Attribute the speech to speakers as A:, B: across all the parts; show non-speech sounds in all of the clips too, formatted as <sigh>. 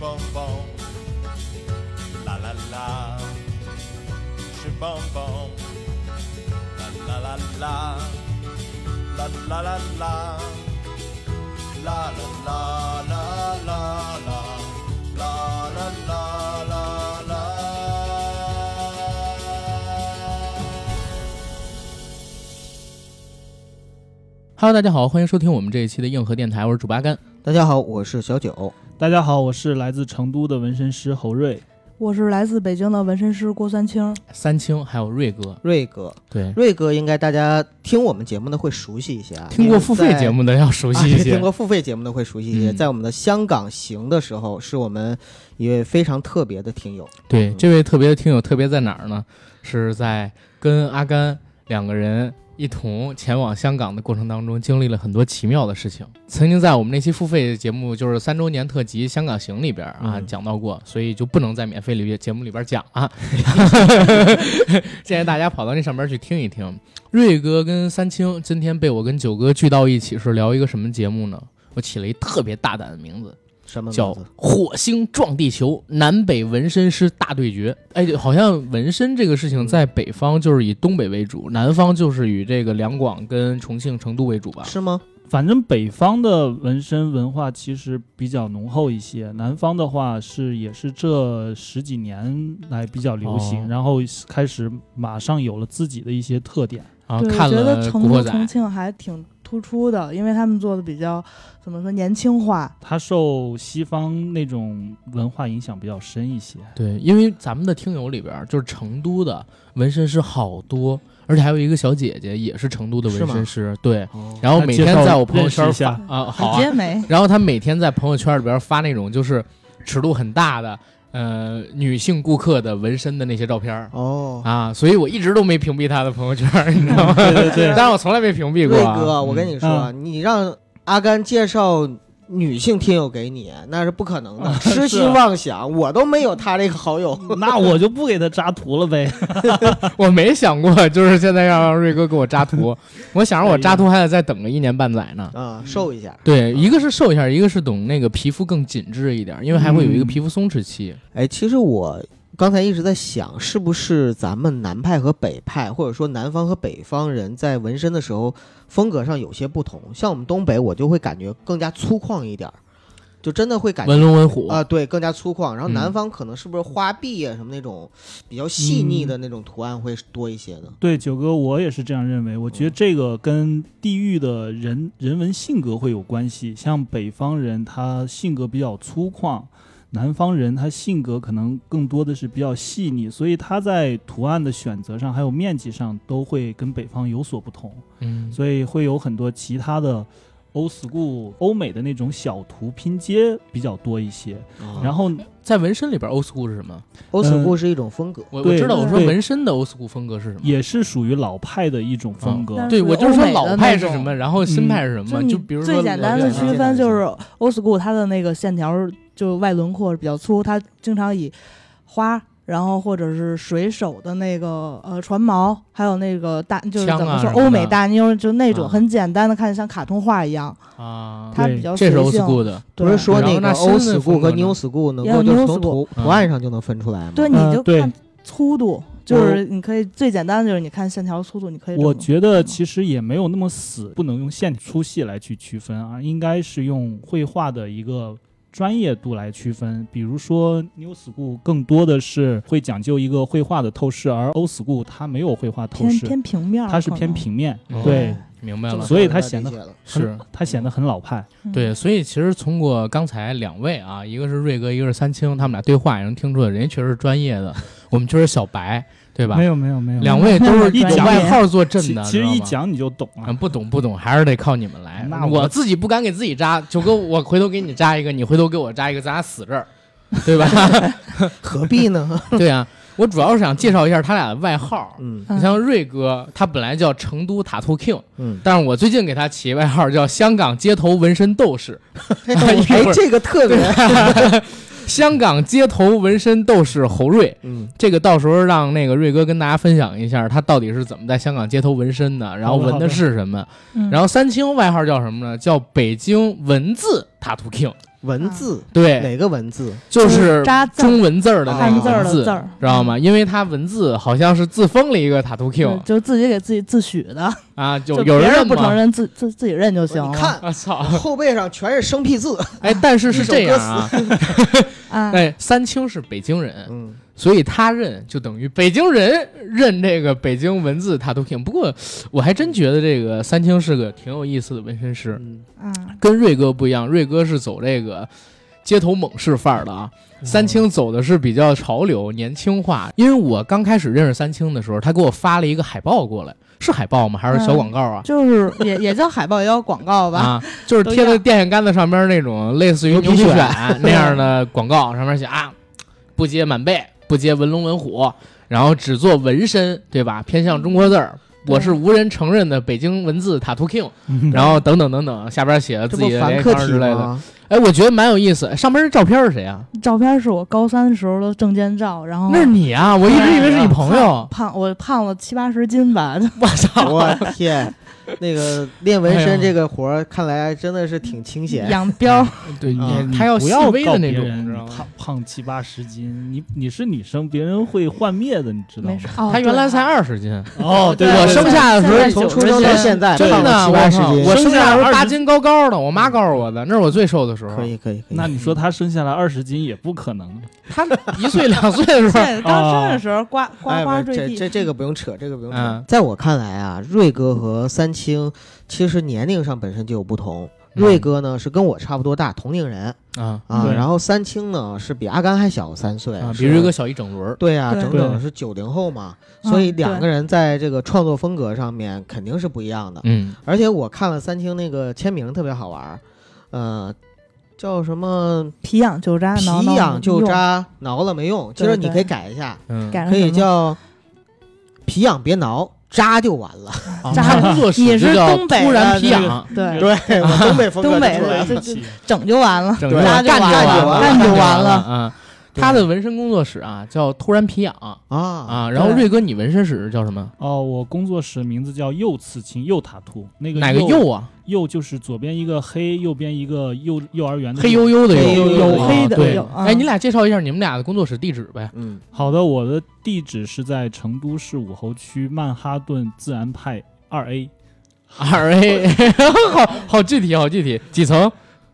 A: bonbon. La la la, je bonbon. La la la la, la la la la, la la la la la la, la la la la la.
B: Hello，大家好，欢迎收听我们这一期的硬核电台，我是主八竿。
C: 大家好，我是小九。
D: 大家好，我是来自成都的纹身师侯瑞。
E: 我是来自北京的纹身师郭三清，
B: 三清还有瑞哥，
C: 瑞哥，
B: 对，
C: 瑞哥应该大家听我们节目的会熟悉一些啊，
B: 听过付费节目的要熟
C: 因为在
B: 悉一
C: 啊
B: 些
C: 听。过付费节目的会熟悉一些。
B: 嗯
C: 在我们的香港行的时候，是我们一位非常特别的听友，嗯
B: 对，这位特别的听友特别在哪儿呢？是在跟阿甘两个人一同前往香港的过程当中，经历了很多奇妙的事情。曾经在我们那期付费节目，就是三周年特辑《香港行》里边啊、
C: 嗯
B: 讲到过，所以就不能在免费里边节目里边讲啊。 <laughs> 建议大家跑到那上边去听一听。瑞哥跟三清今天被我跟九哥聚到一起，是聊一个什么节目呢？我起了一特别大胆的名字，
C: 什么名
B: 叫
C: 字？
B: “火星撞地球”，南北纹身师大对决。哎，好像纹身这个事情在北方就是以东北为主，南方就是以这个两广跟重庆、成都为主吧。
C: 啊是吗？
D: 反正北方的纹身文化其实比较浓厚一些，南方的话是也是这十几年来比较流行，
B: 哦
D: 然后开始马上有了自己的一些特点。
B: 啊，
E: 对，我
B: 看
E: 觉
B: 了
E: 得
B: 《
E: 成
B: 古
E: 都、
B: 惑仔
E: 重》，庆还挺突出的，因为他们做的比较怎么说年轻化。
D: 它受西方那种文化影响比较深一些。
B: 对，因为咱们的听友里边儿就是成都的纹身师好多，而且还有一个小姐姐也是成都的纹身师。对，
C: 哦，
B: 然后每天在我朋友
D: 认
B: 圈
D: 识一
B: 发
D: 下
B: 啊，好啊
E: 你，接
B: <laughs>
E: 没？
B: 然后她每天在朋友圈里边儿发那种就是尺度很大的呃女性顾客的纹身的那些照片儿。
C: 哦，
B: 啊，所以我一直都没屏蔽他的朋友圈儿，你知道吗？<laughs>
D: 对对对，
B: 但是我从来没屏蔽过
C: 瑞
B: 啊、
C: 哥，我跟
B: 嗯
C: 你说啊，你让阿甘介绍。女性听友给你那是不可能的，痴心妄想，我都没有他这个好友。
D: <laughs> 那我就不给他扎图了呗。
B: 嗯 <laughs> 我没想过，就是现在要让瑞哥给我扎图，我想着我扎图还得再等个一年半载呢。
C: 啊，瘦一下。
B: 对，一个是瘦一下，一个是等那个皮肤更紧致一点，因为还会有一个皮肤松弛期。
C: 哎，其实我刚才一直在想，是不是咱们南派和北派，或者说南方和北方人在纹身的时候风格上有些不同？像我们东北，我就会感觉更加粗犷一点儿，就真的会感觉
B: 纹龙纹虎
C: 啊、对，更加粗犷。然后
B: 嗯
C: 南方可能是不是花臂啊什么那种比较细腻
B: 嗯
C: 的那种图案会多一些呢？
D: 对，九哥，我也是这样认为。我觉得这个跟地域的人人文性格会有关系。像北方人，他性格比较粗犷；南方人，他性格可能更多的是比较细腻，所以他在图案的选择上还有面积上都会跟北方有所不同，
B: 嗯，
D: 所以会有很多其他的。old school 欧美的那种小图拼接比较多一些，
C: 嗯
D: 然后
B: 在纹身里边，old school 是什么？
C: 欧式
B: 呃
C: 布啊是一种风格，
B: 我我
D: 对
B: 知道，我说
D: 对
B: 纹身的 old school 风格是什么？
D: 也是属于老派的一种风格。
E: 但
B: 对，
E: 是
B: 我就是说
E: 欧美的
B: 老派是
E: 那种
B: 什么，然后新派是什么？
E: 你
B: 就比如说啊
E: 最简单的
C: 老
E: 区
C: 人
E: 分就是 old school，它的那个线条就外轮廓比较粗，它经常以花。然后或者是水手的那个呃船锚，还有那个大就是
B: 枪啊
E: 怎么说、
B: 什么的
E: 欧美大妞，就那种
B: 啊
E: 很简单的，看着像卡通画一样，
B: 啊，
E: 它
D: 对
E: 比较
B: 这
E: 随
B: 是 old
E: 性。
B: school 的，
E: 对
C: 不是说
B: 然后
C: 那
B: 那
C: 个
B: 新
C: 欧
B: 的
C: school
B: 风格
C: 和
B: 呢
C: new school 能
E: 也
C: 够
E: 有
C: 就是
E: new
C: 从
E: school
C: 图图
B: 嗯
C: 案上就能分出来吗？
E: 对，你
D: 呃
E: 就
D: 对
E: 看粗度，就是你可以最简单的就是你看线条粗度，你可以这么。
D: 我觉得其实也没有那么死，不能用线粗细来去区分啊，应该是用绘画的一个专业度来区分。比如说 New School 更多的是会讲究一个绘画的透视，而 Old School 它没有绘画透
E: 偏
D: 视，
E: 偏平面儿可能，
D: 它是偏平面，
B: 哦
D: 对，
B: 明白了，
D: 所以它
C: 显
D: 显得
C: 了。
B: 是。
D: 它显得很老派。
E: 嗯。
B: 对，所以其实通过刚才两位啊，一个是瑞哥，一个是三清，他们俩对话也能听出来，人家确实是专业的，我们确实是小白，对吧？
D: 有没有没有
B: 两位都是
D: 一
B: 有
D: 讲
B: 外
D: 也
B: 号坐镇
D: 其
B: 的，
D: 其
B: 知
D: 实
B: 道
D: 一
B: 吗
D: 讲你就懂了、
B: 嗯，不懂不懂，还是得靠你们来。
D: 那
B: 我
D: 我
B: 自己不敢给自己扎，九哥，我回头给你扎一个，你回头给我扎一个，咱俩死这儿，对吧？ <laughs>
C: 何必呢？ <laughs>
B: 对啊，我主要是想介绍一下他俩的外号。
C: 嗯
B: 你像瑞哥，他本来叫成都塔兔 king，
C: 嗯，
B: 但是我最近给他起外号叫香港街头纹身斗士。 <laughs> 一会
C: <laughs> 哎
B: 儿，
C: 这个特别，
B: <laughs> 香港街头纹身斗士侯瑞，
C: 嗯，
B: 这个到时候让那个瑞哥跟大家分享一下，他到底是怎么在香港街头纹身的，然后纹的是什么。
E: 嗯，
B: 然
E: 后
B: 后三清外号叫什么呢？叫北京文字 tattoo king，
C: 文字、
B: 对，
C: 哪个文字？
B: 就是
E: 扎字儿
B: 中文字儿的那
E: 汉
B: 个
E: 字儿
B: 文
E: 的字儿，
B: 知道吗？因为他文字好像是自封了一个 tattoo
E: 嗯？
B: king
E: 就自己给自己自诩的，
B: 啊，
E: 就
B: 有有
E: 别
B: 认
E: 不承
B: 吗？
E: 认，自自自己认就行
B: 啊
C: 你
E: 了。
C: 看
B: 我操！
C: 后背上全是生僻字。
B: 哎，但 <laughs> 是是这样
C: <laughs>
B: 啊，
E: 啊，
B: 哎，三清是北京人，
C: 嗯，
B: 所以他认就等于北京人认这个北京文字 tattoo king。不过我还真觉得这个三清是个挺有意思的纹身师，
C: 嗯
E: 嗯，
B: 跟瑞哥不一样，瑞哥是走这个街头猛士范儿的啊。
C: 嗯
B: 三清走的是比较潮流、年轻化。因为我刚开始认识三清的时候，他给我发了一个海报过来，是海报吗？还是小
C: 嗯
B: 广告啊？
E: 就是也也叫海报，也叫广告吧。
B: 啊，就是贴在电线杆子上边那种类似于牛皮
C: 牛皮
B: 癣那样的广告，上面写啊，不接满背，不接文龙文虎，然后只做纹身，对吧？偏向中国字儿。
E: 对
B: 我是无人承认的北京文字塔图 king，
D: 嗯
B: 然后等等等等，下边写了
C: 这
B: 自
C: 不
B: 己的
C: 凡
B: 联
C: 客
B: 系方式
C: 体
B: 之类的。 <laughs>
C: 吗？
B: 哎，我觉得蛮有意思。上边这照片是谁啊？
E: 照片是我高三时候的证件照，然后
B: 那是你啊！我一直以为是
E: 哦
B: 你朋友。
E: 胖，我胖了七八十斤吧，就
B: 我操！
C: 我天，那个练纹
B: 哎
C: 身
B: 呦
C: 这个活儿，看来真的是挺清闲。
E: 养膘儿。
B: 嗯对，
C: 啊
B: 也
D: 你
B: 他要
D: 不
B: 细
D: 嗯要
B: 微
D: 告
B: 的那
D: 别
B: 种，
D: 人
B: 你知道
D: 你
B: 吗？
D: 胖胖七八十斤，你你是女生，别人会幻灭的，你知道
E: 没
D: 吗
E: 事？，哦
B: 他原来
E: 对
B: 才二十斤，
D: 哦，对，
B: 我
D: 对
C: 嗯
B: 生下的时候
E: 现在
C: 从出
E: 90
C: 生
E: 斤
C: 啊到现在
B: 真
C: 胖
B: 的，
C: 了七八
B: 我
C: 十
B: 靠
C: 斤，
B: 我生下来
D: 生下
B: 时
D: 来
B: 候
D: 20
B: 八斤高高的，我妈告诉我的，那是我最瘦的时候
C: <laughs> 可。以可以可以。
D: <laughs> 那你说她生下来二十斤也不可能，
B: 他一岁两岁的
E: <laughs>
B: 时候，
E: 对，刚生的时候呱呱
C: 哎
E: 呱
C: 不是
E: 坠
C: 这这
E: 地，
C: 这个不用扯，这个不用扯。
B: 嗯
C: 在我看来啊，瑞哥和三清其实年龄上本身就有不同。
B: 嗯
C: 瑞哥呢是跟我差不多大，同龄人
B: 啊
C: 啊，
D: 对
C: 然后三清呢是比阿甘还小三岁，
B: 啊，
C: 是
B: 比瑞哥小一整轮儿。
C: 对啊，
E: 对
C: 整整
D: 对
C: 是九零后嘛，
E: 嗯
C: 所以两个人在这个创作风格上面肯定是不一样的。
B: 嗯，
C: 而且我看了三清那个签名特别好玩儿，呃，叫什么
E: 皮痒就扎，啊挠
C: 皮
E: 挠
C: 痒就
E: 用，
C: 扎，挠了没用，其
E: 对
C: 实你
E: 对
C: 可以改一下，
B: 嗯，
E: 改成
C: 可以
E: 什么
C: 叫皮痒别挠，扎就完了。
B: 啊
E: 扎
B: 他工作室
E: 你
B: 就是叫
E: 东北
B: 突然
C: 的
B: 皮
C: 这
B: 痒，
C: <laughs>
E: 对，
C: 对，我东北风格
E: 东
C: 就
B: 哎
E: 北
C: 出来
E: 的
C: 了。
E: 这这整就完了，
B: 整
C: 对
B: 个
E: 扎
B: 干
E: 就
B: 完
E: 完了
B: 干
E: 干就
B: 完
E: 完了
B: 嗯，
C: 对
B: 他的纹身工作室啊，叫突然皮痒
C: 啊
B: 啊。然后
E: 对
B: 瑞哥，你纹身室叫什么？
D: 哦，我工作室名字叫右刺青，右塔图，那个
B: 哪个
D: 右
B: 右啊？
D: 右就是左边一个黑，右边一个幼幼儿园的
B: 黑
D: 幼
B: 黝黝的
C: 黑
B: 有
C: 黝黝的
B: 啊
E: 黑的
B: 对
E: 有啊
B: 哎，你俩介绍一下你们俩的工作室地址呗？ <laughs>
C: 嗯，
D: 好的，我的地址是在成都市武侯区曼哈顿自然派二 A，
B: 二 A，好好具体，好具体，几层？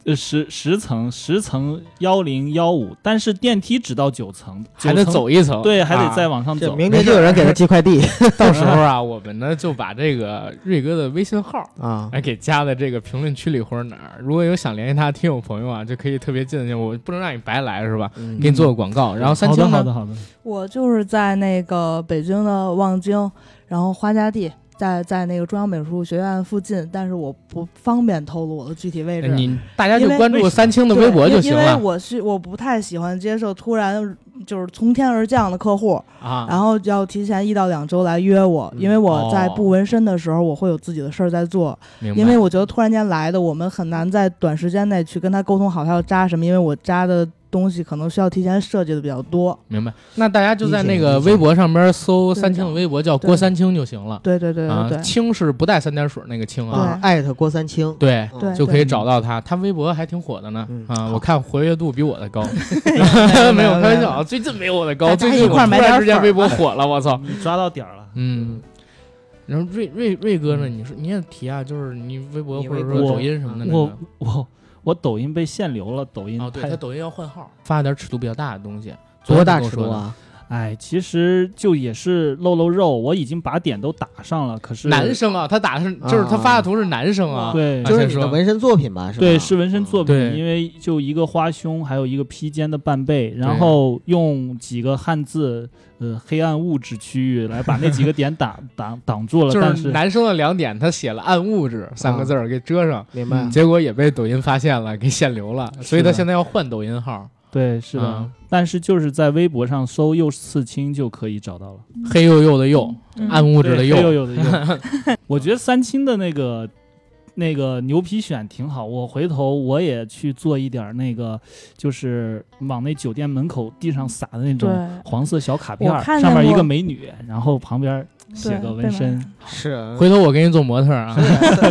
D: 呃十十层，十层幺零幺五，但是电梯只到九层，
B: 还得
D: 九层，
B: 走一层，
D: 对，还
B: 啊
D: 得再。往上
C: 这
D: 走。
C: 明天就有人给他寄快递
E: <laughs>
B: 到时候啊，我们呢就把这个瑞哥的微信号
C: <laughs> 啊。
B: 哎给加在这个评论区里或者哪儿，如果有想联系他的听友朋友啊，就可以特别近的近，我不能让你白来是吧？
C: 嗯
B: 给你做个广告，然后三
D: 好的，
B: 清
D: 好
B: 呢？
D: 的，好的。
E: 我就是在那个北京的望京，然后花家地，在在那个中央美术学院附近，但是我不方便透露我的具体位
B: 哎
E: 置。
B: 你大家就
E: 因为
B: 关注三清的微博
E: 对
B: 就
E: 因
B: 行
E: 因
B: 了
E: 为我是我不太喜欢接受突然就是从天而降的客户，
B: 啊
E: 然后要提前一到两周来约我，
C: 嗯
E: 因为我在
B: 哦
E: 不纹身的时候，我会有自己的事儿在做。
B: 明白
E: 因为我觉得突然间来的，我们很难在短时间内去跟他沟通好他要扎什么，因为我扎的东西可能需要提前设计的比较多。
B: 明白。那大家就在那个
C: 理解理解
B: 微博上边搜三清的微博，叫郭三清就行了。
E: 对对对对
B: 啊
E: 对，，
B: 清是不带三点水那个清啊，
C: 啊，艾特郭三清，
B: 对，
C: 嗯
E: 对
B: 就可以找到他。他微博还挺火的呢，
C: 嗯
B: 啊，
C: 好
B: 我看活跃度比我的高， <laughs> 没
E: 没
B: 有
E: 有
B: 开玩笑啊，最近没有我的高，
E: 大家
B: 最近
E: 一块
B: 我
E: 儿买
B: 突然
E: 点
B: 之间
E: 粉儿
B: 微博火了，我操，
D: <laughs> 你抓到点儿了。
B: 嗯。然后瑞瑞瑞哥呢？你说你也提啊，就是你微博
C: 你
B: 或者
C: 微
B: 说
C: 博
B: 抖音什么的那
D: 我
B: 个。
D: 我我抖音被限流了，抖音
B: 哦，对
D: 太
B: 他抖音要换号，发点尺度比较大的东西。
C: 多大
B: 昨天你跟我
C: 尺
B: 说
C: 度
B: 的？
C: 啊？
D: 哎，其实就也是露露肉，我已经把点都打上了，可是
B: 男生啊，他打的是就是他发的图是男生啊，
D: 对
B: 啊
C: 就是
B: 先
C: 你的
B: 说
C: 纹身作品吧？是吧？
D: 对是纹身作品，
B: 嗯对
D: 因为就一个花胸，还有一个披肩的半背，
B: 对
D: 然后用几个汉字呃黑暗物质区域来把那几个点
B: <laughs>
D: 打挡挡住了，
B: 就
D: 但
B: 是
D: 是
B: 男生的两点，他写了“暗物质”三个字儿给遮上，
C: 明白。
B: 结果也被抖音发现了，给限流了，所以他现在要换抖音号。
D: 对是的，
B: 嗯
D: 但是就是在微博上搜又刺青就可以找到了。
B: 黑黝黝的黝，
E: 嗯
B: 暗物质的
D: 对黑黝
B: 黝，
D: 黝的黝。 <laughs> 我觉得三清的那个那个牛皮癣挺好，我回头我也去做一点儿那个，就是往那酒店门口地上撒的那
E: 对
D: 种黄色小卡片儿，
E: 我看见
D: 上面一
E: 过
D: 个美女，然后旁边写
E: 对
D: 个
E: 被
D: 纹
E: 埋
D: 身，
C: 是
B: 回头我给你做模特儿啊。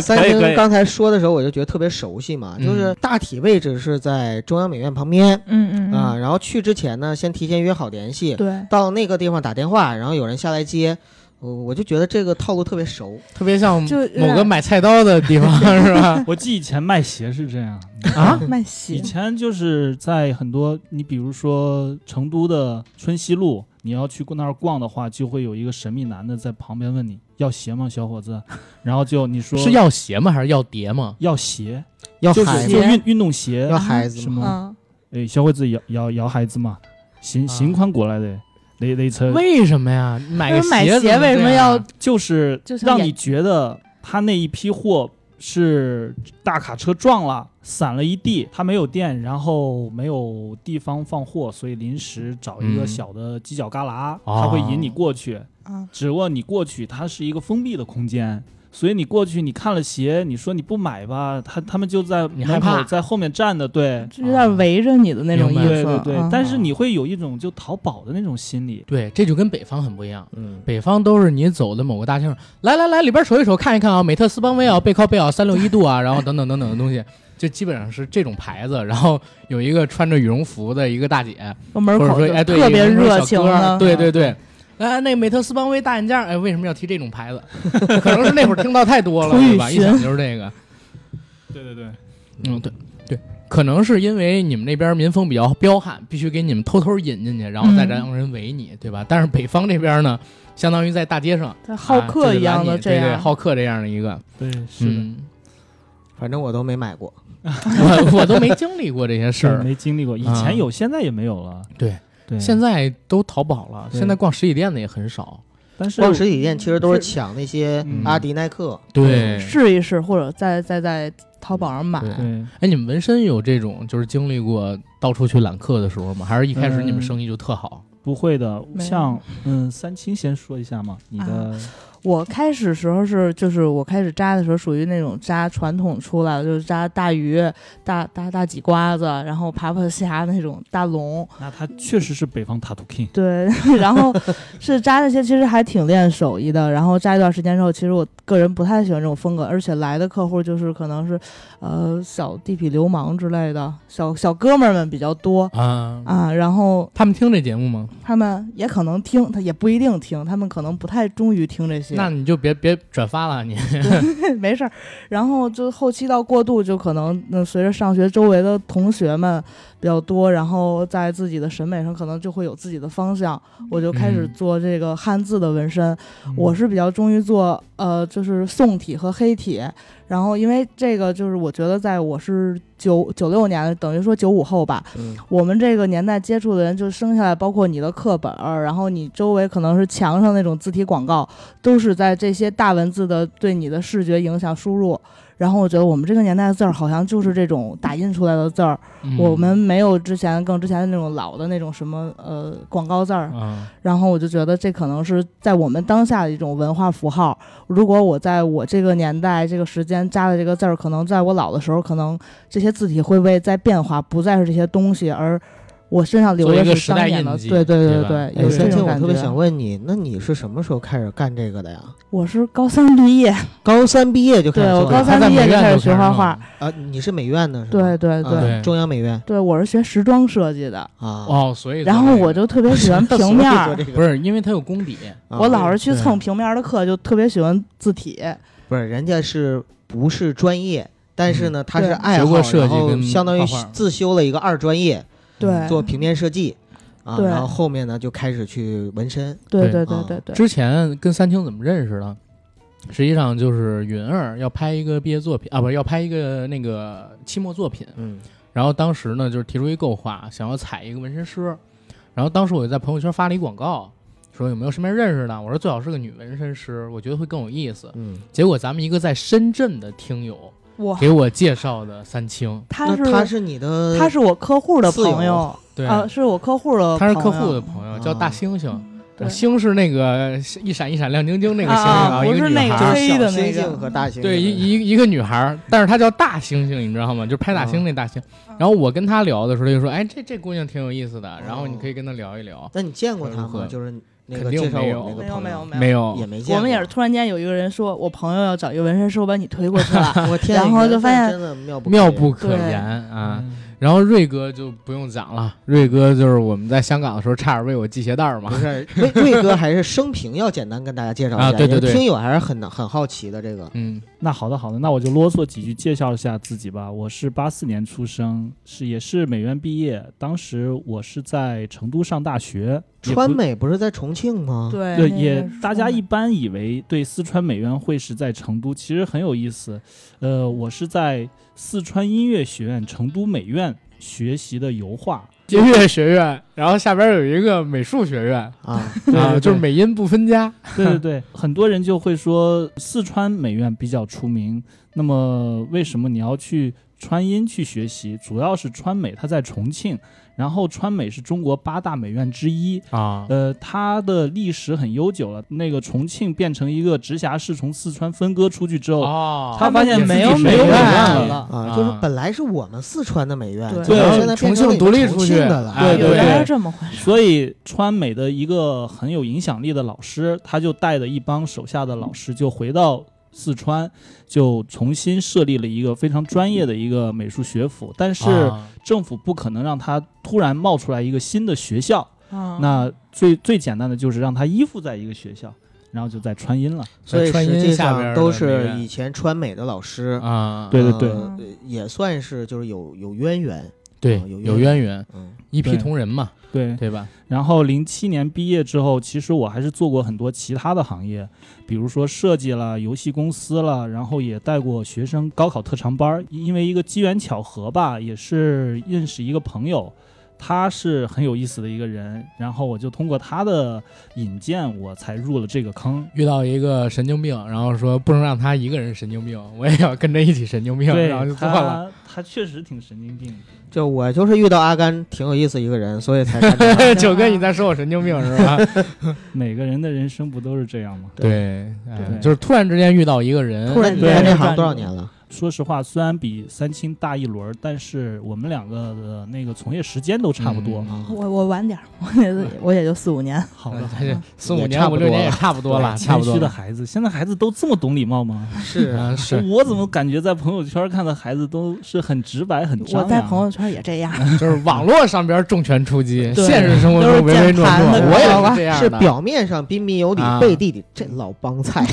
C: 三三
D: 可以
C: 星
D: 可以
C: 刚才说的时候，我就觉得特别熟悉嘛，
B: 嗯
C: 就是大体位置是在中央美院旁边
E: 嗯嗯
C: 啊。
E: 嗯
C: 然后去之前呢，先提前约好联系，
E: 对，
B: 嗯
C: 到那个地方打电话，然后有人下来接，我我就觉得这个套路特别熟。
B: 特别像
E: 就有点
B: 某个买菜刀的地方
E: <laughs>
B: 是吧？
D: 我记以前卖鞋是这样，
B: 啊，
E: 卖鞋
D: 以前就是在很多，你比如说成都的春熙路，你要去那儿逛的话，就会有一个神秘男的在旁边问你要鞋吗，小伙子？然后就你说
B: 是要鞋吗？还是要碟吗？
D: 要鞋，
C: 要
D: 就是
C: 孩
D: 就
C: 子，
E: 鞋
D: 运运动鞋
C: 要，孩子
D: 什
C: 嘛，
D: 么？
E: 嗯，
D: 哎，小伙子要要要孩子嘛？邢
B: 啊
D: 邢宽过来的，那那车
B: 为什么呀？买个
E: 那买
B: 鞋
E: 鞋为什么要
D: 啊就是
E: 就像
D: 让
E: 演
D: 你觉得他那一批货是大卡车撞了，散了一地，他没有店，然后没有地方放货，所以临时找一个
B: 嗯
D: 小的犄角旮旯，
B: 哦
D: 他会引你过去，
B: 嗯
E: 啊，
D: 只不过你过去，它是一个封闭的空间。所以你过去，你看了鞋，你说你不买吧，他他们就在
B: 你害
D: 门
B: 怕
D: 口在后面站着，对
E: 就有点围着你的那种意
B: 啊明白
E: 思，
D: 对对对
E: 啊。
D: 但是你会有一种就淘宝的那种心理，
B: 对，这就跟北方很不一样。
C: 嗯，
B: 北方都是你走的某个大街上，来来来，里边瞅一瞅，看一看啊，美特斯邦威啊，背靠背啊，三六一
E: <laughs>
B: 度啊，然后等等等等的东西，就基本上是这种牌子。然后有一个穿着羽绒服的一个大姐，
E: 我门
B: 或者
E: 口
B: 说
E: 就
B: 哎，对，
E: 特别
B: 有那种
E: 热
B: 小
E: 情啊
B: 哥儿
E: 的，
B: 对对对。哎，那个美特斯邦威大眼镜儿，哎，为什么要提这种牌
E: <laughs>
B: 子？可能是那会儿听到太多了，
E: 楚
B: 对
E: 雨
B: 吧？一
E: 荨
B: 想就是这个。
D: 对对对，
B: 嗯，对对，可能是因为你们那边民风比较彪悍，必须给你们偷偷引进去，然后再
E: 嗯
B: 让人围你，对吧？但是北方这边呢，相当于在大街上
E: 对好
B: 啊
E: 客
B: 就是
E: 一样
B: 拦
E: 的
B: 你
E: 这
B: 对对，
E: 样，
B: 好客这样的一个，
D: 对是的，
E: <laughs>
B: 嗯，
C: 反正我都没买过。
B: 我我都没经历过这些事
D: 是
B: 儿，
D: 没经历过，以前有，现在也没有了。
B: 啊对
D: 对，
B: 现在都淘宝了，
D: 对
B: 现在逛实体店的也很少，
D: 但是
C: 逛实体店其实都是抢那些
D: 嗯
C: 阿迪、耐克，
B: 对
E: 试一试，或者再再在淘宝上买。
B: 对
D: 对，
B: 哎，你们纹身有这种就是经历过到处去揽客的时候吗？还是一开始你们
D: 嗯
B: 生意就特好？
D: 不会的。
E: 没有
D: 像嗯，三清先说一下嘛，你的
B: 啊
E: 我开始时候是，就是我开始扎的时候，属于那种扎传统出来的，就是扎大鱼、大大大脊瓜子，然后爬爬虾那种大龙，
D: 那他确实是北方 tattoo king，
E: 对， <laughs> 然后是扎那些其实还挺练手艺的。然后扎一段时间之后，其实我个人不太喜欢这种风格，而且来的客户就是可能是，呃，小地痞流氓之类的小小哥们儿们比较多
B: 啊，
E: 啊。然后
B: 他们听这节目吗？
E: 他们也可能听，他也不一定听，他们可能不太忠于听这些。
B: 那你就别别转发了，你
E: <laughs> 没事儿。然后就后期到过渡，就可能嗯，随着上学周围的同学们比较多，然后在自己的审美上可能就会有自己的方向。我就开始
B: 嗯
E: 做这个汉字的纹身，
D: 嗯
E: 我是比较忠于做呃，就是宋体和黑体。然后因为这个就是我觉得在我是九九六年的，等于说九五后吧，
C: 嗯，
E: 我们这个年代接触的人，就生下来，包括你的课本儿，然后你周围可能是墙上那种字体广告，都是在这些大文字的对你的视觉影响输入。然后我觉得我们这个年代的字儿好像就是这种打印出来的字儿，
B: <laughs> 嗯
E: 我们没有之前更之前的那种老的那种什么呃广告字儿，
B: 啊，
E: 然后我就觉得这可能是在我们当下的一种文化符号。如果我在我这个年代、这个时间扎的这个字儿，可能在我老的时候，可能这些字体会不会在变化，不再是这些东西，而我身上留
B: 做一
E: 的
B: 个
E: 是
B: 时
E: 当
B: 代
E: 年的。
B: 印记
E: 对对
B: 对吧
E: 对，
C: 哎
E: 有
C: 三
E: 这
C: 清，
E: 种
C: 我
E: 感
C: 特别想
E: 觉。
C: 问你，那你是什么时候开始干这个的呀？
E: 我是高三毕业，
C: 高三毕业就开始
E: 对
C: 做了，
E: 我高三
B: 他在
E: 毕业
B: 美
E: 就
B: 院
E: 开始
B: 就
E: 学
B: 开始
E: 画
B: 弄
E: 画，
C: 啊，你是美院的是吧？
E: 对对对
B: 对
C: 啊中央美院
E: 对，我是学时装设计的，
C: 啊。
B: 哦，所以
E: 然
B: 做
E: 后
B: 这个
E: 我就特别
B: <laughs>
E: 喜欢平面儿。
B: 不是因为它有功底，
C: 啊
E: 我老是去
B: 啊对
E: 蹭平面儿的课，就特别喜欢字体。
C: 不是人家是不是专业，但是呢，他是
E: 对
B: 嗯
C: 爱
B: 学
C: 好，
B: 过设
C: 然
B: 计
C: 后
B: 跟
C: 相当于
B: 画画
C: 自修了一个二专业，
B: 嗯
E: 对，
C: 做平面设计啊，
E: 对
C: 然后后面呢就开始去纹身，
E: 对
B: 对
E: 对对
C: 啊
E: 对对。
B: 之前跟三清怎么认识的？实际上就是云儿要拍一个毕业作品啊，不是要拍一个那个期末作品，
C: 嗯，
B: 然后当时呢，就是提出一构画，想要采一个纹身师。然后当时我就在朋友圈发了一广告，说有没有身边认识的？我说最好是个女纹身师，我觉得会更有意思。
C: 嗯，
B: 结果咱们一个在深圳的听友
E: 哇，
B: 给我介绍的三清，
E: 他
C: 那
E: 是
C: 他是你的，
E: 他是我客户的
C: 自由
E: 朋友，
B: 对，
E: 啊，是我客户的，
B: 他是客户的，朋友，
C: 友
B: 叫大猩猩。
E: 嗯对，
B: 星是那个一闪一闪亮晶晶那个星
E: 啊
B: 星
E: 啊
B: 一
E: 不
B: 个
E: 是
B: 女
E: 那个
B: 孩
C: 就
B: 儿，
C: 是
E: 黑
C: 小
E: 的
C: 星
E: 那
C: 星
E: 个
C: 和大猩猩，
B: 对一一一个女孩儿，但是她叫大猩猩，你知道吗？就是拍打
E: 嗯
B: 星那大猩。然后我
E: 哦
B: 跟她聊的时候，她就说：“哎，这这姑娘挺有意思的，然后你可以跟她聊一聊。”
C: 那你见过
B: 如
C: 他
B: 何
C: 吗？就是那
B: 肯
C: 个
B: 定
C: 介绍
B: 没
C: 我
B: 有
C: 们那个
E: 没有
C: 朋
E: 没有
C: 友，
B: 没有
C: 啊
E: 没有
C: 也没见过。
E: 我们也是突然间有一个人说，我朋友要找一个纹身师，我把你推过去了。
C: <laughs> 我天啊，
E: 然后
C: 缘
E: 就发
C: 分
E: 现
C: 真的妙不
B: 妙
C: 可
B: 不
C: 言
B: 可
E: 对
B: 言
D: 嗯
B: 啊。，然后瑞哥就不用讲了，瑞哥就是我们在香港的时候差点为我系鞋带儿嘛
C: 不。是瑞瑞哥还是生平要简单跟大家介绍一下，
B: 啊对对
C: 因为
B: 对
C: 听友还是很很好奇的这个。
B: 嗯，
D: 那好的好的，那我就啰嗦几句，介绍一下自己吧。我是八四年出生，是也是美院毕业，当时我是在成都上大学，也不
C: 川美不是在重庆吗？，
E: 对
D: 对，
E: 那
D: 也
E: 个是
D: 大家
E: 说
D: 一般以为对四川美院会是在成都，其实很有意思。呃，我是在四川音乐学院成都美院学习的油画，
B: 音乐学院，然后下边有一个美术学院
C: 啊，
D: 对
B: 啊，
D: 对
B: 就是
D: 对
B: 美音不分家。 <laughs>
D: 对对对，很多人就会说四川美院比较出名，那么为什么你要去川音去学习？主要是川美它在重庆，然后川美是中国八大美院之一。
B: 啊，
D: 呃，它的历史很悠久了。那个重庆变成一个直辖市，从四川分割出去之后，
B: 哦
D: 他发现
B: 也自己
D: 没有
B: 是
D: 美
B: 院
D: 院
B: 了
D: 了
C: 啊，就是
B: 啊
C: 本来是我们四川的美院，
E: 对
C: 结果
D: 对
C: 现在变
B: 重
C: 成了
B: 庆独立出去
C: 重庆的了。
B: 哎
D: 对对
E: 原来
D: 对
E: 是这么回事。
D: 所以川美的一个很有影响力的老师，他就带着一帮手下的老师就回到四川，就重新设立了一个非常专业的一个美术学府。但是
B: 啊
D: 政府不可能让他突然冒出来一个新的学校，
E: 嗯
D: 那最最简单的就是让他依附在一个学校，然后就在川音了。
C: 所以
B: 川
C: 实
B: 音
C: 际
B: 下边的
C: 上都
B: 美
C: 是
B: 院
C: 以前川美的老师，
B: 啊，
D: 对对对
C: 呃
E: 嗯
C: 也算是就是有有渊源，
B: 对
C: 有
B: 有
C: 渊
B: 渊源，
C: 嗯，
B: 一批
D: 对
B: 同仁嘛，
D: 对，
B: 对吧？
D: 然后零七年毕业之后，其实我还是做过很多其他的行业，比如说设计啦、游戏公司啦，然后也带过学生高考特长班儿。因为一个机缘巧合吧，也是认识一个朋友，他是很有意思的一个人，然后我就通过他的引荐，我才入了这个坑。
B: 遇到一个神经病，然后说不能让他一个人神经病，我也要跟着一起神经病，
D: 对
B: 然后就做了。
D: 他，他确实挺神经病的。
C: 就我就是遇到阿甘挺有意思一个人，所以才看 <laughs> 见他
E: 对
B: 九哥，你在说我神经病是吧？
D: 每个人的人生不都是这样吗？
B: 对，哎
D: 对
B: 就是突然之间遇到一个人，
C: 突然你
D: 对
C: 干这行多少年了？
D: 说实话，虽然比三清大一轮儿，但是我们两个的那个从业时间都差不多。
B: 嗯
C: 啊
E: 我我晚点儿，我也我也就四五年。
D: 好
B: 嗯
D: 的，好
B: 这
D: 的。
B: 四五
C: 也
B: 年、
C: 差
B: 五
C: 不
B: 六
C: 多
B: 年也
C: 了
B: 差不多了，差
D: 谦
B: 不多
D: 虚
B: <laughs>
D: 的
B: 了。
D: 孩子，现在孩子都这么懂礼貌吗？
C: 是
B: 啊，是，
D: 我怎么感觉在朋友圈看的孩子都是很直白、很张
E: 我
D: 扬？
E: 在朋友圈也这样，
B: 就是网络上边重拳出击，
E: 对
B: 现实生活
E: 都是
B: 中唯唯
E: 键
B: 诺
E: 盘
B: 诺
E: 的。
B: 我
E: 知道
B: 也
E: 吧
B: 是这样
C: 是
B: 的。
C: 表面上彬彬有礼
B: 啊，
C: 背地里这老帮
B: <laughs>
C: 菜。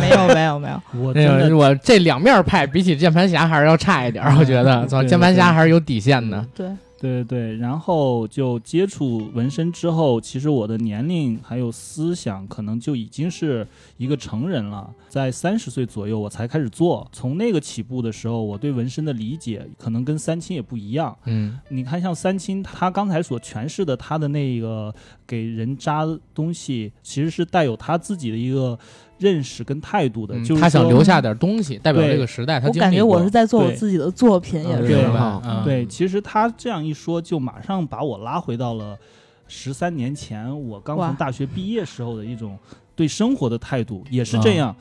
E: 没有没有没有，
D: 我真
B: 那
D: 的
B: 个哎我这两面派比起键盘侠还是要差一点儿，我觉得，
D: 嗯
B: 操，
D: 对
B: 键盘侠
D: 对
B: 还是有底线的。
E: 对，
D: 对对对。然后就接触纹身之后，其实我的年龄还有思想，可能就已经是一个成人了。在三十岁左右，我才开始做。从那个起步的时候，我对纹身的理解可能跟三清也不一样。
B: 嗯，
D: 你看，像三清，他刚才所诠释的他的那个给人扎东西，其实是带有他自己的一个认识跟态度的，
B: 嗯
D: 就是
B: 他想
D: 说
B: 留下点东西，代表
D: 对
B: 这个时代。他
E: 我
B: 经
E: 感
B: 历
E: 觉
B: 过
E: 我是在做我
D: 对
E: 自己的作品，也
B: 嗯
E: 是
D: 对
B: 明白
C: 好
B: 嗯
D: 对，其实他这样一说，就马上把我拉回到了十三年前，我刚
E: 哇
D: 从大学毕业时候的一种对生活的态度，也是这样。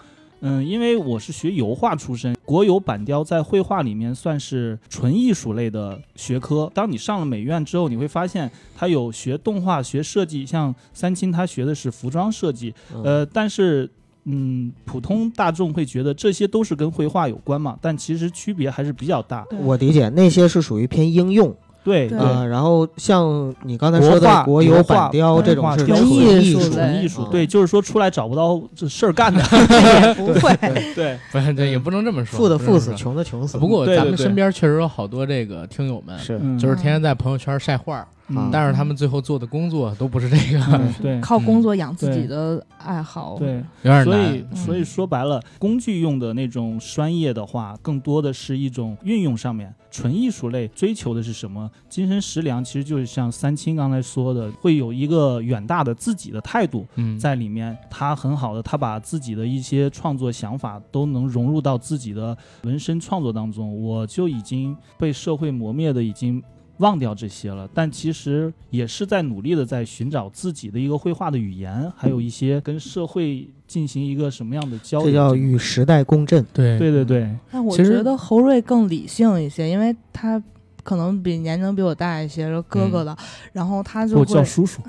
D: 嗯，因为我是学油画出身，国油板雕在绘画里面算是纯艺术类的学科。当你上了美院之后，你会发现它有学动画、学设计，像三清他学的是服装设计，
C: 嗯
D: 呃，但是嗯，普通大众会觉得这些都是跟绘画有关嘛，但其实区别还是比较大。
E: 对
C: 我理解那些是属于偏应用
D: 对
E: 对
C: 啊，然后像你刚才说
D: 国
C: 的
D: 画
C: 国有
D: 油画
C: 板雕这种是
D: 文
C: 纯
E: 艺
C: 艺
E: 术
C: 术，
E: 类
D: 纯艺术
C: 嗯，
D: 对，就是说出来找不到这事儿干的，
E: 也不会，
D: 对，
B: 不 <laughs> 是，这也不能这么说，
C: 富的
B: 不能
C: 富
B: 这
C: 死，
B: 么说。
C: 穷的穷死。
B: 不过
D: 对对
B: 咱们
D: 对
B: 身边确实有好多这个听友们，
C: 是
D: 嗯
B: 就是天啊天在朋友圈晒画儿，
C: 嗯
B: 但是他们最后做的工作都不是这个，
D: 嗯对
E: 靠工作养自
D: 对
E: 己的爱好。
D: 对，
B: <laughs> 有点
D: 所
B: 难
D: 以。
C: 嗯
D: 所以说白了，工具用的那种专业的话，更多的是一种运用上面。纯艺术类追求的是什么？精神食粮其实就是像三清刚才说的，会有一个远大的自己的态度，
B: 嗯，
D: 在里面，他很好的，他把自己的一些创作想法都能融入到自己的纹身创作当中。我就已经被社会磨灭的，已经忘掉这些了，但其实也是在努力的在寻找自己的一个绘画的语言，还有一些跟社会进行一个什么样的交流。
C: 这叫嗯与时代共振。
B: 对
D: 对对对 <laughs>
E: 但我
B: 其实
E: 觉得侯瑞更理性一些，因为他可能比年龄比我大一些，然后哥哥的，然后他就
D: 我
E: 会
D: 叫叔叔。
B: <laughs>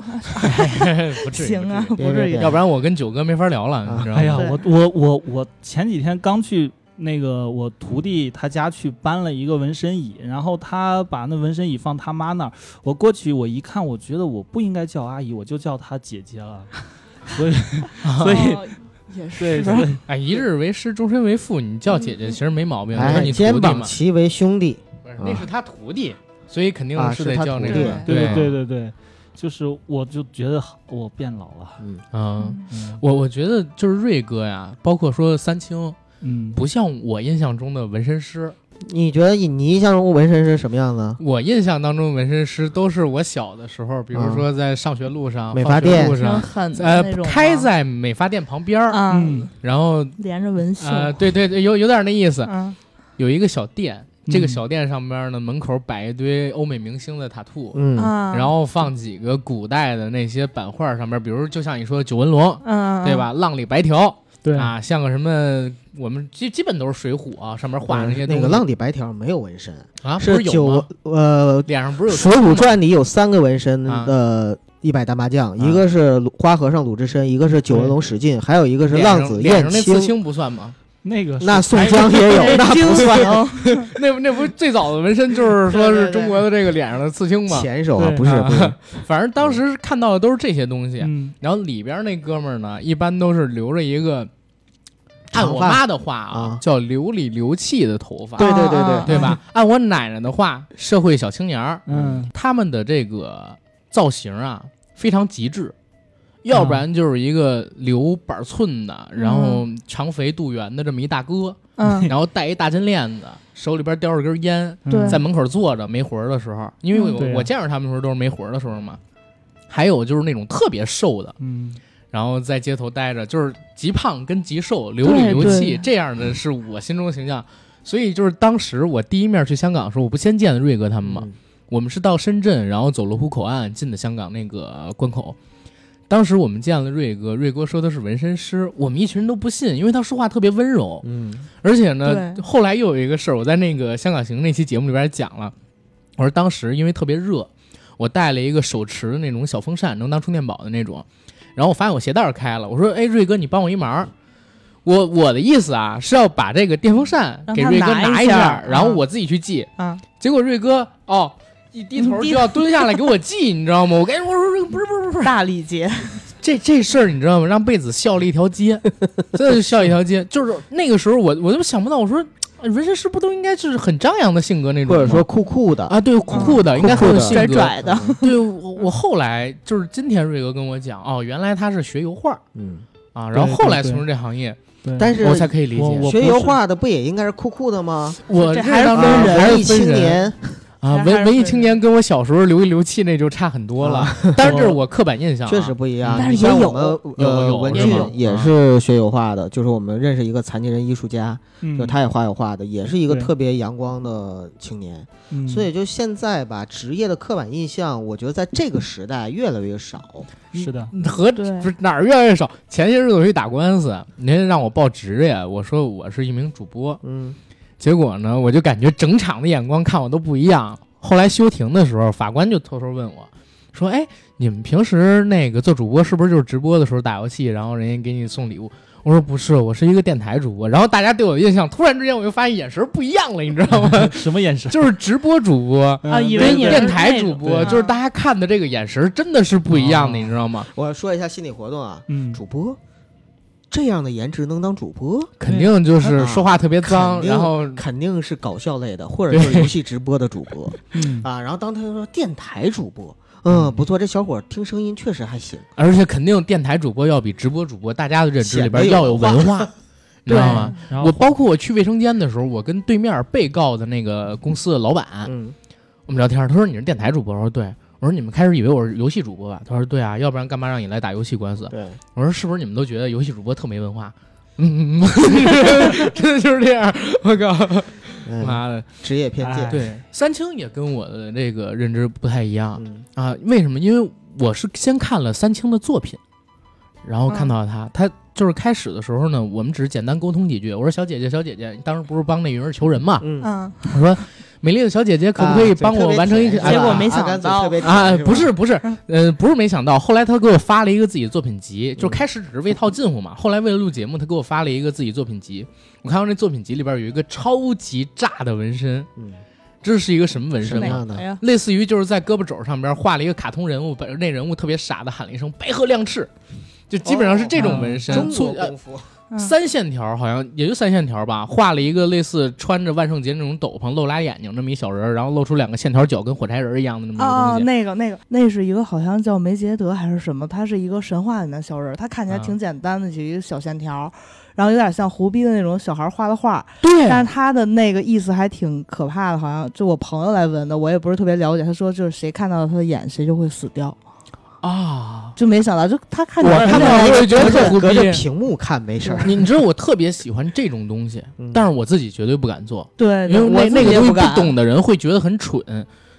B: 不至于，
E: 行啊，
B: 不至
E: 不至
B: 于，
E: 于
B: 要不然我跟九哥没法聊
C: 啊
B: 了，你知道吗？
D: 哎呀，
E: 对
D: 我我我我前几天刚去那个我徒弟他家去搬了一个纹身椅，然后他把那纹身椅放他妈那儿，我过去我一看，我觉得我不应该叫阿姨，我就叫她姐姐了，
C: <laughs>
D: 所以所以
E: 哦也
D: 对
E: 是，
D: 所以
B: 哎，一日为师，终身为父，你叫姐姐
D: 嗯
B: 其实没毛病，那是
C: 哎，
B: 你
C: 肩
B: 徒弟
C: 膀
B: 嘛，
C: 齐为兄弟，
B: 不是那是他徒弟，所以肯定
C: 啊
B: 是
C: 是
B: 得
C: 他
B: 叫那
C: 徒
B: 个
C: 弟
B: 嘛，
D: 对对
B: 对
D: 对对对，就是我就觉得我变老了，
C: 嗯，
B: 嗯。
E: 嗯
D: 嗯
B: 我我觉得就是瑞哥呀，包括说三清，
D: 嗯，
B: 不像我印象中的纹身师。
C: 你觉得你你印象中纹身是什么样子？
B: 我印象当中纹身师都是我小的时候，比如说在上学路上、
C: 嗯美
B: 放
C: 发
B: 学
C: 店
B: 路
E: 然
B: 上，
E: 后很
B: 呃
E: 那，种
B: 开
E: 吗
B: 在美发店旁边儿，
E: 啊，
D: 嗯
B: 然后
E: 连着纹绣，
B: 呃，对对对，有有点那意思。
E: 嗯
B: 有一个小店，这个
D: 嗯
B: 小店上边呢，门口摆一堆欧美明星的塔兔，
C: 嗯，
E: 啊，
B: 然后放几个古代的那些版画上边，比如就像你说的九纹龙，
E: 嗯，
B: 对吧？浪里白条，
D: 对，
B: 啊，像个什么，我们基基本都是水浒啊，上面画的那些东
C: 呃那
B: 西
C: 个浪底白条没有纹身，
B: 啊，不
C: 是
B: 是有
C: 九
B: 吗？
C: 呃，
B: 脸上不是
C: 《
B: 有
C: 水浒传》里有三个纹身
B: 啊
C: 的一百大麻将，
B: 啊
C: 一个是鲁花和尚鲁智深，一个是九纹龙史进，还有一个是
B: 脸
C: 浪
B: 上
C: 子
B: 脸
C: 燕
B: 上那刺
C: 青。
B: 青不算吗？ <laughs>
D: 那个是
C: 那宋江也有，那不算
B: 那那不是最早的纹身就是
E: <laughs>
B: 说是中国的这个脸上的刺青吗？
C: 前手啊，
D: 对
C: 不是不
B: <laughs>
C: 是
B: 啊，反正当时看到的都是这些东西，
D: 嗯
B: 然后里边那哥们儿呢，一般都是留着一个，按
C: 长
B: 我
C: 发
B: 妈的话
C: 啊
B: 叫流里流气的头发，
C: 对对对
E: 啊
C: 对
B: 对
C: <laughs>
B: 吧？按我奶奶的话，社会小青年
C: 啊
B: 儿，
D: 嗯
B: 他们的这个造型啊非常极致，要不然就是一个留板寸的，
C: 嗯
B: 然后长肥肚圆的这么一大
C: <laughs>
B: 哥，
E: 嗯，
B: 然后戴一大金链子，手里边叼着根烟，
D: 嗯
E: 对
B: 在门口坐着没魂儿的时候，因为
E: 嗯
B: 我、
D: 对啊
B: 我见着他们的时候都是没魂儿的时候嘛。还有就是那种特别瘦的，
D: 嗯
B: 然后在街头待着，就是极胖跟极瘦，流里流
E: 对
B: 气
E: 对
B: 这样的是我心中的形象。所以就是当时我第一面去香港的时候，我不先见的瑞哥他们嘛，
C: 嗯
B: 我们是到深圳，然后走罗湖口岸进的香港那个关口。当时我们见了瑞哥，瑞哥说他是纹身师，我们一群人都不信，因为他说话特别温柔，
C: 嗯，
B: 而且呢，
E: 对
B: 后来又有一个事儿，我在那个香港行那期节目里边讲了，我说当时因为特别热，我带了一个手持的那种小风扇，能当充电宝的那种，然后我发现我鞋带儿开了，我说，哎，瑞哥，你帮我一忙。我我的意思啊，是要把这个电风扇
E: 让
B: 给
E: 他
B: 瑞哥
E: 拿一
B: 一
E: 下
B: 下，然后
E: 嗯
B: 我自己去系。
E: 啊，
B: 结果瑞哥哦一低头
E: 嗯
B: 就
E: 低
B: 要蹲下来给我系，你知道吗？我跟我说这个不是不是不是
E: 大礼节，
B: 这这事儿你知道吗？让贝子笑了一条街，
C: <laughs>
B: 真的就笑一条街。就是那个时候我我都想不到，我说哎纹身师不都应该就是很张扬的性格那种
C: 或
B: 吗，
C: 者说酷酷的，
B: 啊对酷酷的、应该很有
C: 酷酷的
B: 性
E: 拽
B: 格。
E: 拽的，
B: 对我我后来就是今天瑞哥跟我讲哦，原来他是学油画
C: 嗯，
B: 啊，然后
D: 对
B: 后来
D: 对
B: 从事这行业，
D: 对，
C: 但是
B: 我才可以理解。
D: 我
C: 学
D: 不
C: 油
D: 是
C: 画的不也应该是酷酷的吗？
B: 我
E: 这
B: 认识
E: 还是
B: 当中
C: 啊
E: 分人
B: 还
C: 文
B: 是
C: 艺
B: 分
C: 青
B: 人。
C: 年，
B: 啊，
E: 还是
B: 文文艺
E: 分
B: 青
E: 人
B: 年跟我小时候流一流气那就差很多 <laughs> 了，但是这是我刻板印象啊，
C: 啊确实不一样。
E: 但是
C: 你像
E: 也
C: 我们
B: 有有
C: 呃，
B: 有
C: 文
B: 是
C: 俊
B: 吗
C: 也
B: 啊
C: 是学油画的，就是我们认识一个残疾人艺术家，就
D: 嗯
C: 他也画油画的，也是一个
D: 对
C: 特别阳光的青年。
D: 嗯
C: 所以就现在吧，职业的刻板印象，我觉得在这个时代越来越少。
D: 是的，
B: 和
E: 对
B: 不是哪儿越来越少。前些日子我去打官司，您让我报职业，我说我是一名主播，
C: 嗯，
B: 结果呢，我就感觉整场的眼光看我都不一样。后来休庭的时候，法官就偷偷问我，说：“哎，你们平时那个做主播是不是就是直播的时候打游戏，然后人家给你送礼物？”我说：“不是，我是一个电台主播。”然后大家对我的印象突然之间，我就发现眼神不一样了，你知道
D: <laughs>
B: 吗？
D: 什么眼神？
B: 就是直播主播。
E: 啊
D: 嗯
E: 以
D: 对
E: 为
B: 跟
E: 你
D: 对
E: 是
B: 电台
E: 那
B: 主
E: 种
B: 播，
E: 对啊
B: 就是大家看的这个眼神真的是不一样的，
D: 哦
B: 你知道吗？
C: 我说一下心理活动啊，
D: 嗯
C: 主播这样的颜值能当主播，
B: 肯定就
C: 对
B: 是
C: 啊
B: 说话特别脏，
C: 肯定
B: 然后
C: 肯定是搞笑类的，或者就是游戏直播的主
B: <laughs>
C: 播
D: 嗯
C: 啊。然后当他说电台主播，嗯，不错，这小伙儿听声音确实还行。
B: 而且肯定电台主播要比直播主播大家的认知里边
C: 显得
B: 要
C: 有
B: 有文化，你知道吗？
D: 然
B: 我
D: 后
B: 包括我去卫生间的时候，我跟对面被告的那个公司的老板，
C: 嗯，
B: 我们聊天，他说你是电台主播，我说对，我说你们开始以为我是游戏主播吧？他说对啊，要不然干嘛让你来打游戏官司？
C: 对，
B: 我说是不是你们都觉得游戏主播特没文化？嗯，嗯嗯真的就是这样，我靠，
C: 嗯，
B: 妈的！
C: 职业偏见。
D: 哎
B: 对，三清也跟我的这个认知不太一样，
C: 嗯，
B: 啊，为什么？因为我是先看了三清的作品，然后
E: 嗯
B: 看到他，他就是开始的时候呢，我们只是简单沟通几句。我说：“小姐姐，小姐姐，你当时不是帮那云儿求人嘛？”
C: 嗯
E: 嗯
B: 我说：“美丽的小姐姐
C: 啊
B: 可不可以帮我完成一个？
E: 啊
B: 哎
E: 结果没想到
C: <laughs>
B: 啊，不是不是，呃，不是没想到，后来他给我发了一个自己的作品集，就开始只是为套近乎嘛，后来为了录节目，他给我发了一个自己作品集，我看到那作品集里边有一个超级炸的纹身，
C: 嗯，
B: 这是一个什么纹
C: 是
B: 身
C: 什
B: 吗
C: 么
E: 哪？
C: 样的
E: 哎呀，
B: 类似于就是在胳膊肘上边画了一个卡通人物，把那人物特别傻的喊了一声“白鹤亮翅”，就基本上是这种纹身。
C: 中
B: 粗
C: 国
B: 呃
C: 功夫，啊
E: 嗯
B: 三线条好像也就三线条吧，画了一个类似穿着万圣节那种斗篷露俩眼睛那么一小人儿，然后露出两个线条脚跟火柴人一样的那么一个
E: 哦，
B: 东西。
E: 那个那个，那是一个好像叫梅杰德还是什么，他是一个神话里面的小人儿，他看起来
B: 啊
E: 挺简单的，就一个小线条儿，然后有点像胡逼的那种小孩儿画的画，但
B: 对，
E: 是他的那个意思还挺可怕的，好像就我朋友来纹的，我也不是特别了解，他说就是谁看到他的眼谁就会死掉，
B: 啊，
E: 就没想到就他看
B: 我
E: 见
B: 看到我就觉得特胡
C: 隔着
B: 逼。
C: 屏幕看没事儿，
B: <laughs> 你你知道我特别喜欢这种东西，
C: 嗯
B: 但是我自己绝对不敢做，
E: 对，
B: 因为
E: 我
B: 那
E: 自
B: 那
E: 己
B: 个
E: 也
B: 东西
E: 不敢
B: 不懂的人会觉得很蠢。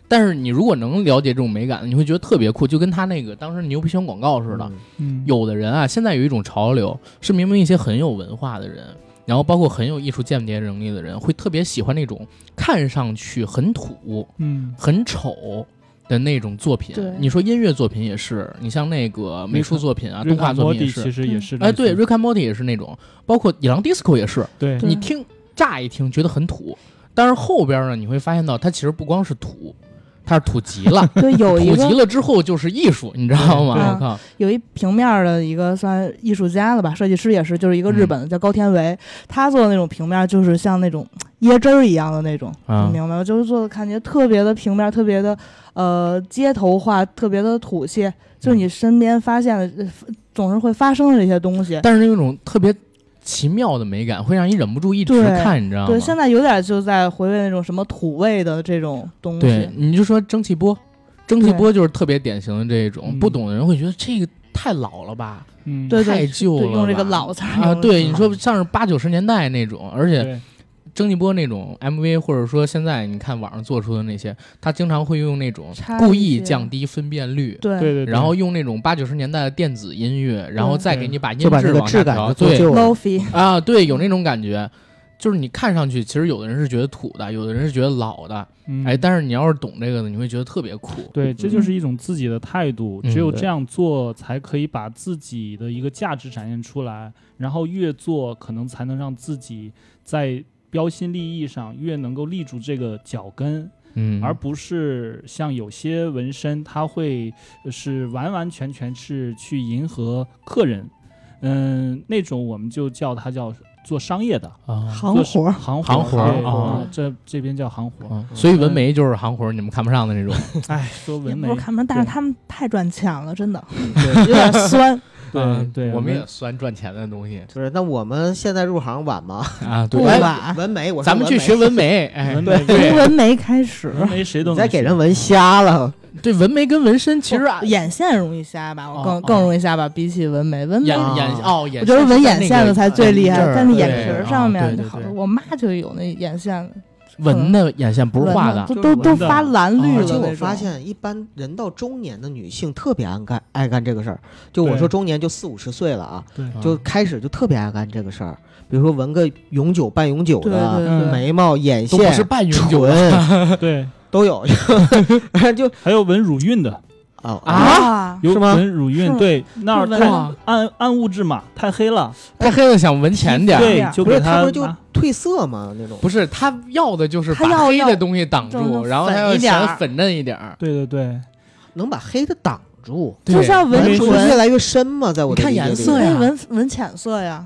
B: 但是你如果能了解这种美感，你会觉得特别酷，就跟他那个当时牛皮癣广告似的。
C: 嗯
D: 嗯，
B: 有的人啊，现在有一种潮流，是明明一些很有文化的人，然后包括很有艺术鉴别能力的人，会特别喜欢那种看上去很土、
D: 嗯，
B: 很丑的那种作品
E: 对。
B: 你说音乐作品也是，你像那个美术作品啊、动画作品也
D: 其
B: 是，
D: 实也是类似，
B: 哎，对，《Rick and Morty》也是那种，包括《野狼 DISCO》也是，
D: 对
E: 对，
B: 你听乍一听觉得很土，但是后边呢，你会发现到它其实不光是土，它是土极了
E: <laughs> 对
B: <laughs>
E: 有一
B: 土极
E: 个
B: 了之后就是艺术，你知道吗？
E: 对啊
B: 我靠，
E: 有一平面儿的一个算艺术家了吧，设计师也是，就是一个日本的、叫高天
B: 嗯
E: 维，他做的那种平面儿就是像那种椰汁儿一样的那种，
B: 啊
E: 你明白吗？就是做的感觉特别的平面儿，特别的呃街头化，特别的土气，就是你身边发现的，呃总是会发生的这些东西。
B: 但是那种特别奇妙的美感，会让你忍不住一直
E: 对
B: 看，你知道吗？
E: 对，现在有点就在回味那种什么土味的这种东
B: 对
E: 西。
B: 你就说蒸汽波，蒸汽波就是特别典型的这种，
D: 嗯
B: 不懂的人会觉得这个太老了吧，
D: 嗯，
E: 对
B: 太旧了
E: 对
B: 吧，
E: 用这个老词儿
B: 啊，
E: 用
B: 对，
E: 这
B: 你
E: 个
B: 说像是八九十年代那种，而且
D: 对，
B: 蒸汽波那种 MV，或者说现在你看网上做出的那些，他经常会用那种
E: 插
B: 故
E: 一
B: 意
E: 些
B: 降低分辨率。
E: 对
D: 对对，对
B: 然后用那种八九十年代的电子音乐，然后
E: 对
B: 再给你把音
C: 就把这
B: 质
C: 个
B: 往
C: 质
B: 下
C: 感
B: 调，
C: 就做
B: 对，
C: 旧
E: l o
C: 了。
E: f i
B: 啊，对，有那种感觉，就是你看上去，其实有的人是觉得土的，有的人是觉得老的，
D: 嗯
B: 哎，但是你要是懂这个的，你会觉得特别酷。
D: 对，这就是一种自己的态度，
B: 嗯
D: 只有这样做才可以把自己的一个价值展现出来，然后越做可能才能让自己在标新立异上越能够立住这个脚跟，
B: 嗯
D: 而不是像有些纹身，它会呃是完完全全是去迎合客人，嗯，那种我们就叫它叫做商业的
B: 啊，
E: 行
D: 做是
E: 活儿，
D: 行
B: 行活
D: 活
B: 儿
D: 对
B: 啊
D: 这这边叫行
C: <laughs>
D: 活儿。
B: 啊所以纹眉就是行活儿，你们看不上的那种。
D: 哎，说
E: 也
D: 纹
E: 不
D: 眉
E: 是，看门，但是
D: 对
E: 他们太赚钱了，真的
B: 嗯
E: <laughs>
D: 对
E: 有点酸。
D: 对
C: 嗯
D: 对，
B: 我们也算赚钱的东西
C: 就是那我们现在入行晚吗？
B: 啊，
E: 不
B: 对。哎
E: 晚，
C: 纹眉，我说
B: 咱们
C: 纹
B: 去
C: 眉
B: 学纹眉，哎，
D: 纹眉
B: <laughs>
E: 从
B: 对嗯
E: 纹眉开始，
D: 纹眉谁都
C: 你
D: 能
C: 再给
D: 学
C: 人纹瞎
B: <laughs>
C: 了，
B: 对，纹眉跟纹身其实啊
E: 哦眼线容易瞎吧，我
B: 哦
E: 更、
B: 哦
E: 更容易瞎吧，比起纹眉，纹眉
B: 眼眼哦眼
E: 啊我
B: 线
E: 觉
B: 是在那个，
E: 得纹眼线的才最厉害，
B: 呃
E: 在那
B: 对
E: 眼皮儿哦
B: 啊
E: 上面
B: 对
E: 就
B: 对
E: 好
B: 对
E: 多。我妈就有那眼线，
B: 纹的眼线不是画的
E: 纹，都
D: 就是
E: 都
D: 纹
E: 都
D: 的
E: 发蓝绿
C: 而
E: 了
C: 且
E: 那
C: 啊我
E: 种
C: 发，现，一般人到中年的女性特别爱干爱干这个事儿。就我
D: 对
C: 说中年就四五十岁了啊，
D: 对
B: 啊
C: 就开始就特别爱干这个事儿。比如说纹个永久半永久
E: 对
C: 的，
E: 对
B: 嗯
E: 对，
C: 眉毛、眼
B: 都不是
C: 线、
B: 半永久的 <laughs>
C: 唇
D: 对，
C: 都有， <laughs> 就
D: 还有纹乳晕的，
C: 啊
E: 啊，
D: 有
C: 是吗
D: 纹乳
E: 是
D: 晕，对，那儿
E: 是纹
D: 太
B: 啊
D: 暗暗物质嘛，太黑了，
B: 太黑了，想纹浅点儿。
E: 这
D: 对，
E: 样
D: 就
C: 啊不
D: 给
C: 是他
D: 它
C: 不是就
D: 拿
C: 褪色吗？那种
B: 不是他要的就是
E: 他要
B: 把黑
E: 要
B: 的东西挡
E: 就是
B: 住，
E: 能
B: 然后
E: 粉
B: 他要
E: 一点儿
B: 想粉嫩一点儿。
D: 对对对，
C: 能把黑的挡住，
B: 对
E: 就是要
D: 纹
E: 纹
C: 出
D: 出
E: 唇
C: 越，来越深吗？在我的
B: 你看
C: 理解
B: 颜
C: 里
B: 色
E: 可
B: 呀
E: 以纹纹浅色呀，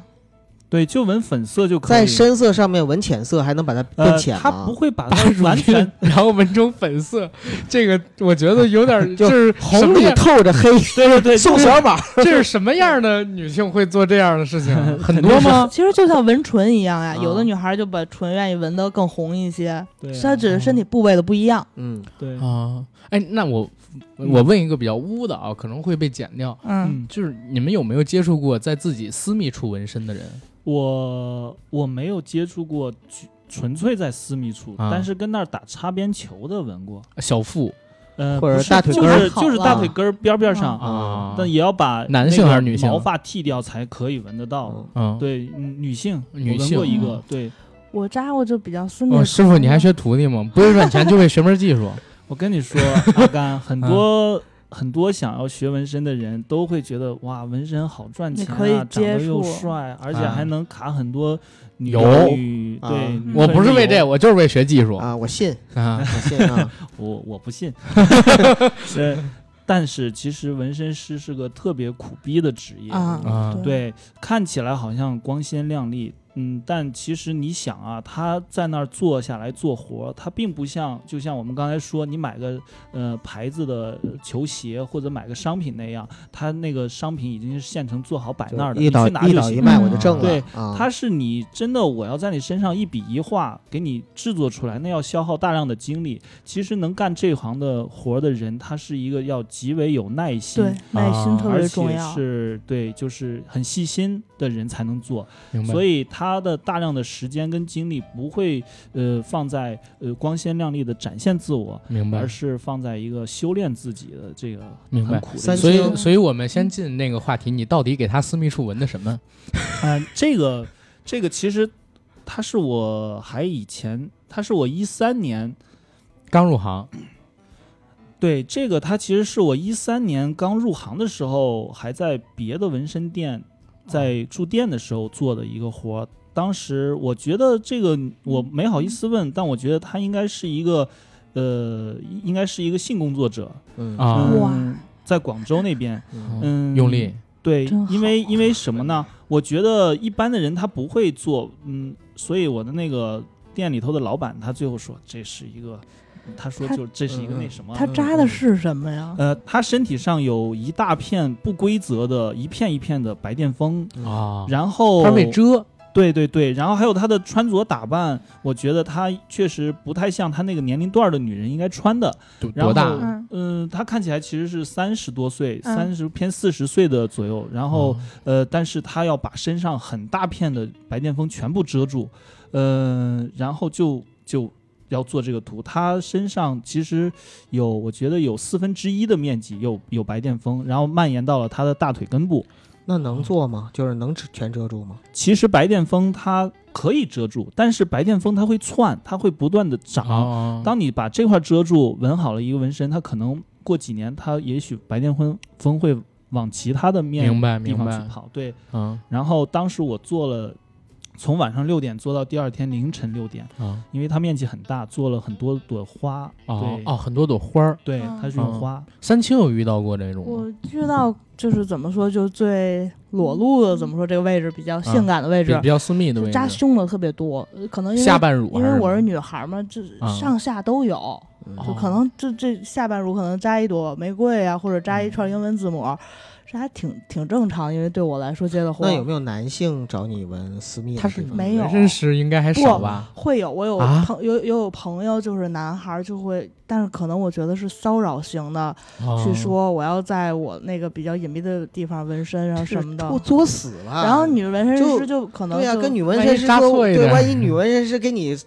D: 对，就纹粉色就可以。
C: 在深啊色上面纹浅色，还能把它变
D: 呃，
C: 浅
D: 它
C: 吗
D: 不？会把它完全
B: 然后纹成粉色，这个我觉得有点儿
C: 就是
B: 什
C: 红
B: 么
C: 里
B: 样
C: 透着黑，
D: 对对
C: <laughs>
D: 对，
C: 宋
D: 就是
C: 小宝
B: 这是什么样的女性会做这样的事情？啊很
D: 肯
B: 多
D: 定是
B: 吗？
E: 其实就像纹唇一样呀，有的
C: 啊
E: 女孩就把唇愿意纹得更红一些，
D: 对啊
E: 她只是身体部位的不一样。
C: 嗯，
D: 对，
B: 啊，哎，那我我问一个比较污的啊，可能会被剪掉，
E: 嗯，
D: 嗯，
B: 就是你们有没有接触过在自己私密处纹身的人？
D: 我我没有接触过纯纯粹在私密处，
B: 啊
D: 但是跟那儿打擦边球的纹过，
B: 小腹
D: 呃，
C: 或者
D: 不是
C: 大腿
D: 就
C: 根儿
D: 是就是大腿根儿边儿边儿上
E: 嗯
B: 啊，
D: 但也要把
B: 男
D: 那
B: 性
D: 个
B: 还是女性
D: 毛发剃掉才可以闻得到。
C: 嗯
B: 嗯，
D: 对，嗯女性，
B: 女
D: 我闻
B: 性
D: 过一个，对，
E: 我扎过就比较顺
B: 哦，
E: 着。
B: 师傅，你还学徒弟
D: <laughs>
B: 吗？不会赚钱就会学门技术，
D: 我跟你说，阿甘，很
B: 嗯
D: 多、很多想要学纹身的人都会觉得哇，纹身好赚钱
E: 你可以
D: 啊，长
E: 接
D: 得
E: 触
D: 又帅，而且
B: 啊
D: 还能卡很多女
B: 有
D: 女
E: 嗯
C: 啊
D: 对，女
B: 我不是为这，
D: 友
B: 我就是为学技术
C: 啊，我信，
B: 啊
C: 我信啊，
D: 我我
B: <laughs>
D: 不信。呃，但是其实纹身师是个特别苦逼的职业
E: 啊
C: 嗯
B: 啊，
D: 对，看起来好像光鲜亮丽，嗯，但其实你想啊，他在那儿坐下来做活儿，他并不像，就像我们刚才说，你买个呃牌子的球鞋或者买个商品那样，他那个商品已经是现成做好摆 <laughs> 那儿的，
C: 一
D: 你
C: 倒
D: 去拿
C: 一
D: 就
C: 倒一
D: 行。
C: 卖我就挣了，
D: 对
C: 啊，
D: 嗯它是你真的，我要在你身上一笔一画给你制作出来，那要消耗大量的精力。其实能干这行的活儿的人，他是一个要极为有耐心，
E: 对，耐心特
D: 嗯而
E: 别
D: 且
E: 重要。
D: 是对，就是很细心的人才能做，
B: 明白。
D: 所以他的大量的时间跟精力不会呃放在呃光鲜亮丽的展现自我，
B: 明白
D: 而。是放在一个修炼自己的这个
B: 明白
D: 很苦的
C: 三
D: 一个
B: 所
C: 星
B: 以，所以我们先进那个话题，你到底给他私密处纹的什么？
D: 啊、这个这个其实他是我还以前，他是我一三年
B: 刚入行，
D: 对，这个它其实是我一三年刚入行的时候，还在别的纹身店
B: 哦
D: 在驻店的时候做的一个活儿。当时我觉得这个我没好意思问，但我觉得他应该是一个，呃，应该是一个性工作者
C: 嗯
B: 啊
D: 嗯
E: 哇
D: 在广州那边，
C: 嗯
D: 嗯，
B: 用力，
D: 对
E: 真，
D: 因为
E: 好
D: 因为什么呢？我觉得一般的人他不会做，嗯，所以我的那个店里头的老板他最后说这是一个，他说
E: 他
D: 就这是一个
C: 嗯
D: 那
C: 嗯
D: 什么，
E: 他扎的是什么
B: 啊
E: 呀？
D: 呃，他身体上有一大片不规则的一片一片的白癜风，
B: 啊，
D: 然后
B: 他为遮
D: 对对对，然后还有他的穿着打扮，我觉得他确实不太像他那个年龄段的女人应该穿的。
B: 多
D: 然
B: 多
D: 后
B: 大？
E: 嗯，
D: 嗯，他看起来其实是三十多岁，
E: 嗯
D: 三十偏四十岁的左右，然
B: 哦
D: 后
B: 嗯
D: 呃，但是他要把身上很大片的白癜风全部遮住，呃，然后就就要做这个图。他身上其实有，我觉得有四分之一的面积有有白癜风，然后蔓延到了他的大腿根部。
C: 那能做吗？就是能遮全遮住吗？
D: 其实白癜风它可以遮住，但是白癜风它会窜，它会不断的长。
B: 哦，
D: 当你把这块遮住，纹好了一个纹身，它可能过几年，它也许白癜风风会往其他的面
B: 明白
D: 地
B: 明
D: 方
B: 白
D: 去，跑。对，
B: 嗯
D: 然后当时我做了，从晚上六点做到第二天凌晨六点，
B: 啊
D: 因为它面积很大，做了很多朵花。
B: 哦
D: 对、
B: 哦，很多朵花儿。
D: 对，
E: 嗯
D: 它是用花。
B: 三清有遇到过这种吗
E: 我遇到就是怎么说，就最裸露的，怎么说这个位置比较性感的位
B: 比
E: 置
B: 比，较私密嗯的
E: 就
B: 位
E: 扎
B: 置，
E: 胸的特别多，呃可能因为
B: 下半乳还
E: 因为我是
B: 什么，
E: 女孩嘛，就是
B: 啊
E: 上下都有，就
B: 哦
E: 可能这这下半乳可能扎一朵玫瑰啊，或者扎一串英文字母，这还挺挺正常，因为对我来说接的活
C: 那有没有男性找你纹私密的地
B: 他
C: 方？
B: 是
E: 没有
B: 纹身师应该还少
E: 不
B: 吧？
E: 会有，我有
B: 啊
E: 朋、有有有朋友就是男孩儿就会，但是可能我觉得是骚扰型的，去
B: 哦
E: 说我要在我那个比较隐蔽的地方纹身，然后什么的
C: 我。作死了。
E: 然后女纹身
C: 啊就
E: 师就可能
C: 对呀、
E: 就
C: 跟女纹
B: 万
C: 身
B: 一
C: 师
B: 扎
C: 说，
B: 错一
C: 对，
B: 点
C: 万一女纹身师给你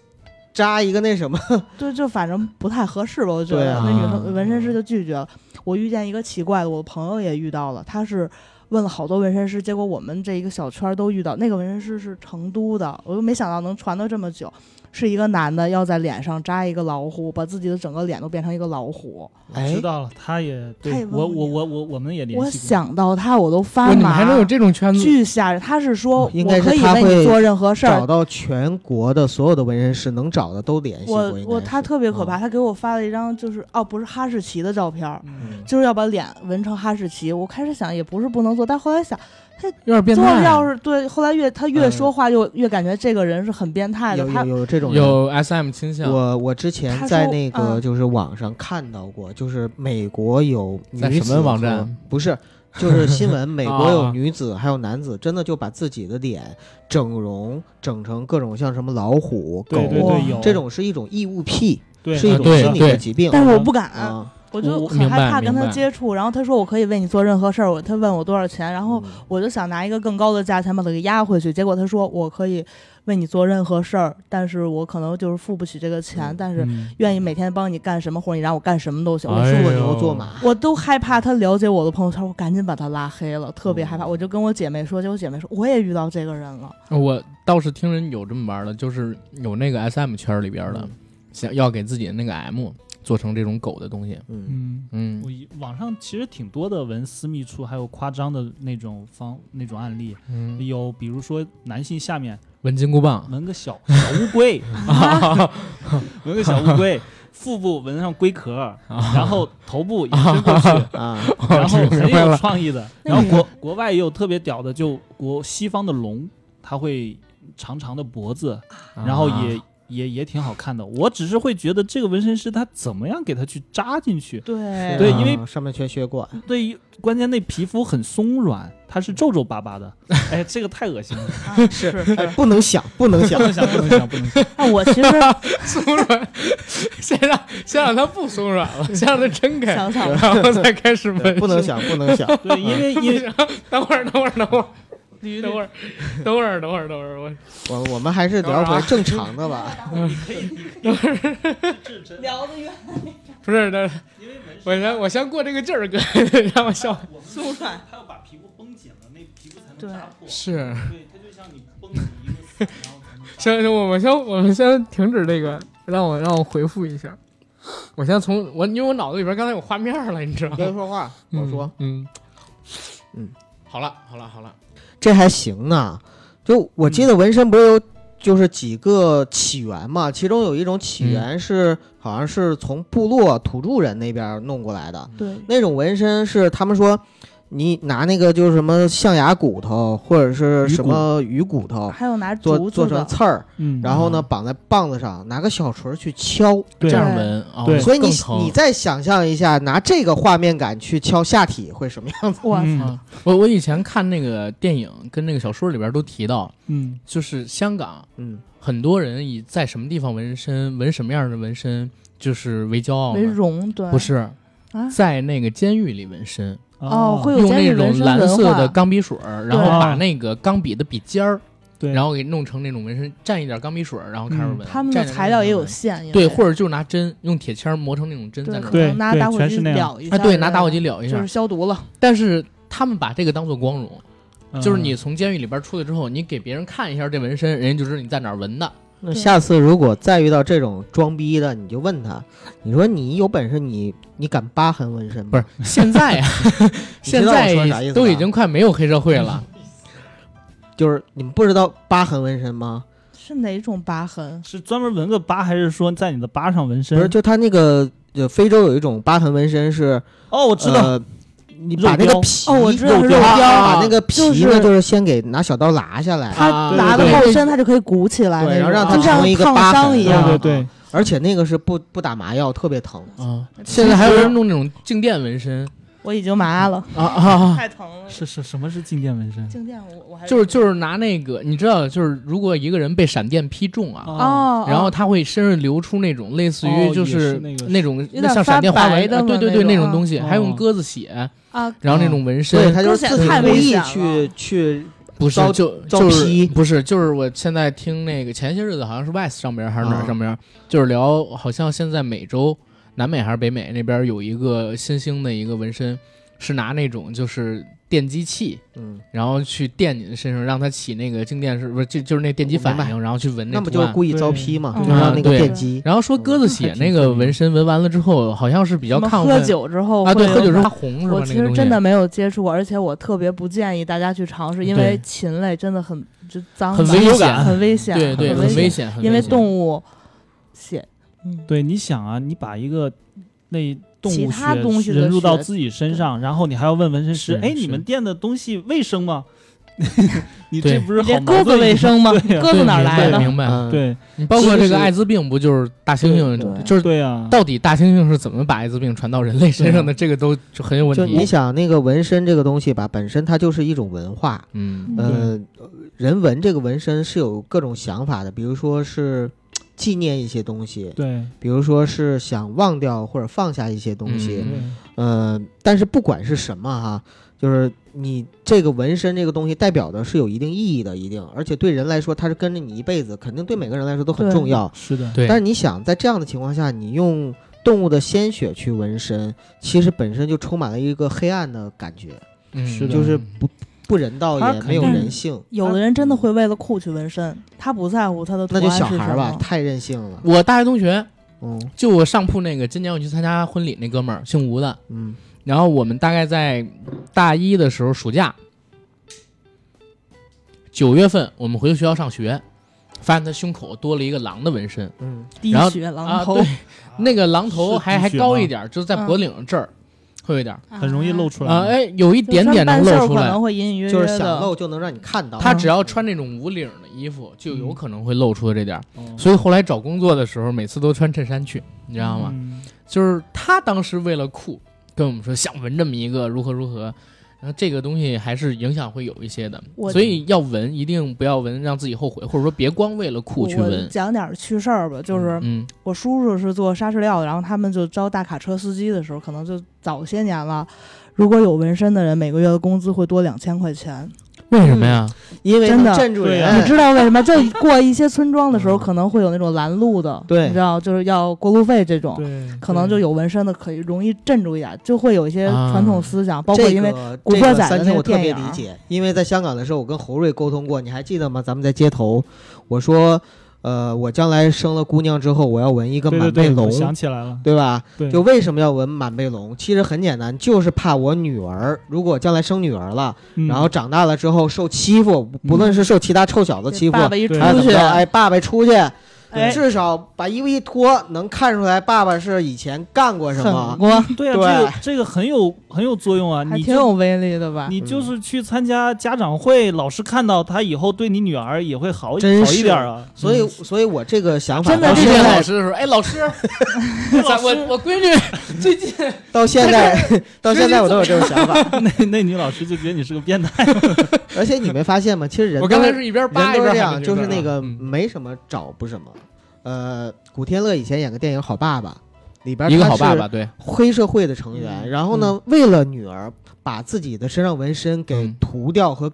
C: 扎一个那
D: <laughs>
C: 什么，
E: 对，就反正不太合适吧，我觉
C: 对
E: 得、
C: 啊
E: 那女
B: 嗯
E: 生纹身师就拒绝了。我遇见一个奇怪的，我朋友也遇到了，他是问了好多纹身师，结果我们这一个小圈儿都遇到。那个纹身师是成都的，我又没想到能传到这么久。是一个男的要在脸上扎一个老虎，把自己的整个脸都变成一个老虎。
C: 哎
D: 知，道了，他也
E: 太
D: 对
E: 温
D: 我
E: 柔
D: 我我我我们也联系过。
E: 我想到他，我都
B: 哇，
E: 发麻。
B: 你们还能有这种圈子？
E: 巨吓人！他是说
C: 哦应该
E: 我
C: 是
E: 可以
C: 他
E: 为
C: 会
E: 你做任何事儿
C: 找，到全国的所有的纹身师，能找的都联系过。
E: 我
C: 应该
E: 我
C: 是
E: 他特别可
C: 嗯
E: 怕，他给我发了一张就是哦不是哈士奇的照片儿，
D: 嗯，
E: 就是要把脸纹成哈士奇。我开始想也不是不能做，但后来想
B: 有点变
E: 做
B: 态。
E: 要是对，后来越他越
C: 嗯
E: 说话就越感觉这个人是很变
D: 嗯
E: 态的。
C: 有
E: 他
C: 有有这种人。
B: 有 S M 倾向，
C: 我我之前
E: 他
C: 在
E: 说
C: 那个
E: 嗯
C: 就是网上看到过，就是美国有女
B: 在什
C: 子
B: 么网
C: 和
B: 站？
C: 不是，就是
B: <laughs>
C: 新闻，美国
B: 啊
C: 有女子还有男子，真的就把自己的脸整容，整成各种像什么老虎、狗
D: 对对
E: 哇
D: 对，有
C: 这种是一种异物癖，
D: 对
C: 是一
B: 啊
C: 种
B: 对
C: 心理
B: 对
C: 的疾病。
E: 但是我不敢，
C: 啊，
E: 我就
B: 嗯我
E: 很
B: 明白
E: 害怕跟他
B: 明白
E: 接触。然后他说我可以为你做任何事儿，我他问我多少钱，然后
C: 嗯
E: 我就想拿一个更高的价钱把他给压回去。结果他说我可以为你做任何事儿，但是我可能就是付不起这个钱，
C: 嗯
E: 但是
B: 嗯
E: 愿意每天帮你干什么活儿，你让我干什么都行。我
B: 哎
E: 说
C: 做
E: 我
B: 呦
C: 牛做马，
E: <laughs> 我都害怕他了解我的朋友圈，我赶紧把他拉黑了，特别害怕。我就跟我姐妹说，结果姐妹说我也遇到这个人了。
B: 我倒是听人有这么玩的，就是有那个 S M 圈里边的，想要给自己的那个 M 做成这种狗的东西，
C: 嗯，
D: 嗯，
B: 嗯
D: 我以网上其实挺多的文私密处还有夸张的那种方那种案例，
B: 嗯，
D: 有比如说男性下面
B: 纹金箍 <laughs> 棒，
D: 纹个小小乌龟，纹个小乌龟，腹部纹上龟壳，然后头部延伸过去，
B: 嗯 <laughs>
C: 啊，
D: 然后
B: 哦明
D: 很
B: 白
D: 有
B: 了
D: 创意的。
E: 那
D: 然后
B: <laughs>
E: 你
D: 国国外也有特别屌的，就国西方的龙，它会长长的脖子，然后
B: <laughs>
D: 也、
B: 啊
D: 也也挺好看的。我只是会觉得这个纹身师他怎么样给他去扎进去？
E: 对
D: 对
C: 是啊
D: 因为
C: 上面缺
B: <laughs>
C: 血管，
D: 对于关键那皮肤很松软，它是皱皱巴巴的。哎，这个太恶心了，
E: 啊是是
C: 哎，不能想，不
B: <laughs>
C: 能想
D: 不，能想，不能想，不能想。
E: 哎，我其实
B: 松软， <laughs> 先让先让它不松软了，先让它撑开，
E: 想想，
B: 然后再开始
C: 对
B: 纹。
C: 不能想，不能想，
D: 对，因为
B: <laughs>
D: 因为
B: 等会儿，等会儿，等会儿，
D: 对于那
B: 等会儿，等会儿，等会儿，等会儿，我
C: 我我们还是聊回正常的
B: <laughs>
C: 吧。
E: 聊得远
B: 不是，那我先我先过这个劲儿，哥， <laughs> 让我笑。
E: 松软，
D: 他要把皮肤绷紧了，那皮肤才
E: 对扎
D: 破。
B: 是，
D: 对，它就像你绷紧一个伞，然后才能
B: <laughs> 行行，我们先我们先停止这个，让我让我回复一下。我先从我因为我脑子里边刚才有画面了，你知道
C: 你
B: 吗？
C: 别说话，我说。
B: 嗯，嗯
C: 嗯，
B: 好了，好了，好了，
C: 这还行呢。就我记得纹身不是有就是几个起源嘛，其中有一种起源是、好像是从部落土著人那边弄过来的，
E: 对，
C: 那种纹身是他们说。你拿那个就是什么象牙骨头，或者是什么鱼骨头，
E: 还有拿哎
C: 做
E: 竹子
C: 做成
E: 的，
C: 刺儿，
D: 嗯
C: 然后呢绑在棒子上，拿个小锤儿去敲。
D: 对
B: 这
E: 样
B: 样
E: 纹
B: 纹啊，
D: 对
C: 所以你你再想象一下，拿这个画面感去敲下体会什么样子？
E: 哇，
D: 嗯
B: 啊，我我以前看那个电影跟那个小说里边都提到，
D: 嗯
B: 就是香港
C: 嗯，
B: 很多人以在什么地方纹身、纹什么样的纹身，就是为骄傲嘛
E: 为荣，对，
B: 不是
E: 啊
B: 在那个监狱里纹身，
E: 哦，会有
B: 用
E: 监
B: 那
E: 狱
B: 种
E: 纹身
B: 蓝
E: 文
B: 色
E: 化
B: 的钢笔水儿，然后
D: 对
B: 把那个钢笔的笔尖儿，
D: 对，
B: 然后给弄成那种纹身，蘸一点钢笔水儿，然后开始
D: 嗯
B: 纹。
E: 他们的
B: 蘸着
E: 材料也有
B: 纹
E: 限，因
B: 对，
E: 为
B: 或者就是拿针用铁签儿磨成那种针在那
E: 对，可
B: 儿
D: 对
E: 能拿
D: 对
E: 打火
D: 全
E: 机
D: 是那样
E: 燎一下
B: 啊，
E: 人，
B: 对，拿打火机燎一
E: 就
B: 下
E: 是。消毒了，
B: 但是他们把这个当做光荣，
D: 嗯
B: 就是你从监狱里边出来之后，你给别人看一下这纹身，人家就知道你在哪儿纹的。
C: 那下次如果再遇到这种装逼的，你就问他，你说你有本事你你敢疤痕纹身吗？
B: 不是，现在呀，
C: 你知
B: 现
C: 道我说啥意
B: 在
C: 思
B: 都已
C: 吧
B: 经快没有黑社会了。
C: 就是你们不知道疤痕纹身吗？
E: 是哪种疤痕？
D: 是专门纹个疤，还是说在你的疤上纹
C: 不
D: 身？
C: 是，就他那个呃，非洲有一种疤痕纹身是，
D: 哦，我知道，
C: 呃你把那个
D: 肉膘
C: 皮，
E: 哦我知道
C: 肉
E: 肉
C: 啊
E: 膘
C: 把那个皮
E: 就
C: 呢，
E: 是
C: 就是先给拿小刀剌下来，
E: 它
B: 啊对
E: 拿到
B: 对
E: 后身，它就可以鼓起来那
C: 对，
E: 种，
C: 然后让它
E: 就
C: 成
E: 像
C: 为一个疤
E: 烫伤
C: 痕，
E: 一
D: 对
B: 嗯
E: 样
D: 对。对，
C: 而且那个是不不打麻药，特别疼。
B: 啊，现在还有人弄那种静电纹身
E: 我已经麻了，
B: 啊啊，
E: 太疼了。
D: 是是什么是静电纹身？
E: 静电我我还
B: 就是就是拿那个，你知道，就是如果一个人被闪电劈中啊，
D: 哦，
E: 哦，
B: 然后他会身上流出那种类似
D: 哦
B: 于就
D: 也是
B: 是
D: 那个
B: 那种
E: 有点
B: 像闪电
E: 发
B: 花
E: 白
B: 纹，
E: 的
B: 啊对
E: 嘛
B: 对
E: 那
B: 对，那
E: 种
B: 种东西，
D: 啊
B: 还有用鸽子血，
E: 啊，
B: 然后那种纹
C: 所以
B: 身，
C: 他就是
E: 这
C: 自己
E: 太
C: 故
E: 危
C: 意
E: 险了
C: 去去
B: 不是
C: 遭
B: 就
C: 遭
B: 就是
C: 批
B: 不是就是我现在听那个前些日子好像是 Vice 上边还是哪儿
C: 啊
B: 上边，就是聊好像现在美洲南美还是北美那边有一个新兴的一个纹身，是拿那种就是电击器，
C: 嗯，
B: 然后去电你的身上，让它起那个静电是不是就就是那电击
C: 我明
B: 反
C: 白
B: 应，然后去闻
C: 那
B: 图
C: 不就是
B: 案
C: 故意遭
D: 对
C: 批嘛，
E: 嗯
C: 就让那个
B: 对
C: 电击。
B: 然后说鸽子血那个纹身纹完了之后，好像是比较
E: 什么
B: 亢
E: 喝
B: 奋
E: 酒之后
B: 啊，对，
E: 会
B: 喝酒
E: 有
B: 之后发
E: 麻
B: 红是吧？
E: 我
B: 那
E: 其
B: 个
E: 实
B: 东
E: 真
B: 西
E: 的没有接触过，而且我特别不建议大家去尝试，因为
B: 对
E: 禽类真的很就脏，
B: 很危险
E: 很危险，
B: 对对，
E: 很
B: 很危
E: 险，
B: 险，很
E: 因为
B: 危险
E: 动物血，嗯，
D: 对，你想啊，你把一个那动
E: 其
D: 物
E: 他东西
D: 血
E: 的
D: 融入到
E: 血
D: 自己身上，然后你还要问纹身师
B: 是，
D: 哎，你
B: 是
D: 们店的东西卫
B: <laughs>
D: 生吗？你
B: 对
D: 这不是好
E: 连
D: 矛
E: 鸽子
D: 盾
E: 卫
D: 一个
E: 生吗？
D: 对呀
E: 鸽子哪儿来
B: 对
E: 的？
B: 明白。
C: 嗯，
D: 对
B: 你包括
C: 其
B: 这
C: 实
B: 个艾滋病，不就是大猩猩，
C: 对
B: 就是
D: 对啊，
B: 到底大猩猩是怎么把艾滋病传到人类身上的，这个都就很有问
C: 就你
E: 嗯
B: 题。
C: 想那个纹身这个东西吧，本身它就是一种文化。呃
B: 嗯
E: 嗯
C: 呃，人纹这个纹身是有各种想法的，比如说是纪念一些东西，
D: 对
B: 嗯
C: 比如说是想忘掉或者放下一些东西
D: 对，
B: 嗯
C: 呃，但是不管是什么哈，就是你这个纹身这个东西代表的是有一定意义的，一定，而且对人来说它是跟着你一辈子，肯定对每个人来说都很
E: 对
C: 重要。
D: 是
E: 啊
D: 的，
B: 对，
C: 但是你想，在这样的情况下，你用动物的鲜血去纹身，其实本身就充满了一个黑暗的感觉，
B: 嗯
D: 是的
C: 就是不不人道
D: 它
C: 也
D: 肯
C: 没有
E: 定
C: 人性。
E: 有的人真的会为了酷去纹身，他不在乎他的图
C: 那
E: 案
C: 就是小
E: 什么。
C: 孩儿吧，太任性了。
B: 我大学同学，
C: 嗯
B: 就我上铺那个，今年我去参加婚礼那哥们儿，姓吴的。
C: 嗯，
B: 然后我们大概在大一的时候，暑假九月份，我们回学校上学，发现他胸口多了一个狼的纹身
C: 嗯，
E: 滴
B: 然后
E: 血
B: 啊，
E: 狼头
B: 对，那个狼头
D: 是
B: 还
D: 滴
B: 还
D: 血
B: 高
D: 吗
B: 一点儿，就是在脖领这
C: 嗯
B: 儿，会有一点儿
D: 很容易露
E: 出
D: 出来
B: 啊，
D: 嘛。
B: 哎，有一点点能露出
E: 可
B: 来
E: 能。会隐隐约约
C: 就是
E: 的
C: 想露就能让你看到。
B: 他只要穿那种无领儿的衣服，就有可能会露出这点儿。
D: 哦
B: 所以后来找工作的时候，每次都穿衬衫去，你知道吗？
D: 嗯
B: 就是他当时为了酷，跟我们说想纹这么一个如何如何，然后这个东西还是影响会有一些的，
E: 我
B: 所以要纹一定不要纹让自己后悔，或者说别光为了酷去
E: 我
B: 纹。
E: 讲点儿趣事儿吧，就是
B: 嗯
E: 我叔叔是做沙石料的，然后他们就招大卡车司机的时候，可能就早些年了。如果有纹身的人，每个月的工资会多两千块钱。
B: 为什么呀？
C: 嗯因为
E: 真的
C: 能镇住
D: 对
C: 人，
D: 啊
E: 你知道为什么？就过一些村庄的时候，
C: 嗯
E: 可能会有那种拦路的，
C: 对
E: 你知道，就是要过路费这种，
D: 对，
E: 可能就有纹身的可以容易镇住一点，就会有一些
B: 啊
E: 传统思想，包括
C: 这
E: 因为
C: 个
E: 古
C: 这
E: 惑
C: 个
E: 仔的
C: 三
E: 那
C: 千
E: 个
C: 我特别
E: 电
C: 理
E: 影
C: 解，因为在香港的时候，我跟侯瑞沟通过，你还记得吗？咱们在街头，我说，呃，我将来生了姑娘之后，我要纹一个
D: 对对
C: 满
D: 对
C: 背龙
D: 我，想起来了，
C: 对吧？
D: 对，
C: 就为什么要纹满背龙？其实很简单，就是怕我女儿，如果将来生女儿了，
D: 嗯
C: 然后长大了之后受欺负，不不论是受其他臭小子欺负，
E: 爸爸一出
D: 对
C: 还是怎
E: 去
C: 么，着，哎，爸爸出去，
E: 哎
C: 至少把衣服一脱，能看出来爸爸是以前干过什么
E: 很。过，
D: 对啊，这
C: 对
D: 个这个很有很有作用啊，
E: 嗯还
D: 你
E: 挺
D: 就
E: 有威力的吧？
D: 你
C: 嗯
D: 就是去参加家长会，老师看到他以后对你女儿也会好
C: 真
D: 好一
C: 是
D: 点啊。
C: 所以，所以我这个想法
E: 真的
C: 到
B: 遇
E: 是
C: 现
B: 见
C: 在
B: 老师的时候，哎，老
C: <laughs>
B: 师，咱我我闺女最近
C: 到现在， <laughs> 到现在我都有这种想法。
D: 那那女老师就觉得你是个变态，
C: 而且你没发现吗？其实人
B: 我
C: 都
B: 刚才
C: 是
B: 是一边
C: 人
B: 扒一
C: 都是
B: 边
C: 这样，
B: 喊
C: 就是那
B: 这
C: 个
B: 嗯
C: 没什么找不什么。呃，古天乐以前演个电影《好爸爸》，里边
B: 一个
C: 他
B: 好爸
C: 是
B: 爸，对，
C: 黑社会的成员，
B: 嗯
C: 然后呢，为了女儿把自己的身上纹身给
B: 嗯
C: 涂掉和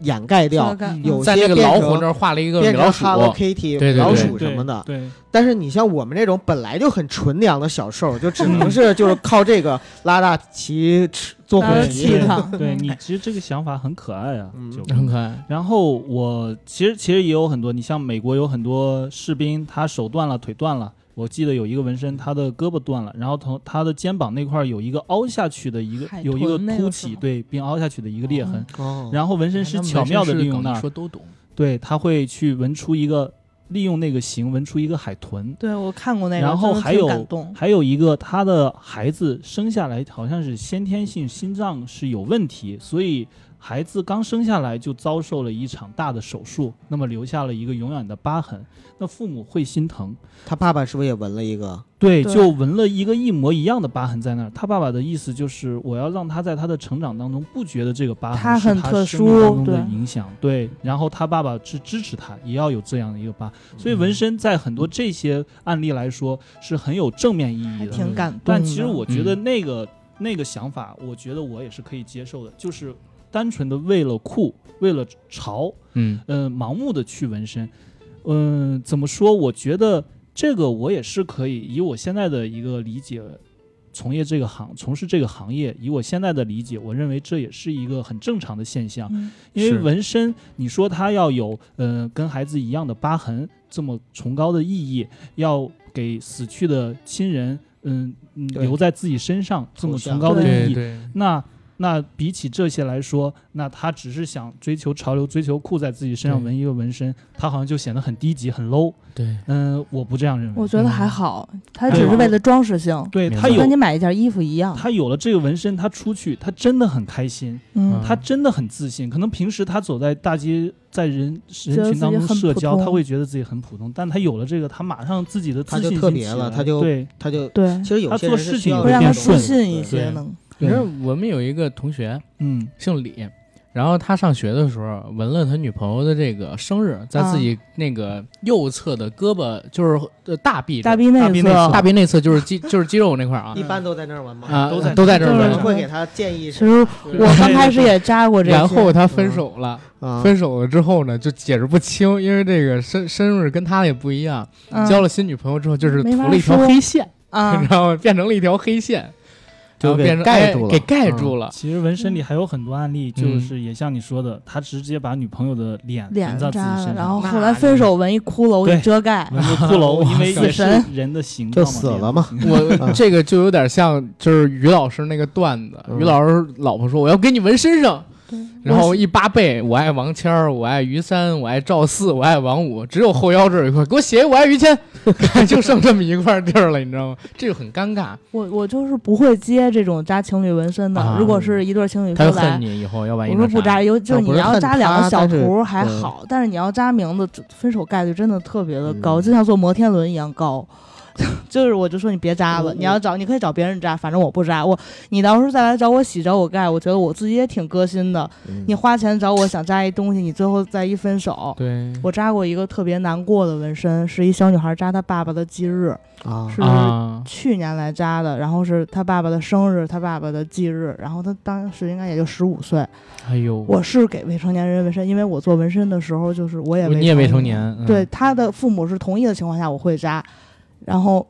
C: 掩盖掉，
E: 嗯
C: 有
B: 在
C: 些
B: 那个
C: 变
B: 老
C: 成
B: 虎那儿画了一个米
C: 变
B: 老
C: 成
B: 鼠，
C: Hello Kitty
B: 对对
C: 老
B: 对
C: 鼠什么的。
D: 对，对
C: 但是你像我们这种本来就很纯良的小兽，就只
B: <laughs>
C: 能是就是靠这个拉大旗吃做
E: 拉大
C: 红
E: 家气
C: 旗
D: 对。
E: 场
D: 对你其实这个想法很可爱啊
C: 嗯，
D: 就
B: 很可爱。
D: 然后我其实其实也有很多，你像美国有很多士兵，他手断了，腿断了。我记得有一个纹身，他的胳膊断了，然后从他的肩膀那块儿有一个凹下去的一个
E: 海，
D: 有一个
E: 豚那个
D: 凸
E: 是
D: 起，
E: 吗
D: 对，并凹下去的一个裂痕。
B: 嗯
C: 哦
D: 然后纹身师巧妙的利用那儿，
B: 说都懂，
D: 对，他会去纹出一个，利用那个形纹出一个海豚。
E: 对我看过那个，
D: 然后
E: 真的
D: 还
E: 挺
D: 有
E: 感动，
D: 还有一个，他的孩子生下来好像是先天性心脏是有问题，所以孩子刚生下来就遭受了一场大的手术，那么留下了一个永远的疤痕。那父母会心疼，
C: 他爸爸是不是也纹了一个？
D: 对，
E: 对
D: 就纹了一个一模一样的疤痕在那儿。他爸爸的意思就是，我要让他在他的成长当中不觉得这个疤
E: 他
D: 痕是
E: 很
D: 他
E: 特
D: 生命当
E: 殊
D: 中的
E: 对
D: 影响。对，然后他爸爸是支持他，也要有这样的一个疤。
E: 嗯
D: 所以纹身在很多这些案例来说是很有正面意义
E: 还
D: 的。
E: 挺感动的。嗯
D: 但其实我觉得那个、那个想法，我觉得我也是可以接受的，就是单纯的为了酷，为了潮，
B: 嗯
D: 呃，盲目的去纹身，嗯、怎么说？我觉得这个我也是可以，以我现在的一个理解，从业这个行，从事这个行业，以我现在的理解，我认为这也是一个很正常的现象。
E: 嗯，
D: 因为
B: 是
D: 纹身，你说它要有呃跟孩子一样的疤痕这么崇高的意义，要给死去的亲人，嗯嗯
C: 对
D: 留在自己身上这么
C: 头像
D: 崇高的
B: 对
D: 意义，
B: 对，
D: 那。那比起这些来说，那他只是想追求潮流、追求酷，在自己身上
B: 对
D: 纹一个纹身，他好像就显得很低级、很 low。
B: 对，
D: 嗯、我不这样认为。嗯
E: 我觉得还
B: 嗯
E: 好，它只是为了装饰性，
D: 对
B: 明
D: 他
B: 白
E: 跟你
D: 有
E: 买一件衣服一样。
D: 他有了这个纹身，他出去他真的很开心，
E: 嗯，
D: 他真的很自信，可能平时他走在大街，在人
E: 得
D: 人群当
E: 自
D: 中
E: 己很
D: 社交，
E: 普通
D: 他会觉得自己很普通，但他有了这个，他马上自己的
C: 他
D: 自
C: 就
D: 信心
C: 特别
D: 起来
C: 了他就
D: 对
C: 他就
E: 对
C: 其，实有
D: 他
C: 些
D: 做
C: 人是
D: 事
C: 需
D: 情
C: 要这
D: 也会
E: 会
C: 种
D: 变
E: 让他自
D: 顺
C: 的
E: 信一
B: 嗯
C: 对
E: 些呢。
B: 你知道我们有一个同学
D: 嗯
B: 姓李，然后他上学的时候纹了他女朋友的这个生日，在自己那个右侧的胳膊，就是呃大臂
E: 大臂内
B: 大臂啊内
E: 侧
B: 大臂内侧就是肌就是肌肉那块儿啊
C: 一般都在那儿玩吗？
B: 啊
D: 都在
B: 都在这
E: 就
B: 儿
E: 是
C: 我
B: 纹
C: 们
B: 着。
C: 会给他建议
E: 其
C: 是，
E: 实我刚开始也扎过这些，
B: 然后他分手了，
C: 啊，
B: 嗯分手了之后呢，就解释不清，因为这个身身份跟他也不一样。
E: 嗯
B: 交了新女朋友之后，就是
E: 没
B: 涂
E: 法
B: 了一条
E: 说
B: 黑线，
E: 啊
B: 然，后变成了一条黑线，
C: 就
B: 然后
C: 给
B: 变成
C: 盖
B: 哎
C: 住了
B: 给盖住
C: 啊
B: 了。
D: 其实纹身
E: 嗯
D: 里还有很多案例，就
B: 嗯
D: 是也像你说的，他直接把女朋友的脸
E: 脸
D: 纹在自
E: 扎
D: 己身
E: 了，然
D: 上，
E: 后后来分手纹一骷髅给
D: 对
E: 遮盖，
D: 纹个
C: <laughs>
D: 骷髅，因为
E: 死
D: 也是
E: 神
D: 人的形
C: 就
D: 状嘛，
C: 死了
D: 脸
C: 嘛。
B: 我这个就有点像，就是于老师那个段子，
C: 嗯
B: 于老师老婆说我要给你纹身上，然后
E: 我
B: 一扒背，我爱王谦儿，我爱于三，我爱赵四，我爱王五，只有后腰这儿有一块，给我写一我爱于谦，就剩这么一块地儿了，你知道吗？这就很尴尬，
E: 我我就是不会接这种扎情侣纹身的
B: 啊。
E: 如果是一对情侣
B: 他
E: 说
B: 就
E: 来
B: 恨，你以后，要不然
E: 我
B: 一
E: 说
B: 定
E: 不
B: 啥
E: 扎，有就
C: 但
E: 你
C: 不是
E: 要
C: 恨
E: 扎两
C: 他
E: 个小
C: 但是
E: 图还
C: 对
E: 好，但是你要扎名字，分手概率真的特别的高，
C: 嗯
E: 就像坐摩天轮一样高。 <laughs> 就是我就说你别扎
C: 嗯
E: 了，你要找你可以找别人扎，反正我不扎。我你到时候再来找我洗找我盖，我觉得我自己也挺割心的。
C: 嗯
E: 你花钱找我想扎一东西，你最后再一分手，
B: 对，
E: 我扎过一个特别难过的纹身，是一小女孩扎她爸爸的忌日，
C: 啊
E: 是
B: 啊，
E: 去年来扎的，然后是她爸爸的生日，她爸爸的忌日，然后她当时应该也就十五岁。
B: 哎呦，
E: 我是给未成年人纹身，因为我做纹身的时候就是我也
B: 你也未成年，，嗯
E: 对，她的父母是同意的情况下我会扎，然后。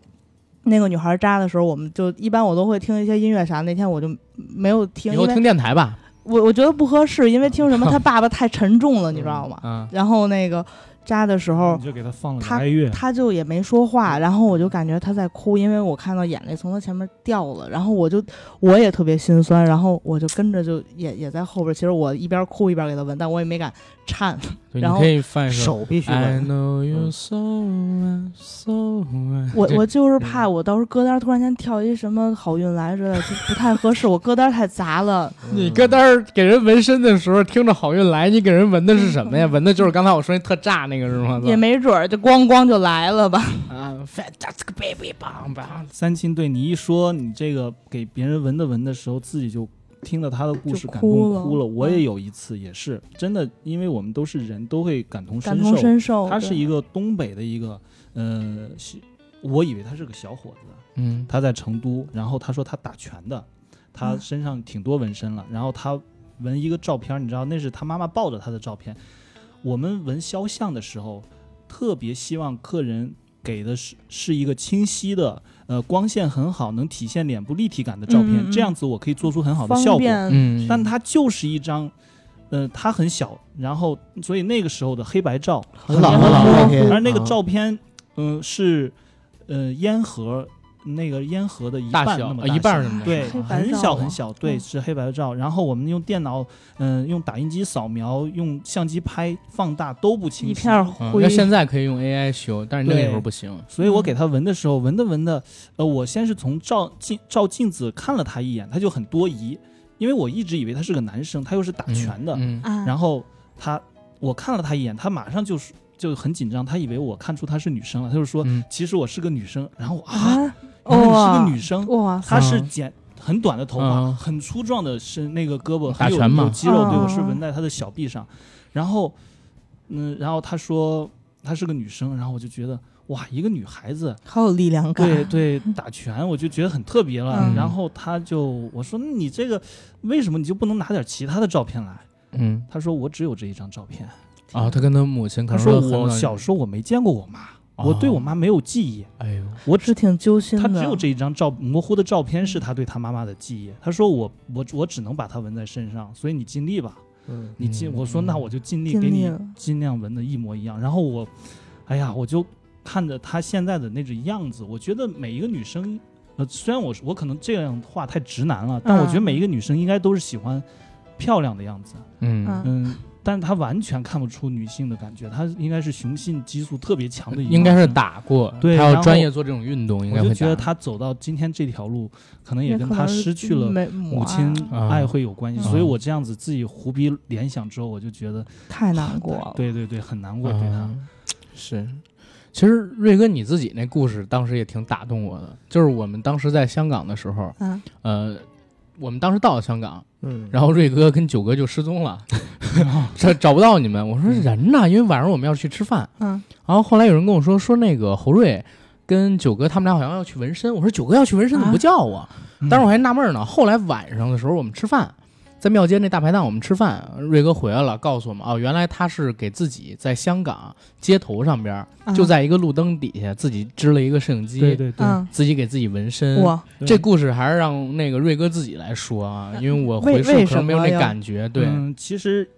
E: 那个女孩扎的时候，我们就一般我都会听一些音乐啥。那天我就没有听，
B: 以
E: 因
B: 后
E: 为
B: 听电台吧，
E: 我我觉得不合适，因为听
B: <laughs>
E: 什么她爸爸太沉重了，你知道吗？
B: 嗯，
E: 然后那个扎的时候
D: 你，就给他放了个
E: 哦他
D: 哀乐，
E: 他就也没说话，然后我就感觉他在哭，因为我看到眼泪从他前面掉了，然后我就我也特别心酸，然后我就跟着就也也在后边，其实我一边哭一边给他闻，但我也没敢
D: <laughs>
E: 颤。
B: 对，
E: 然
B: 你
E: 后
B: 可以放一首
C: 手必须
B: I
C: 纹。
B: know you
C: 嗯
B: so well, so well。
E: 我
B: 这
E: 我
D: 嗯
E: 就是怕我到时候歌单突然间跳一什么好运来之类的，就不太合适，我歌单太
D: <laughs>
E: 杂了。
B: 你搁那儿给人纹身的时候，听着好运来，你给人纹的是什么
D: 嗯
B: 呀？纹的就是刚才我说那特炸那个是吗？
E: 也没准儿就咣咣就来了吧，
B: 啊，Fat Duck Baby 棒棒。
D: 三清对你一说，你这个给别人闻的闻的时候，自己就听到他的故事
E: 就
D: 感
E: 哭
D: 动
E: 了
D: 哭了。我也
E: 嗯
D: 有一次，也是真的，因为我们都是人，都会感同
E: 感
D: 身
E: 同
D: 受。
E: 身受。
D: 他是一
E: 个
D: 个东北的一个，呃，是我以为他是个小伙子，啊
B: 嗯，
D: 他在成都，然后他说他打拳的，他
E: 嗯
D: 身上挺多纹身了，然后他纹一个照片儿，你知道那是他妈妈抱着他的照片。我们纹肖像的时候，特别希望客人给的是是一个清晰的，呃，光线很好，能体现脸部立体感的照片，
E: 嗯嗯嗯
D: 这样子我可以做出很好的效
E: 方
D: 果。
E: 便，
B: 嗯，
D: 但它就是一张，呃，它很小，然后所以那个时候的黑白照
C: 很老
E: 很
C: 很老
E: 老
C: 的
E: 很老
C: 照片，
D: 而那个
C: 啊
D: 照片，嗯、是，呃，烟盒那个烟盒的一
B: 大
D: 半
B: 小
D: 那么
B: 呃
D: 大
B: 一半儿
D: 小
B: 那么大
D: 对，
E: 黑白
D: 很
E: 照
D: 小
E: 啊
D: 很小，对，
E: 嗯
D: 是黑白照。然后我们用电脑，嗯、用打印机扫描，用相机拍放大都不清晰。
E: 一片儿
B: 嗯
E: 灰
B: 那。现在可以用 AI 修，但是那个
D: 对
B: 时候不行。
D: 所以我给他闻的时候，闻着闻着，呃，我先是从照镜照镜子看了他一眼，他就很多疑，因为我一直以为他是个男生，他又是打
B: 嗯
D: 拳的，
B: 嗯，
E: 啊
D: 然后他，我看了他一眼，他马上就是就很紧张，他以为我看出她是女生了，他就说、
B: 嗯
D: 其实我是个女生。然后我啊，
E: 啊，
D: <laughs> 原来你是
E: 哇
D: 个女生，
E: 哇
D: 她是
B: 啊
D: 剪很短的头发，
B: 啊
D: 很粗壮的身，那个胳膊
B: 打
D: 很有
B: 拳嘛
D: 有肌肉，对
E: 啊
D: 我是纹在她的小臂上。然后，嗯，然后他说她是个女生，然后我就觉得哇，一个女孩子
E: 好有力量感。
D: 对对，打拳我就觉得很特别了。
E: 嗯
D: 然后他就我说你这个为什么你就不能拿点其他的照片来？
B: 嗯
D: 他说我只有这一张照片。
B: 啊，他跟他母亲可
D: 嗯他
B: 能
D: 说
B: 很
D: 我
B: 早
D: 小时候我没见过我妈，
B: 哦
D: 我对我妈没有记忆，
B: 哎呦，
D: 我
E: 是
D: 只
E: 挺揪心
D: 她
E: 的。
D: 只有这一张照模糊的照片是她对她妈妈的记忆。她说我我我只能把它纹在身上，所以你尽力吧，
C: 嗯
D: 你尽。
B: 嗯
D: 我说那我就尽力
E: 尽
D: 给
E: 力
D: 你
E: 了
D: 尽量纹的一模一样。然后我，哎呀，我就看着她现在的那种样子，我觉得每一个女生。呃，虽然我我可能这样话太直男了，但我觉得每一个女生应该都是喜欢漂亮的样子，
B: 嗯
E: 嗯，
D: 嗯，但他完全看不出女性的感觉，他应该是雄性激素特别强的一个，
B: 应该是。打过，
D: 嗯对
B: 他
D: 然
B: 要
D: 后
B: 专业做这种运动，应
D: 我
B: 该
D: 就
B: 会
D: 觉得
B: 打。
D: 他走到今天这条路，可能也
E: 也
D: 跟
E: 可
D: 他
E: 能
D: 失去了
E: 没
D: 母
E: 母
D: 亲
B: 啊
D: 爱会有关系，
E: 嗯
D: 所以我这样子自己胡逼联想之后，我就觉得，
E: 太难过了。
D: 对对对，很难过对他
B: 啊。是，其实瑞哥你自己那故事当时也挺打动我的，就是我们当时在香港的时候，
E: 嗯
B: 呃，我们当时到了香港，
C: 嗯，
B: 然后瑞哥跟九哥就失踪
D: <laughs>
B: 了，找找不到你们。我说
D: 嗯
B: 人呢？因为晚上我们要去吃饭。
E: 嗯，
B: 然后后来有人跟我说说那个侯瑞跟九哥他们俩好像要去纹身。我说九哥要去纹身怎么不叫我？
D: 嗯
B: 当时我还纳闷呢。后来晚上的时候我们吃饭，在庙街那大排档我们吃饭，瑞哥回来了，告诉我们哦，原来他是给自己在香港街头上边，
E: 嗯
B: 就在一个路灯底下自己支了一个摄影机，
D: 啊对对对，
E: 嗯，
B: 自己给自己纹身。
E: 嗯哇，
D: 对
B: 这故事还是让那个瑞哥自己来说啊，因为我回
E: 为
B: 溯
E: 为
B: 可能没有
E: 什么
B: 那
E: 呀
B: 感觉。对，
D: 嗯，其实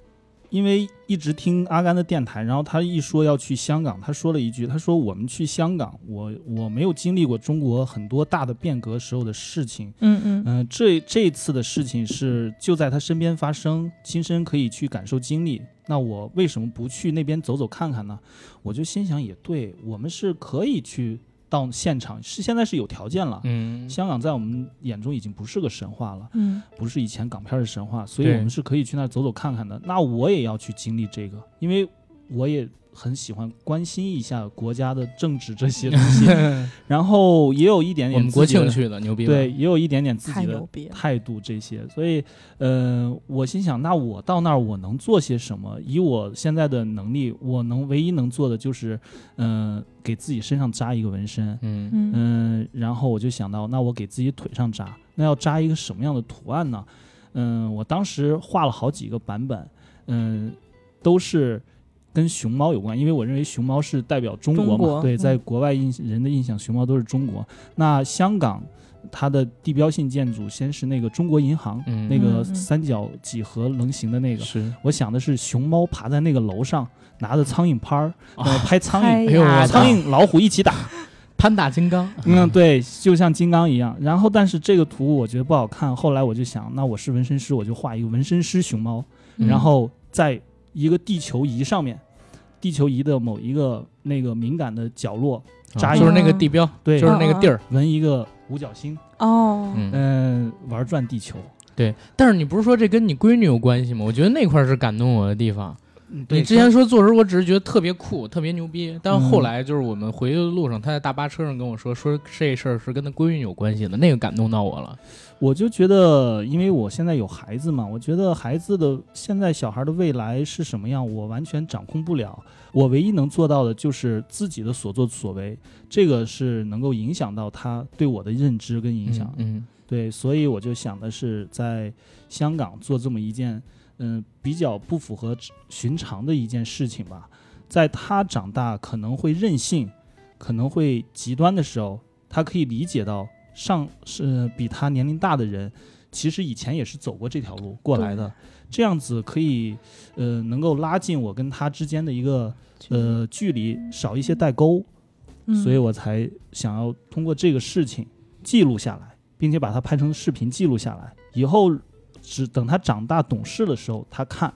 D: 因为一直听阿甘的电台，然后他一说要去香港，他说了一句，他说我们去香港，我我没有经历过中国很多大的变革时候的事情，
E: 嗯嗯
D: 嗯、这这次的事情是就在他身边发生，亲身可以去感受经历。那我为什么不去那边走走看看呢？我就心想也对，我们是可以去到现场，是现在是有条件了。
B: 嗯，
D: 香港在我们眼中已经不是个神话了，
E: 嗯
D: 不是以前港片的神话，所以
B: 对
D: 我们是可以去那儿走走看看的。那我也要去经历这个，因为我也很喜欢关心一下国家的政治这些东
B: <laughs>
D: 西，然后也有一点
B: <laughs> 我
D: 点
B: 们国
D: 自己的
B: 庆去的，牛逼吧
D: 对，，也有一点点自
E: 太
D: 己的
E: 牛逼了
D: 态度这些，所以，呃，我心想，那我到那儿我能做些什么？以我现在的能力，我能唯一能做的就是，嗯、给自己身上扎一个纹身，
B: 嗯，
E: 嗯
D: 嗯，然后我就想到，那我给自己腿上扎，那要扎一个什么样的图案呢？嗯，我当时画了好几个版本，嗯，都是跟熊猫有关，因为我认为熊猫是代表中国嘛，
E: 中国
D: 对，
E: 嗯
D: 在国外印人的印象，熊猫都是中国。那香港它的地标性建筑，先是那个中国银行，
B: 嗯
D: 那个
E: 嗯嗯
D: 三角几何棱形的那个。
B: 是，
D: 我想的是熊猫爬在那个楼上，拿着苍蝇拍儿，
B: 啊
D: 呃，拍苍
E: 哎
D: 蝇，
B: 哎呦
E: 呀
B: 我
D: 苍
B: 操
D: 蝇老虎一起打，
B: 潘大金刚，
D: 嗯，对，就像金刚一样。然后，但是这个图我觉得不好看。后来我就想，那我是纹身师，我就画一个纹身师熊猫，
B: 嗯
D: 然后在一个地球仪上面，地球仪的某一个那个敏感的角落扎
B: 啊
D: 一
B: 就
D: 个
B: 是那个地标，
D: 对
B: 就是那个地儿，
D: 纹一个五角星，
E: 哦，
B: 嗯，
D: 嗯、玩转地球。
B: 对。但是你不是说这跟你闺女有关系吗？我觉得那块儿是感动我的地方。
D: 嗯，
B: 你之前说做时，我只是觉得特别酷，特别牛逼。但是
D: 嗯
B: 后来就是我们回去的路上，她在大巴车上跟我说，说这事儿是跟她闺女有关系的，那个感动到我了。
D: 我就觉得，因为我现在有孩子嘛，我觉得孩子的现在小孩的未来是什么样，我完全掌控不了。我唯一能做到的就是自己的所作所为，这个是能够影响到他对我的认知跟影响。
B: 嗯，
D: 对，所以我就想的是，在香港做这么一件，嗯、比较不符合寻常的一件事情吧。在他长大可能会任性，可能会极端的时候，他可以理解到上是、比他年龄大的人，其实以前也是走过这条路过来的。这样子可以，呃，能够拉近我跟他之间的一个呃距离，少一些代沟。
E: 嗯
D: 所以我才想要通过这个事情记录下来，并且把它拍成视频记录下来。以后只等他长大懂事的时候，他看，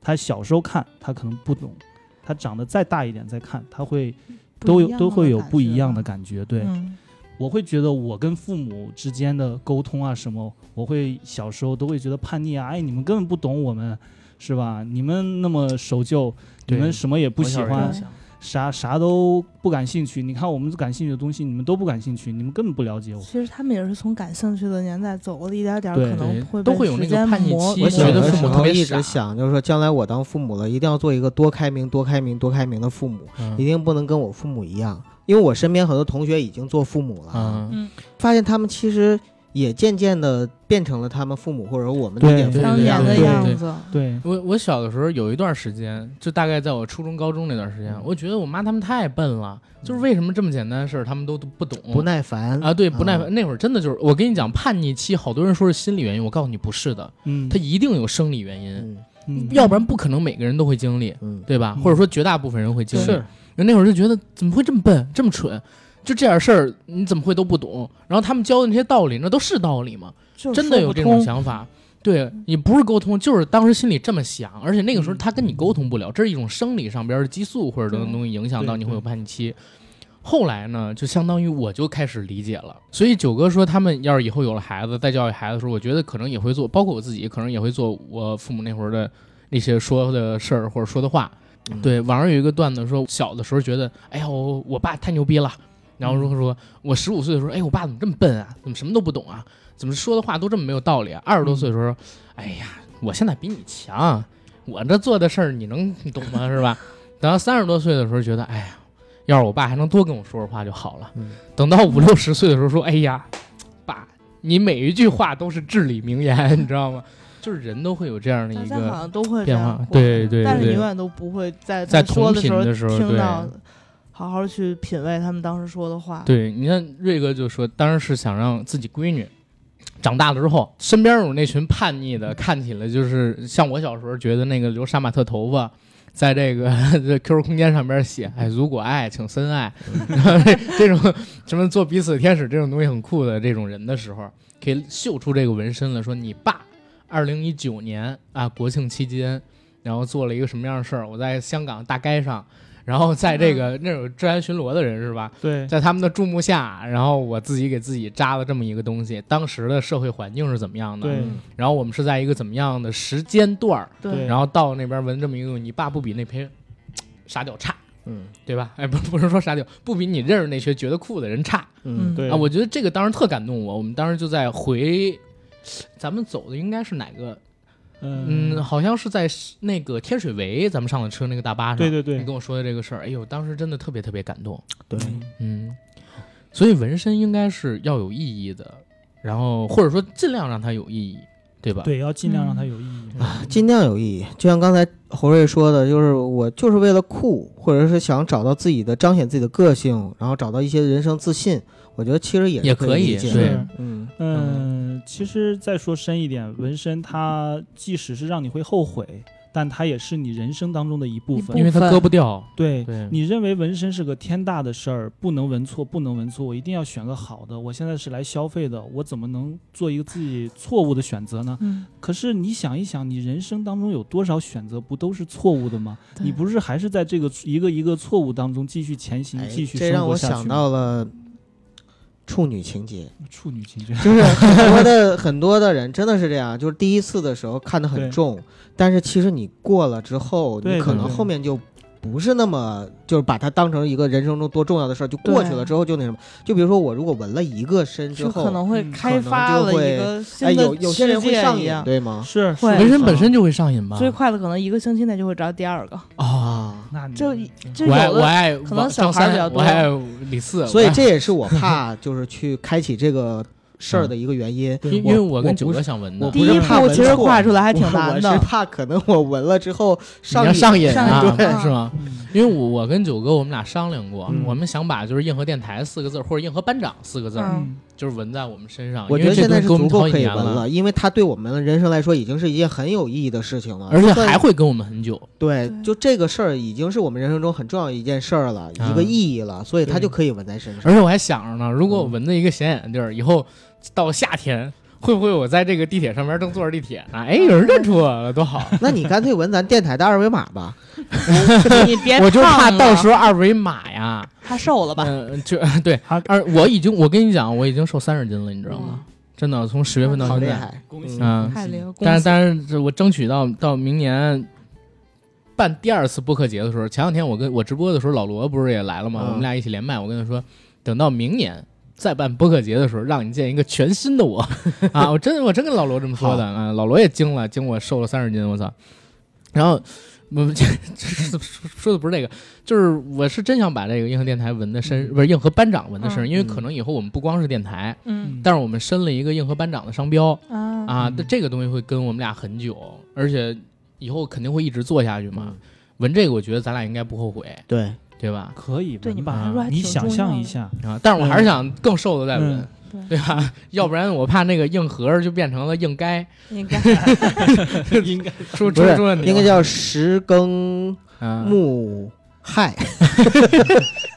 D: 他小时候看，他可能不懂，他长得再大一点再看，他会都有都会有不一样的感觉。对、
E: 嗯
D: 我会觉得我跟父母之间的沟通啊什么，我会小时候都会觉得叛逆啊，哎，你们根本不懂我们，是吧？你们那么守旧，你
B: 对
D: 们什么也不
B: 我
D: 喜
B: 小时候
D: 欢
B: 也，想
D: 啥啥都不感兴趣。你看我们感兴趣的东西，你们都不感兴趣，你们根本不了解我。
E: 其实他们也是从感兴趣的年代走过的一点点儿，
D: 对
E: 可能
B: 对
E: 会被
B: 都会有
E: 时
B: 那个
E: 间
B: 叛逆
E: 磨
B: 期
C: 我
E: 磨
B: 我
C: 小
B: 觉得
C: 的
B: 父
C: 时
B: 母特
C: 候
B: 别
C: 一直
B: 傻
C: 想，就是说将来我当父母了，一定要做一个多开明、多开明、多开明的父母，一
B: 嗯
C: 定不能跟我父母一样。因为我身边很多同学已经做父母了，
D: 啊
B: 嗯
C: 发现他们其实也渐渐的变成了他们父母或者我们理解父
D: 对
C: 母
E: 当
C: 的
E: 年
C: 样
E: 的
C: 子。
E: 样子，
D: 对，
B: 我我小的时候有一段时间，就大概在我初中、高中那段时
D: 嗯
B: 间，我觉得我妈他们太笨了，就是为什么这么简单的事儿他们都都不懂，
C: 不耐烦
B: 啊，对，不耐
C: 啊
D: 嗯
B: 烦。那会儿真的就是，我跟你讲，叛逆期，好多人说是心理原因，我告诉你不是的，
D: 嗯，
B: 它一定有生理原因，
C: 嗯
D: 嗯
B: 要不然不可能每个人都会经历，
C: 嗯，
B: 对吧？
D: 嗯
B: 或者说绝大部分人会经历。
E: 是，
B: 那会儿就觉得怎么会这么笨，这么蠢。就这点事儿，你怎么会都不懂？然后他们教的那些道理，那都是道理吗？
E: 就是
B: 真的有这
E: 说
B: 种
E: 不通
B: 想法。对，也不是沟通，就是当时心里这么想，而且那个时
E: 嗯
B: 候他跟你沟通不了，这是一种生理上边的激素或者等等东西影响到你会有叛逆期。后来呢，就相当于我就开始理解了，所以九哥说他们要是以后有了孩子，再教育孩子的时候，我觉得可能也会做，包括我自己可能也会做我父母那会儿的那些说的事儿或者说的话。
C: 嗯
B: 对，网上有一个段子说，小的时候觉得，哎呀，我我爸太牛逼了，然
E: 嗯
B: 后如何说，我十五岁的时候，哎，我爸怎么这么笨啊？怎么什么都不懂啊？怎么说的话都这么没有道理啊？二十多岁的时候，哎呀，我现在比你强，我这做的事儿你能懂吗？是吧？等到三十多岁的时候，觉得哎呀，要是我爸还能多跟我说说话就好了。
C: 嗯
B: 等到五六十岁的时候，说哎呀，爸，你每一句话都是至理名言，你知道吗？就是人都会有这样的
E: 大
B: 一
E: 家好
B: 个
E: 像都会这
B: 变
E: 样
B: 化
E: 过，
B: 对对
E: 但是你
B: 对
E: 永远都不会在
B: 在
E: 他说
B: 同
E: 时候
B: 频的时候
E: 听
B: 对
E: 到，好好去品味他们当时说的话。
B: 对，你看瑞哥就说，当然是想让自己闺女长大了之后，身边有那群叛逆的，看起来就是像我小时候觉得那个留杀马特头发。在这个这 QQ 空间上边写，哎，如果爱，请深爱，这种什么做彼此的天使这种东西很酷的这种人的时候，可以秀出这个纹身了。说你爸，二零一九年啊国庆期间，然后做了一个什么样的事儿？我在香港大街上，然后在这个那种治安巡逻的人是吧？
D: 对，
B: 在他们的注目下，然后我自己给自己扎了这么一个东西。当时的社会环境是怎么样的？
D: 对
B: 然后我们是在一个怎么样的时间段儿？
D: 对
B: 然后到那边纹这么一个，你爸不比那陪傻屌差，
C: 嗯
B: 对吧？哎，不，不是说傻屌，不比你认识那些觉得酷的人差
C: 嗯，
D: 对
B: 啊！我觉得这个当时特感动我。我们当时就在回，咱们走的应该是哪个？嗯，
D: 嗯，
B: 好像是在那个天水围，咱们上的车那个大巴上。
D: 对对
B: 你
D: 对，
B: 跟我说的这个事儿，哎呦，当时真的特别特别感动。
C: 对，
B: 嗯，所以纹身应该是要有意义的，然后或者说尽量让它有意义，对吧？，
D: 对，要尽量让它有意义。
C: 嗯
D: 嗯
C: 啊尽量有意义。就像刚才侯瑞说的，就是我就是为了酷，或者是想找到自己的彰显自己的个性，然后找到一些人生自信，我觉得其实也
B: 也
C: 是可
B: 可以
C: 理解
B: 对
C: 的。
D: 是
C: 嗯
D: 嗯，其实再说深一点，纹身它即使是让你会后悔，但它也是你人生当中的一部
E: 一
D: 分。
E: 部
B: 因为它
E: 分
B: 割不掉。
D: 对，
B: 对，
D: 你认为纹身是个天大的事儿，不能纹错，不能纹错，我一定要选个好的。我现在是来消费的，我怎么能做一个自己错误的选择呢？
E: 嗯，
D: 可是你想一想，你人生当中有多少选择不都是错误的吗？
E: 对
D: 你不是还是在这个一个一个错误当中继续前行，
C: 哎
D: 嗯继续
C: 这
D: 生
C: 让
D: 活
C: 我
D: 下去吗？
C: 想到了处女情节， <laughs>
D: 处女情节，
C: 就是很多的很多的人真的是这样，就是第一次的时候看得很
D: 对
C: 重，但是其实你过了之后，
D: 对
C: 你可
D: 对
C: 能
D: 对
C: 后面就不是那么就是把它当成一个人生中多重要的事儿就过去了
E: 对
C: 之后就那什么，就比如说我如果纹了一个身之
E: 就
C: 后，
E: 可能会
D: 嗯
E: 开
C: 可能
E: 发
C: 就
E: 了一
C: 会
E: 个新
C: 哎
E: 的
C: 有有些人
E: 世
C: 会
E: 界
C: 上
E: 一
C: 瘾
E: 样，
B: <laughs>
C: 对吗？
D: 是
E: 会
B: 纹身本身就会上瘾吧？
E: 最快的可能一个星期内就会找第二个，
B: 啊，
C: 啊，
D: 那你嗯
E: 就就
B: 我爱
E: 有
B: 我
E: 的
B: 爱
E: 可能
B: 王
E: 小
B: 张
E: 孩儿
B: 三
E: 比较多
B: 我爱李四，
C: 所以
B: 我爱
C: 这也是我怕就是去开启这个事儿的一个原因。
D: 对
B: 因因为
C: 我
B: 我跟
C: 我
B: 九
C: 不
B: 哥
C: 是
B: 想纹
C: 我
B: 的，
C: 不
E: 第
C: 是
E: 一
C: 怕
E: 步
C: 纹
E: 其实
C: 错
E: 跨出来嗯还挺
C: 我
E: 难
C: 我是
E: 的，
C: 怕可能我纹了之后
B: 你要
C: 瘾，
B: 上瘾
E: 上
B: 啊
C: <laughs>
E: 瘾对，
B: 是吗？
D: 嗯
B: 因为我我跟九哥我们俩商量过
D: 嗯，
B: 我们想把就是“硬核电台”四个字儿或者“硬核班长”四个字儿，
E: 嗯
D: 嗯
B: 就是纹在我们身上。
C: 我
B: 因
C: 觉
B: 为这
C: 得现在
B: 东西跟我
C: 是
B: 们
C: 足够
B: 好几
C: 可以
B: 年
C: 纹
B: 了，
C: 了，因为它对我们的人生来说已经是一件很有意义的事情了，
B: 而且
C: 就算
B: 还会跟我们很久。
C: 对，
E: 对
C: 就这个事儿已经是我们人生中很重要的一件事儿了，一个
B: 嗯
C: 意义了，所以它
D: 对
C: 就可以纹在身上。
B: 而且我还想着呢，如果我闻的一个显眼的地儿，以后到夏天，会不会我在这个地铁上面正坐着地铁呢？哎，有人认出我了，
C: <laughs>
B: 多好！
C: 那你干脆纹咱电台的二维码
B: <laughs>
C: 吧，
E: <laughs> 你
C: 哎
E: 别
B: 我就怕
E: 胖
B: 到
E: 了
B: 时候二维码呀，
E: 他瘦了吧？
B: 嗯，就对
D: 他，
B: 二我已经我跟你讲，我已经瘦三十斤了，你知道吗？真的，从十月份到
C: 嗯好
B: 现
C: 厉
B: 在，
C: 害！
D: 恭喜
B: 嗯
E: 嗯太厉害了！恭
B: 但是
E: 喜
B: 但是这我争取到到明年。办第二次播客节的时候，前两天我跟我直播的时候，老罗不是也来了吗？
C: 嗯
B: 我们俩一起连麦，我跟他说，等到明年再办播客节的时候，让你见一个全新的我啊！我真我真跟老罗这么说的啊，老罗也惊了，惊我瘦了三十斤，我操！然后我这这说的不是这个，就是我是真想把这个硬核电台纹的身，不是硬核班长纹的身上，
E: 嗯
B: 因为可能以后我们不光是电台，
E: 嗯
B: 但是我们申了一个硬核班长的商标。
E: 啊
B: 啊，
D: 嗯
B: 这这个东西会跟我们俩很久，而且以后肯定会一直做下去嘛。纹这个，我觉得咱俩应该不后悔，
C: 对，
B: 对吧？
D: 可以
E: 对你
D: 纹
E: 们
D: 吧
E: 来说还
D: 你
E: 挺
D: 想
E: 重要
D: 象一
E: 的
D: 下，
B: 啊，但是我还是想更瘦的再纹
D: 嗯，
B: 对吧？要不然我怕那个硬核就变成了硬该，
E: 应该
D: 应该
B: 出
C: 不
B: 出
C: 是
B: 出问题了。
C: 应该叫石更
B: 啊
C: 木害，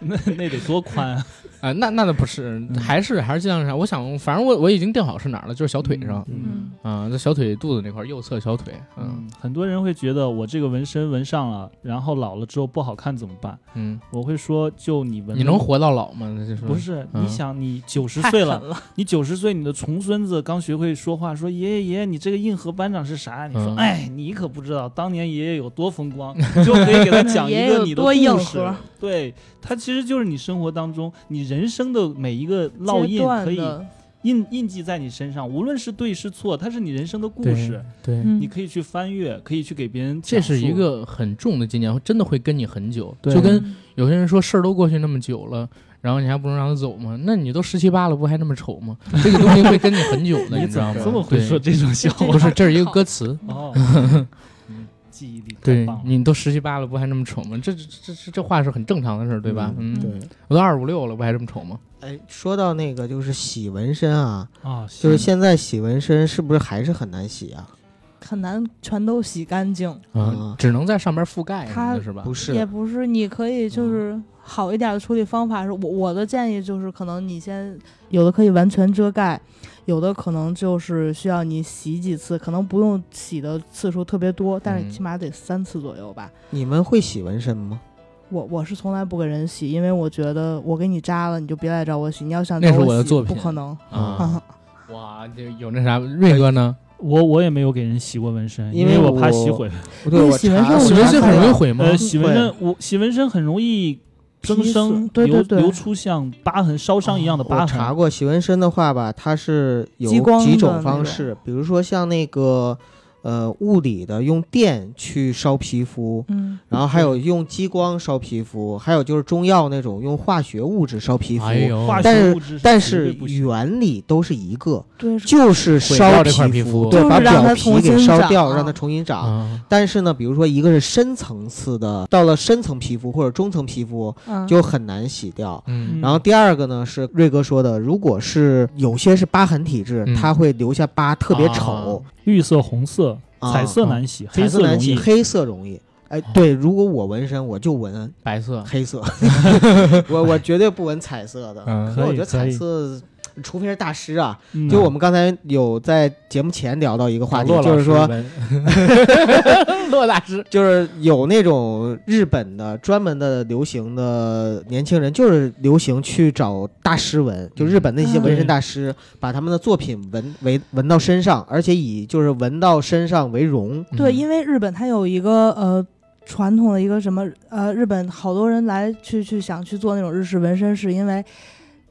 D: 那那得多宽啊！
B: 啊，那那倒不是，还是还是尽量啥？我想，反正我我已经定好是哪儿了，就是小腿上
E: 嗯
D: 嗯
B: 啊，在小腿肚子那块儿，右侧小腿，嗯
D: 嗯，很多人会觉得我这个纹身纹上了，然后老了之后不好看怎么办？
B: 嗯，
D: 我会说，就你纹，
B: 你能活到老吗？那就是
D: 不是？
B: 嗯
D: 你
B: <laughs>
D: 想，你九十
E: 太
D: 岁
E: 狠
D: 了，
E: 了，
D: 你九十岁，你的重孙子刚学会说话，说爷爷爷爷，你这个硬核班长是啥？你说，
B: 嗯
D: 哎，你可不知道，当年爷爷有多风光，你就可以给他讲一
E: 爷爷
D: 个
E: 有
D: 你的
E: 多 <laughs> 硬
D: 故事
E: 核，
D: 对它其实就是你生活当中你人生的每一个烙
E: 阶
D: 印，
E: 段
D: 可以
E: 的，
D: 印印记在你身上，无论是对是错，它是你人生的故事，
B: 对，
E: 嗯
D: 你可以去翻阅，可以去给别人讲
B: 这
D: 述。
B: 是一个很重的经验，真的会跟你很久。
D: 对
B: 就跟有些人说事儿都过去那么久了，然后你还不能让他走吗？那你都十七八了，不还那么丑吗？这个东西会跟你很久的，
D: <laughs>
B: 你
D: 你
B: 知
D: 怎
B: 道
D: 么
B: 吗？
D: 这么会说
B: 对
D: 这种笑话？
B: 不是，这是一个歌词。
D: 哦，嗯记忆力太
B: 对
D: 棒了。
B: 你都十七八了，不还那么丑吗？这这这这这话是很正常的事儿，对吧？嗯，
D: 对
B: 我都二五六了，不还这么丑吗？
C: 哎，说到那个就是洗纹身啊，
D: 啊，
B: 嗯
C: 就是现在洗纹身是不是还是很难洗啊？
E: 很难全都洗干净。
C: 啊
B: 嗯只能在上面覆盖什么
E: 它
B: 的是吧？
C: 不
E: 也
C: 是，
E: 不是，你可以就是好一点的处理方法是，我我的建议就是，可能你先有的可以完全遮盖，有的可能就是需要你洗几次，可能不用洗的次数特别多，但
B: 嗯
E: 是起码得三次左右吧。
C: 你们会洗纹身吗？
E: 我我是从来不给人洗，因为我觉得我给你扎了，你就别来找我洗。你要想
B: 那
E: 找
B: 是我的
E: 洗
B: 作品
E: 不可能。
B: 啊，哇，这有那啥，瑞哥呢？
D: 我我也没有给人洗过纹身，
C: 因
D: 因
C: 为
D: 我怕
C: 我
D: 洗毁。
C: 不对，我
E: 洗纹身
C: 查
E: 我
B: 洗
E: 觉
B: 纹
E: 得
B: 身
E: 它
B: 很容易
E: 要
B: 毁吗？
D: 呃，洗纹
C: 会
D: 身，我洗纹身很容易增
E: 皮
D: 生
E: 损，对对对
D: 流流出像疤痕、烧伤一样的
C: 哦我
D: 疤
C: 查
D: 痕。
C: 过洗纹身的话吧，它是有
E: 激光的
C: 几种
E: 那
C: 方
E: 种
C: 式，比如说像那个呃物理的用电去烧皮肤，
E: 嗯，
C: 然后还有用激光烧皮肤，还有就是中药那种用化学物质烧皮肤。
B: 哎呦，
D: 化
C: 但
D: 学
C: 是
D: 物质
C: 但
D: 绝对
C: 是
D: 不行
C: 原理都是一个，
E: 对，
C: 就是烧
B: 掉这块皮肤
C: 对，
E: 就是
C: 把
E: 让
C: 表
E: 它
C: 皮
E: 重
C: 给
E: 新
C: 烧
E: 长
C: 掉，让它重新长。
B: 啊，
C: 但是呢，比如说一个是深层次的，到了深层皮肤或者中层皮肤
E: 嗯
C: 就很难洗掉。
B: 嗯
D: 嗯
C: 然后第二个呢是瑞哥说的，如果是有些是疤痕体质，
B: 嗯
C: 它会留下疤，特别丑，
D: 绿色、红色、
C: 啊
D: 彩色难洗，
C: 彩
D: 黑
C: 色难
D: 容
C: 洗，
D: 易。
C: 黑色容易。哎，对，如果我纹身，我就纹
B: 白色，
C: 黑色，我我绝对不纹彩色的。
B: 嗯
C: 因为我觉得
D: 可以可
C: 彩
D: 以
C: 色，除非是大师啊。
D: 嗯
C: 就我们刚才有在节目前聊到一个话题，
B: 洛
C: 就
B: 老
C: 是
B: 师
C: 说，
B: 纹， <laughs> 骆大师，
C: 就是有那种日本的专门的流行的年轻人，就是流行去找大师纹，就日本那
E: 嗯
C: 些纹
D: 嗯
C: 身大师，把他们的作品纹纹纹到身上，而且以就是纹到身上为荣。
E: 对，
B: 嗯
E: 因为日本它有一个呃传统的一个什么呃，日本好多人来去去想去做那种日式纹身，是因为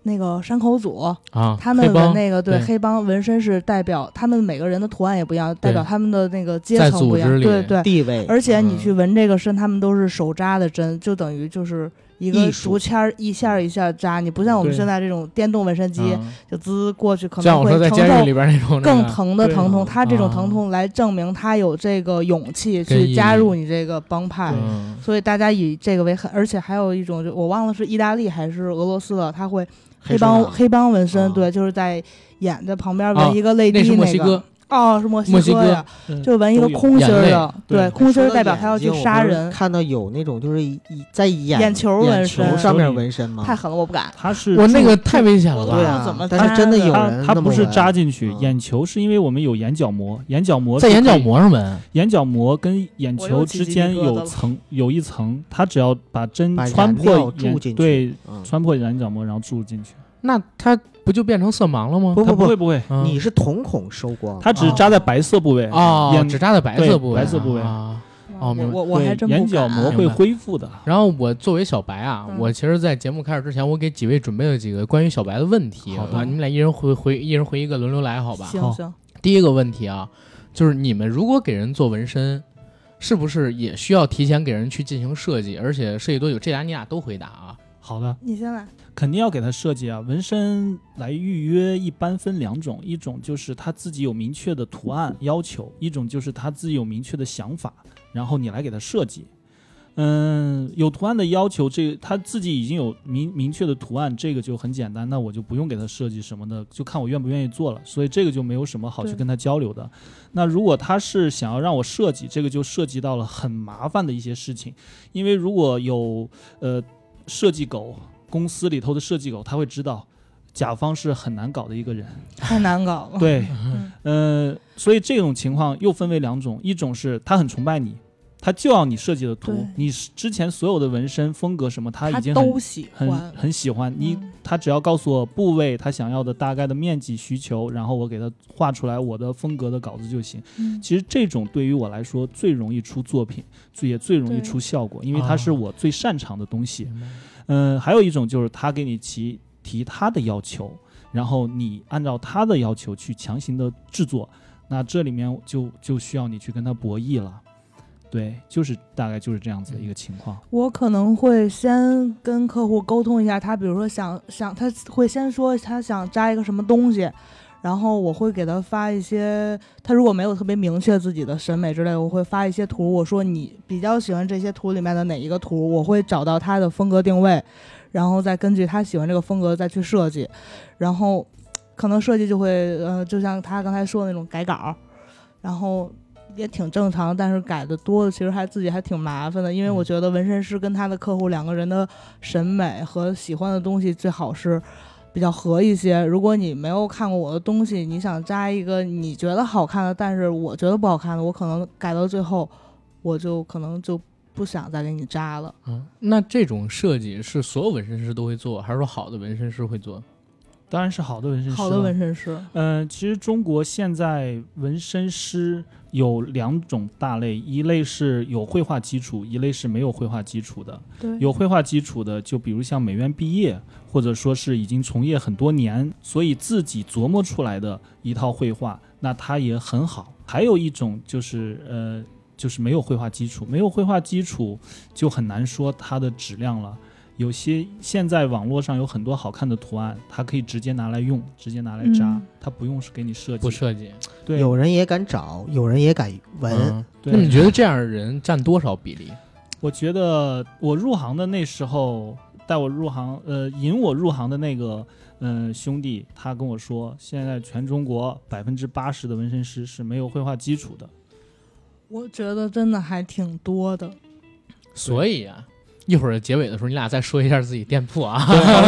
E: 那个山口组
B: 啊，
E: 他
B: 黑
E: 们
B: 帮
E: 纹那个对
B: 对
E: 黑帮纹身是代表他们每个人的图案也不一样，代表他们的那个阶
B: 在
E: 层不一
B: 组织
E: 样，
B: 里
E: 对对。
C: 地位，
E: 而且你
B: 嗯
E: 去纹这个身，他们都是手扎的针，就等于就是一个
C: 艺术
E: 竹签儿一下儿一下儿扎，你不像我们
D: 对
E: 现在这种电动纹身机，
B: 嗯
E: 就滋过去可能
B: 像我
E: 会
B: 说在
E: 承
B: 监
E: 受
B: 狱里边那种那
E: 更
B: 个
E: 疼的
D: 对
E: 疼痛，他这种
B: 啊
E: 疼痛来证明他有这个勇气
B: 跟意
E: 去
B: 义
E: 加入你这个帮派，
B: 嗯
E: 所以大家以这个为很，而且还有一种就我忘了是意大利还是俄罗斯了，他会黑帮
C: 手党
E: 黑帮纹身，
C: 啊
E: 对，就是在眼的旁边
B: 啊
E: 纹一个泪滴、
B: 那是墨
E: 个，
B: 西哥，
E: 哦，是墨西
B: 墨西
E: 呀，
D: 嗯
E: 就纹一个
D: 都有
E: 空心儿
B: 眼
E: 的
B: 泪，
D: 对
E: 空心
C: 说
E: 儿
C: 到
E: 代表他要
C: 眼
E: 去
C: 睛
E: 杀
C: 我不是
E: 人，
C: 看到有那种就是一一在眼
E: 眼球
C: 眼
E: 纹
C: 球
E: 身
C: 上面纹身吗？
E: 太狠了，我不敢。
D: 它是
B: 我
D: 注
B: 那个太危险了
E: 我
B: 吧
E: 都
C: 对？
E: 不知道
C: 啊，
E: 怎么
C: 但是
E: 扎
C: 真的有
D: 它
C: 人
D: 它不是扎
C: 进
D: 进去，
C: 嗯
D: 眼球是因为我们有眼角膜，眼角膜
B: 在
D: 是
B: 眼角
D: 可以，
B: 膜上纹，
D: 眼角膜跟眼
E: 我
D: 球
E: 又起
D: 之
E: 鸡皮
D: 间
E: 疙瘩
D: 有
E: 了
D: 层有一层，它只要把针
C: 把
D: 穿
C: 染料
D: 破
C: 注
D: 眼
C: 进去
D: 对，
C: 嗯
D: 穿破眼角膜然后注进去，
B: 那他不就变成色盲了吗？
C: 不
D: 它
C: 不
D: 不
C: 不
D: 会，不会，
B: 嗯
C: 你是瞳孔收光，
D: 它只
B: 哦
D: 扎在白色部位，
B: 哦，
D: 眼
B: 只扎在白色
D: 对
B: 部位啊，
D: 白色部位
B: 啊哦
E: 我
B: 明白
E: 我我还
D: 对
E: 真
D: 眼
E: 不
D: 角
E: 敢。
D: 膜
B: 明
D: 会
B: 白
D: 恢复的。
B: 然后我作为小白啊，
E: 嗯
B: 我其实，在节目开始之前，我给几位准备了几个关于小白的问题，
D: 好的
B: 啊，你们俩一人回回一人回一个，轮流来，好吧？
E: 行
D: 好
E: 行，
B: 第一个问题啊，就是你们如果给人做纹身，是不是也需要提前给人去进行设计？而且设计多久？这俩你俩都回答啊。
D: 好的，
E: 你先来。
D: 肯定要给他设计啊。纹身来预约一般分两种，一种就是他自己有明确的图案要求，一种就是他自己有明确的想法，然后你来给他设计。嗯，有图案的要求，这个他自己已经有明明确的图案，这个就很简单，那我就不用给他设计什么的，就看我愿不愿意做了。所以这个就没有什么好去
E: 对
D: 跟他交流的。那如果他是想要让我设计，这个就涉及到了很麻烦的一些事情，因为如果有呃设计狗公司里头的设计狗，他会知道甲方是很难搞的一个人。
E: 太难搞
D: <laughs>
E: 了。嗯
D: 对，呃，所以这种情况又分为两种，一种是他很崇拜你，他就要你设计的图
E: 对，
D: 你之前所有的纹身风格什么，他
E: 他
D: 已经很
E: 都喜
D: 很
E: 欢，
D: 很喜欢你
E: 嗯。
D: 他只要告诉我部位，他想要的大概的面积需求，然后我给他画出来我的风格的稿子就行。
E: 嗯
D: 其实这种对于我来说最容易出作品，最也最容易
E: 对啊
D: 出效果，因为它是我最擅长的东西。
B: 明白
D: 嗯，还有一种就是他给你提提他的要求，然后你按照他的要求去强行的制作，那这里面就就需要你去跟他博弈了。对，就是大概就是这样子的一个情况。
E: 我可能会先跟客户沟通一下，他比如说想想，他会先说他想扎一个什么东西，然后我会给他发一些，他如果没有特别明确自己的审美之类，我会发一些图，我说你比较喜欢这些图里面的哪一个图，我会找到他的风格定位，然后再根据他喜欢这个风格再去设计，然后可能设计就会呃，就像他刚才说的那种改稿，然后也挺正常，但是改的多的其实还自己还挺麻烦的，因为
D: 嗯
E: 我觉得纹身师跟他的客户两个人的审美和喜欢的东西最好是比较合一些。如果你没有看过我的东西，你想扎一个你觉得好看的，但是我觉得不好看的，我可能改到最后，我就可能就不想再给你扎了。
B: 啊，那这种设计是所有纹身师都会做，还是说好的纹身师会做？
D: 当然是好的纹身师了，
E: 好的纹身师，
D: 嗯、其实中国现在纹身师有两种大类，一类是有绘画基础，一类是没有绘画基础的。
E: 对，
D: 有绘画基础的，就比如像美院毕业，或者说是已经从业很多年，所以自己琢磨出来的一套绘画，那它也很好。还有一种就是呃，就是没有绘画基础，没有绘画基础就很难说它的质量了。有些现在网络上有很多好看的图案，它可以直接拿来用，直接拿来扎，
E: 嗯
D: 它不用是给你设计。
B: 不设计？
D: 对，
C: 有人也敢找，有人也敢纹， <laughs>
B: 嗯， <laughs>
D: 对
B: 那你觉得这样的人占多少比例？
D: 我觉得我入行的那时候，带我入行，呃，引我入行的那个，呃，兄弟，他跟我说，现在全中国百分之八十的纹身师是没有绘画基础的。
E: 我觉得真的还挺多的。
B: 所以啊，一会儿结尾的时候，你俩再说一下自己店铺啊。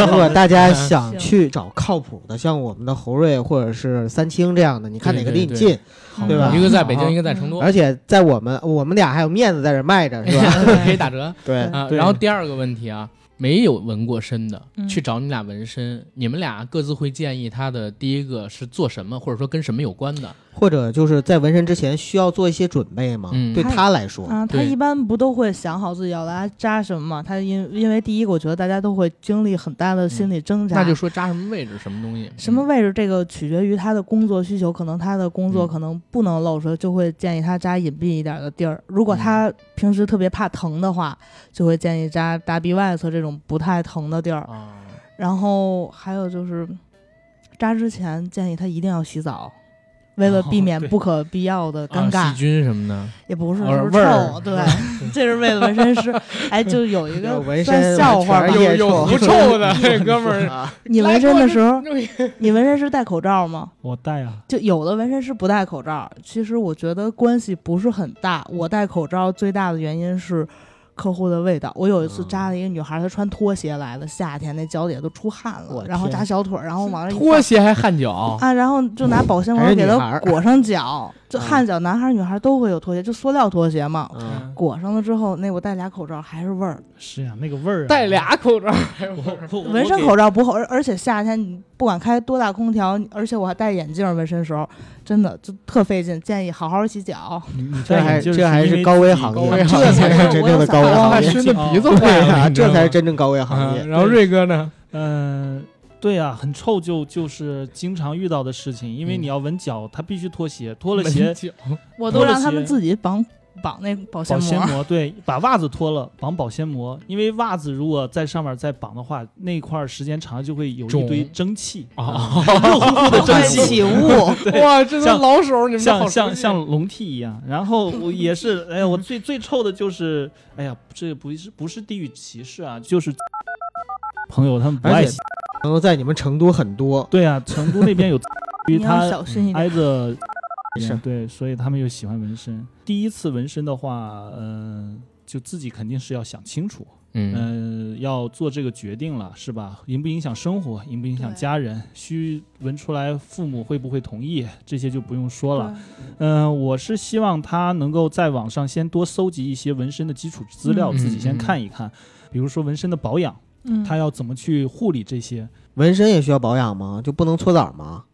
C: 如果大
B: <laughs>
C: 家想
E: 行
C: 去找靠谱的，像我们的侯瑞或者是三清这样的，你看哪个离你
B: 对对
C: 近，<laughs>
E: 嗯
C: 对吧哎
B: 一个在北京，
C: 好
B: 一个在成都，
C: 而且在我们我们俩还有面子在这卖着，
B: <laughs>
C: 是吧？
B: 可以打折
C: <laughs> 对，
B: 啊。
D: 对
B: 然后第二个问题啊，没有纹过身的
E: 嗯
B: 去找你俩纹身，你们俩各自会建议他的第一个是做什么，或者说跟什么有关的？
C: 或者就是在纹身之前需要做一些准备吗？
B: 嗯
C: 对他来说，
E: 啊，他
B: 对
E: 一般不都会想好自己要来扎什么嘛？他因因为第一个，我觉得大家都会经历很大的心理挣扎。
B: 嗯那就说扎什么位置，什么东西，嗯
E: 什么位置，这个取决于他的工作需求，可能他的工作
B: 嗯
E: 可能不能露出来，就会建议他扎隐蔽一点的地儿。
B: 嗯
E: 如果他平时特别怕疼的话，就会建议扎大臂外侧这种不太疼的地儿。
B: 啊？
E: 然后还有就是，扎之前建议他一定要洗澡，为了避免
D: 哦对
E: 不可必要的
B: 啊
E: 尴尬。
B: 细菌什么的，
E: 也不是
B: 或者
E: 就是
B: 味儿
E: 臭，对， <laughs> 这是为了纹身师。哎，就有一
C: 有
E: 个
C: 纹
E: 算
C: 身
E: 笑
B: 哎
E: 话吧
C: 全是。腋臭
B: 狐臭的 <laughs> 哎哥
E: <laughs>
B: 们
E: 哎
B: 儿，
C: 啊
E: 你纹身的时 <laughs> 候，你纹身师戴口罩吗？
D: 我带啊，
E: 就有的纹身师不戴口罩，其实我觉得关系不是很大。我戴口罩最大的原因是客户的味道。我有一
C: 嗯
E: 次扎了一个女孩，她穿拖鞋来的，夏天那脚底下都出汗
C: 我
E: 了，然后
C: 天
E: 扎小腿儿，然后往上一
B: 拖
E: 放
B: 鞋还汗
E: <laughs>
B: 脚，
E: 啊，然后就拿保鲜
C: 还是
E: 膜
C: 女
E: 给
C: 孩儿
E: 她裹
C: <laughs>
E: 上脚，就
C: 嗯
E: 汗脚，男孩儿女孩儿都会有拖鞋，就塑料拖鞋嘛。
C: <laughs> 嗯
E: 裹上了之后，那我戴俩口罩还是味儿，
D: 是呀、那个味儿、啊。
B: 戴俩口罩，
D: 哎我，
E: 纹身
D: 我
E: 口罩不厚，而而且夏天你不管开多大空调，而且我还戴眼镜儿纹身时候，真的就特费劲。建议好好洗脚。
D: 给，你你
C: 这
D: 戴
C: 还
D: 眼镜
C: 这还
D: 是因
C: 是
D: 为
C: 高危
D: 自己
C: 行
B: 高
C: 业，
D: <laughs>
B: 危行业
C: 这才是真正的高危
E: 我
C: 行
E: 有
C: 业
D: 想。
B: 的鼻子
C: <laughs> 对
B: 坏
C: 啊，
E: <laughs>
B: 了，
C: 这才是
B: 是
C: 真正高危行业。
B: 然后瑞哥呢？
D: 嗯，对呀、很臭就就是经常遇到的事情，因为
B: 嗯
D: 你要纹脚，他必须脱 <laughs> 鞋， <laughs> 脱了鞋
B: 门脚
E: 我都让他们自己绑绑那保鲜
D: 保
E: 膜。
D: 膜，对，把袜子脱了，绑保鲜膜，因为袜子如果在上面再绑的话，那块儿时间长了就会有一堆
B: 肿
D: 蒸汽，
B: <laughs>
D: <laughs>
B: 啊！
D: 热乎
E: <laughs>
D: 乎的蒸
E: 对
D: 汽，
E: 起雾，
B: 哇，这
D: 像
B: 老手儿，你这好
D: 像像
B: 熟悉
D: 像笼屉一样。然后我也是，哎呀，我最最臭的就是，哎呀，这不是不是地域歧视啊，就是朋友他们不
C: 而
D: 爱
C: 且
D: 洗，
C: 朋友在你们成都很多，
D: 对啊，成都那边有，
E: 你
D: 于
E: 要
D: 他
E: 小心一点。
D: 挨着
C: 没事
D: 人，对，所以他们又喜欢纹身。呃第一次纹身的话，嗯、就自己肯定是要想清楚，
B: 嗯
D: 嗯，要做这个决定了，是吧？影不影响生活，影不影响
E: 对
D: 家人，需闻出来父母会不会同意，这些就不用说了。
E: 对
D: 嗯、我是希望他能够在网上先多搜集一些纹身的基础资料，
E: 嗯
D: 自己
B: 嗯
D: 先看一看，比如说纹身的保养，
E: 嗯，
D: 他要怎么去护理这些。
C: 纹身也需要保养吗？就不能搓澡吗？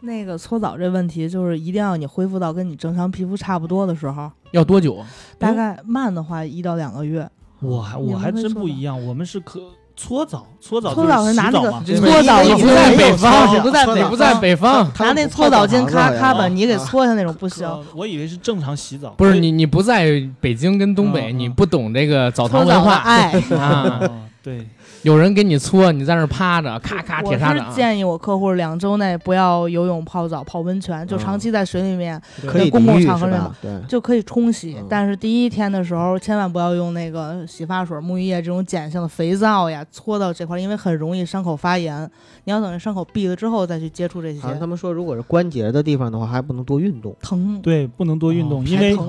E: 那个搓澡这问题，就是一定要你恢复到跟你正常皮肤差不多的时候，
B: 要多久？啊
E: 大概慢的话一到两个月。
D: 我还
E: 你
D: 我
E: 们
D: 还
E: 会
D: 真
E: 搓
D: 不
E: 澡
D: 一样，我们是可搓澡，搓澡
E: 搓
D: 就
E: 澡
D: 是
E: 是拿
D: 洗澡
E: 那个
D: 嘛，
E: 这搓澡
B: 你不
E: 你不
B: 在
E: 在
B: 北
C: 北
B: 方，
C: 方
B: 你不在
C: 搓
B: 你
C: 澡
B: 不在北方，
C: 他
E: 拿
C: 们
E: 那
C: 不
E: 搓澡巾
C: 澡堂子
E: 咔
C: 好像
E: 咔把
D: 啊
E: 你给
C: 啊
E: 搓下那种不行。
D: 可我以为是正常洗澡，
B: 不
D: 所
B: 是
D: 以
B: 你你不在北京跟东北，
D: 嗯嗯
B: 你不懂这个澡堂文
E: 搓澡的
B: 化
E: 爱，
D: <laughs>
B: 啊。
D: 哦对，
B: 有人给你搓，你在那儿趴着，咔咔
E: 我
B: 铁啊砂
E: 是
B: 掌。
E: 建议我客户两周内不要游泳、泡澡、泡温泉，就长期在水里面
C: 可以
E: 公
C: 抵
E: 共
C: 御
E: 场合
C: 是
E: 那
C: 吧
E: 种？
C: 对，
E: 就可以冲洗，
C: 嗯
E: 但是第一天的时候千万不要用那个洗发水、沐浴液这种碱性的肥皂呀搓到这块儿，因为很容易伤口发炎。你要等这伤口闭了之后再去接触这些
C: 好像他们说，如果是关节的地方的话，还不能多运动。
E: 疼。
D: 对，不能多运动，
B: 哦
D: 因
E: 排
D: 为
E: 嗯疼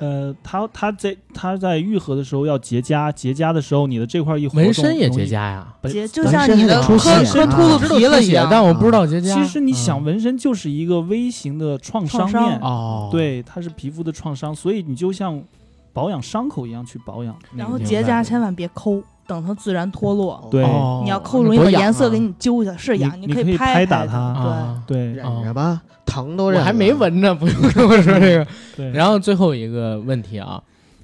D: 呃，它它在它在愈合的时候要结痂，结痂的时候你的这块一活动
B: 纹身也
D: 容
B: 结
D: 易
B: 痂。呀，
D: 本
E: 结就
C: 本
E: 像
B: 嗯
C: 身
E: 你
C: 还
E: 的
C: 得
E: 磕
C: 出血
E: 磕
C: 啊
E: 秃
B: 知
E: 子
B: 道
E: 皮了一
B: 血，
E: 样，
B: 但我不知道结痂。
D: 其实你想，
B: 嗯
D: 纹身就是一个微型的创
E: 创伤
D: 面，
B: 哦，，
D: 对，它是皮肤的创伤，所以你就像保养伤口一样去保养那个地方。
E: 然后
B: 明
E: 结
B: 白
E: 痂千万别抠，等它自然脱落。
D: 对
B: 哦
E: 你要抠容易把颜色给你揪下，是痒，
D: 你
E: 可
D: 你可以
E: 拍
D: 拍打
E: 打
D: 它
E: 对，
B: 啊。
D: 对
C: 忍着吧，疼都
B: 我
C: 忍了。
B: 还没纹呢，不用跟我说这个。
E: 嗯
D: 对，
B: 然后最后一个问题啊，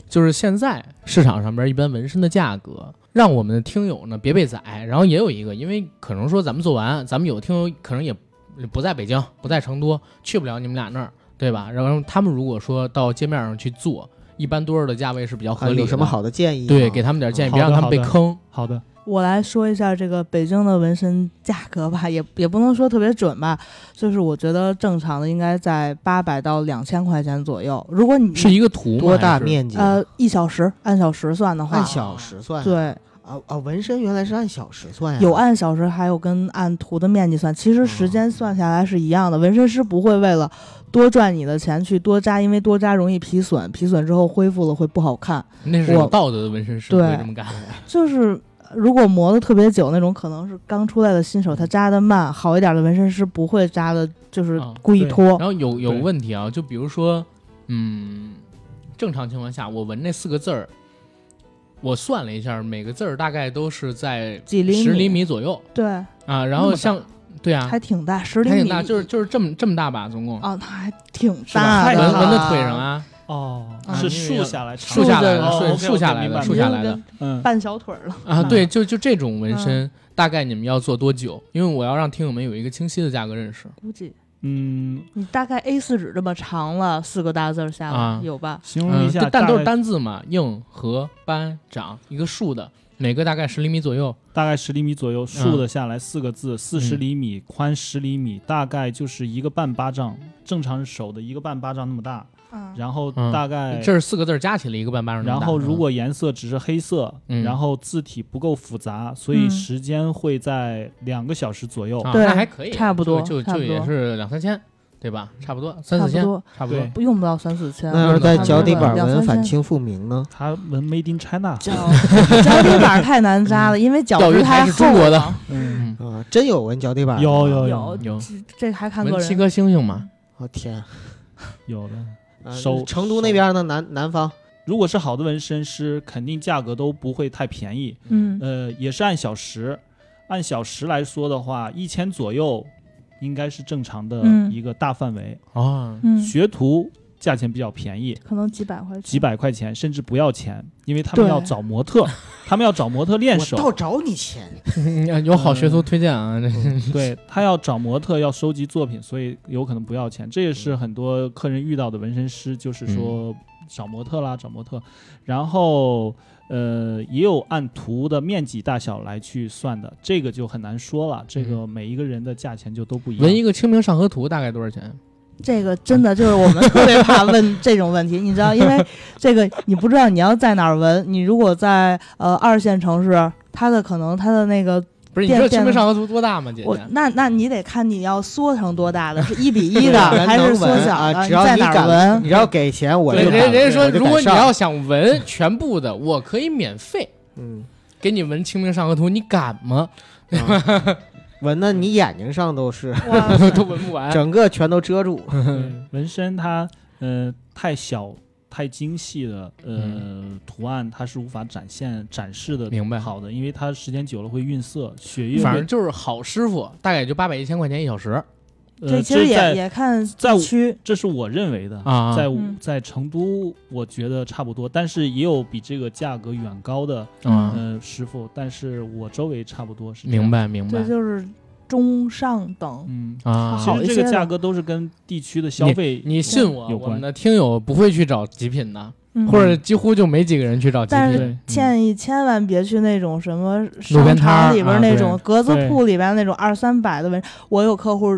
B: 就是现在市场上边一般纹身的价格，让我们的听友呢别被宰。然后也有一个，因为可能说咱们做完，咱们有的听友可能也不在北京，不在成都，去不了你们俩那儿，对吧？然后他们如果说到街面上去做，一般多少的价位是比较合
C: 啊
B: 理的？
C: 有什么好的建议吗？
B: 对，给他们点建议，
D: 嗯好
B: 别让
D: 的
B: 他们被
D: 好的
B: 坑。
D: 好的，
E: 我来说一下这个北京的纹身价格吧， <laughs> 也也不能说特别准吧，就是我觉得正常的应该在八百到两千块钱左右。如果你
B: 是一个图吗
C: 多大
B: 还是
C: 面积？
E: 呃一小时按小时算的话
C: 按，小时算。嗯
E: 对，
C: 啊啊，纹身原来是按小时算呀。
E: 有按小时，还有跟按图的面积算，其实时间算下来是一样的。
C: 嗯
E: 纹身师不会为了多赚你的钱去多扎，因为多扎容易皮损，皮损之后恢复了会不好看。
B: 那是有
E: 我
B: 道德的纹身师
E: 对
B: 会这么干。
E: 就是呃如果磨的特别久那种，可能是刚出来的新手，他扎的慢。好一点的纹身师不会扎的，就是
B: 啊
E: 故意
D: 对
E: 拖。
B: 然后有有
D: 对
B: 问题啊，就比如说，嗯，正常情况下，我纹那四个字儿，我算了一下，每个字儿大概都是在
E: 几厘米
B: 十厘米左右
E: 对，
B: 啊。然
D: 那
B: 后
D: 么
B: 像对啊，
E: 还挺大，十厘
B: 还
E: 米，
B: 挺大，就是就是这么这么大吧，总共
E: 啊，那还挺
D: 是吧
E: 大
D: 太
E: 的
B: 纹
E: 了，
B: 纹到腿上啊，
D: 哦
E: 啊
D: 是
B: 因为
D: 竖下来，
B: 竖
E: 下来
D: 哦
E: 竖
D: ，OK，OK，
B: 竖下来
D: 明
B: 的
D: 白
B: 竖
E: 你
B: 下
E: 就
B: 来的
E: 跟
D: 嗯，
E: 半小腿了。
B: 啊，
D: 嗯
B: 对，就就这种纹
E: 嗯
B: 身，大概你们要做多久？因为我要让听友们有一个清晰的价格认识。
E: 估计
D: 嗯，
E: 你大概 A 四纸这么长了，四个大字儿下来、
B: 啊
E: 有吧？
D: 形容
B: 嗯
D: 一下，，
B: 但都是
D: 大概
B: 单字嘛，硬、和、班、长，一个竖的，每个大概十厘米左右。
D: 大概十厘米
B: 嗯
D: 左右，竖的下来四个字，四十厘米，宽十厘米，大概就是一个半巴掌，正常手的一个半巴掌那么大，
E: 嗯，
D: 然后
B: 嗯
D: 大概
B: 这是四个字儿加起来一个半巴掌那么
D: 哎然
B: 大。
D: 后如
B: 嗯
D: 果颜色只是黑色，
B: 嗯
D: 然后字体不够复杂，所以
E: 嗯
D: 时间会在两个小时左右。
B: 啊，
E: 对
B: 那还可以，
E: 差不多
B: 就
E: 差
B: 就
E: 不
B: 就
E: 多
B: 也是两三千，对吧？差不多三
E: 差
B: 四
E: 不
B: 千，
E: 多，
B: 差不多
D: 对。
E: 不用不到三四千。
C: 那要是在
E: 差不
C: 脚
E: 多
C: 底板
E: 两
C: 纹
E: 三
C: 反
E: 千
C: 清复明呢？
D: 它纹 Made in China，
E: 脚脚底板太难
B: 嗯
E: 扎了，因为脚
B: 钓鱼
E: 趾
B: 台
E: 太
B: 是
E: 厚
B: 中国的
E: 了。
D: 嗯，
B: 嗯，
C: 啊，真有纹脚底板的吗？
D: 有有
E: 有
B: 有
E: 这还看个
B: 纹
E: 人
B: 七。颗星星嘛？
C: 我天，
D: 有的。
C: 呃
D: 手
C: 成都那边呢？南南方
D: 如果是好的纹身师，肯定价格都不会太便宜，
E: 嗯，
D: 呃，也是按小时，按小时来说的话，一千左右应该是正常的
E: 嗯
D: 一个大范围。
B: 哦，
E: 嗯，
D: 学徒价钱比较便宜，
E: 可能几百块钱，
D: 几百块钱甚至不要钱，因为他们
E: 对
D: 要找模特，他们要找模特练
C: 我
D: 手。
C: 倒找你钱。
B: 有好
D: 嗯
B: 学徒推荐啊，这 <laughs>
D: 对他要找模特，要收集作品，所以有可能不要钱。这也
B: 嗯
D: 是很多客人遇到的纹身师，就是说找模特啦，找模特，然后呃也有按图的面积大小来去算的，这个就很难说了。这个每一个人的价钱就都不一
B: 嗯
D: 样。
B: 纹一个《清明上河图》大概多少钱？
E: 这个真的就是我们特别怕问这种问题，你知道，因为这个你不知道你要在哪儿纹，你如果在呃二线城市，它的可能它的那个
B: 不是你
E: 变
B: 知道《清
E: 变
B: 明上河图》多大吗，姐
E: 我
B: 姐？
E: 那那你得看你要缩成多大的，是一比一的
C: 人
E: 还是
C: 能
E: 缩
C: 纹
E: 小的？
C: 啊？
E: 你
C: 只要
E: 在
C: 你
E: 哪
C: 敢
E: 儿纹？
C: 你要给钱，我
B: 对
C: 就
B: 人
C: 敢
B: 人家说，
C: 我就
B: 如
C: 敢
B: 果你
C: 上
B: 要想纹全部的，我可以免费。
C: 嗯，
B: 给你纹《清明上河图》，你敢吗？
C: 纹的你眼睛上都
E: <laughs>
C: 是，
E: 哇塞
B: 都纹不
E: 哎
B: 完。
C: 整个全都遮住。
E: 嗯
D: 对纹身它呃太小太精细的呃、图案，它是无法展现展示
B: <laughs>
D: 的
B: 嗯明白
D: 好的，因为它时间久了会晕色，血液
B: 反
D: 会
B: 正就是好师傅，大概也就八百一千块钱一小时
D: 呃
E: 其
D: 这
E: 实也
D: 在嗯
E: 也看
D: 在
E: 地区，
D: 这是我认为的。
B: 啊。
D: 在
E: 嗯
D: 在成都，我觉得差不多，但是也有比这个价格远高的
B: 嗯，
D: 呃师傅，但是我周围差不多是这样
B: 明，白明白
E: 这就是中上等。
D: 嗯，
B: 啊。
D: 其
E: 好一
D: 实这
E: 些
D: 个
E: 的
D: 价格都是跟地区的消费
B: 你信我，
D: 有
B: 我们
D: 关，
B: 的听友不会去找极品的，
E: 嗯
B: 或者几乎就没几个人去找极
E: 但是
B: 品。
D: 对，
C: 嗯
E: 建议千万别去那种什么
B: 路边
E: 商
B: 摊儿
E: 场里边
B: 啊
E: 儿那
B: 对
E: 种格子
D: 对
E: 铺里边那种二三百的纹。我有客户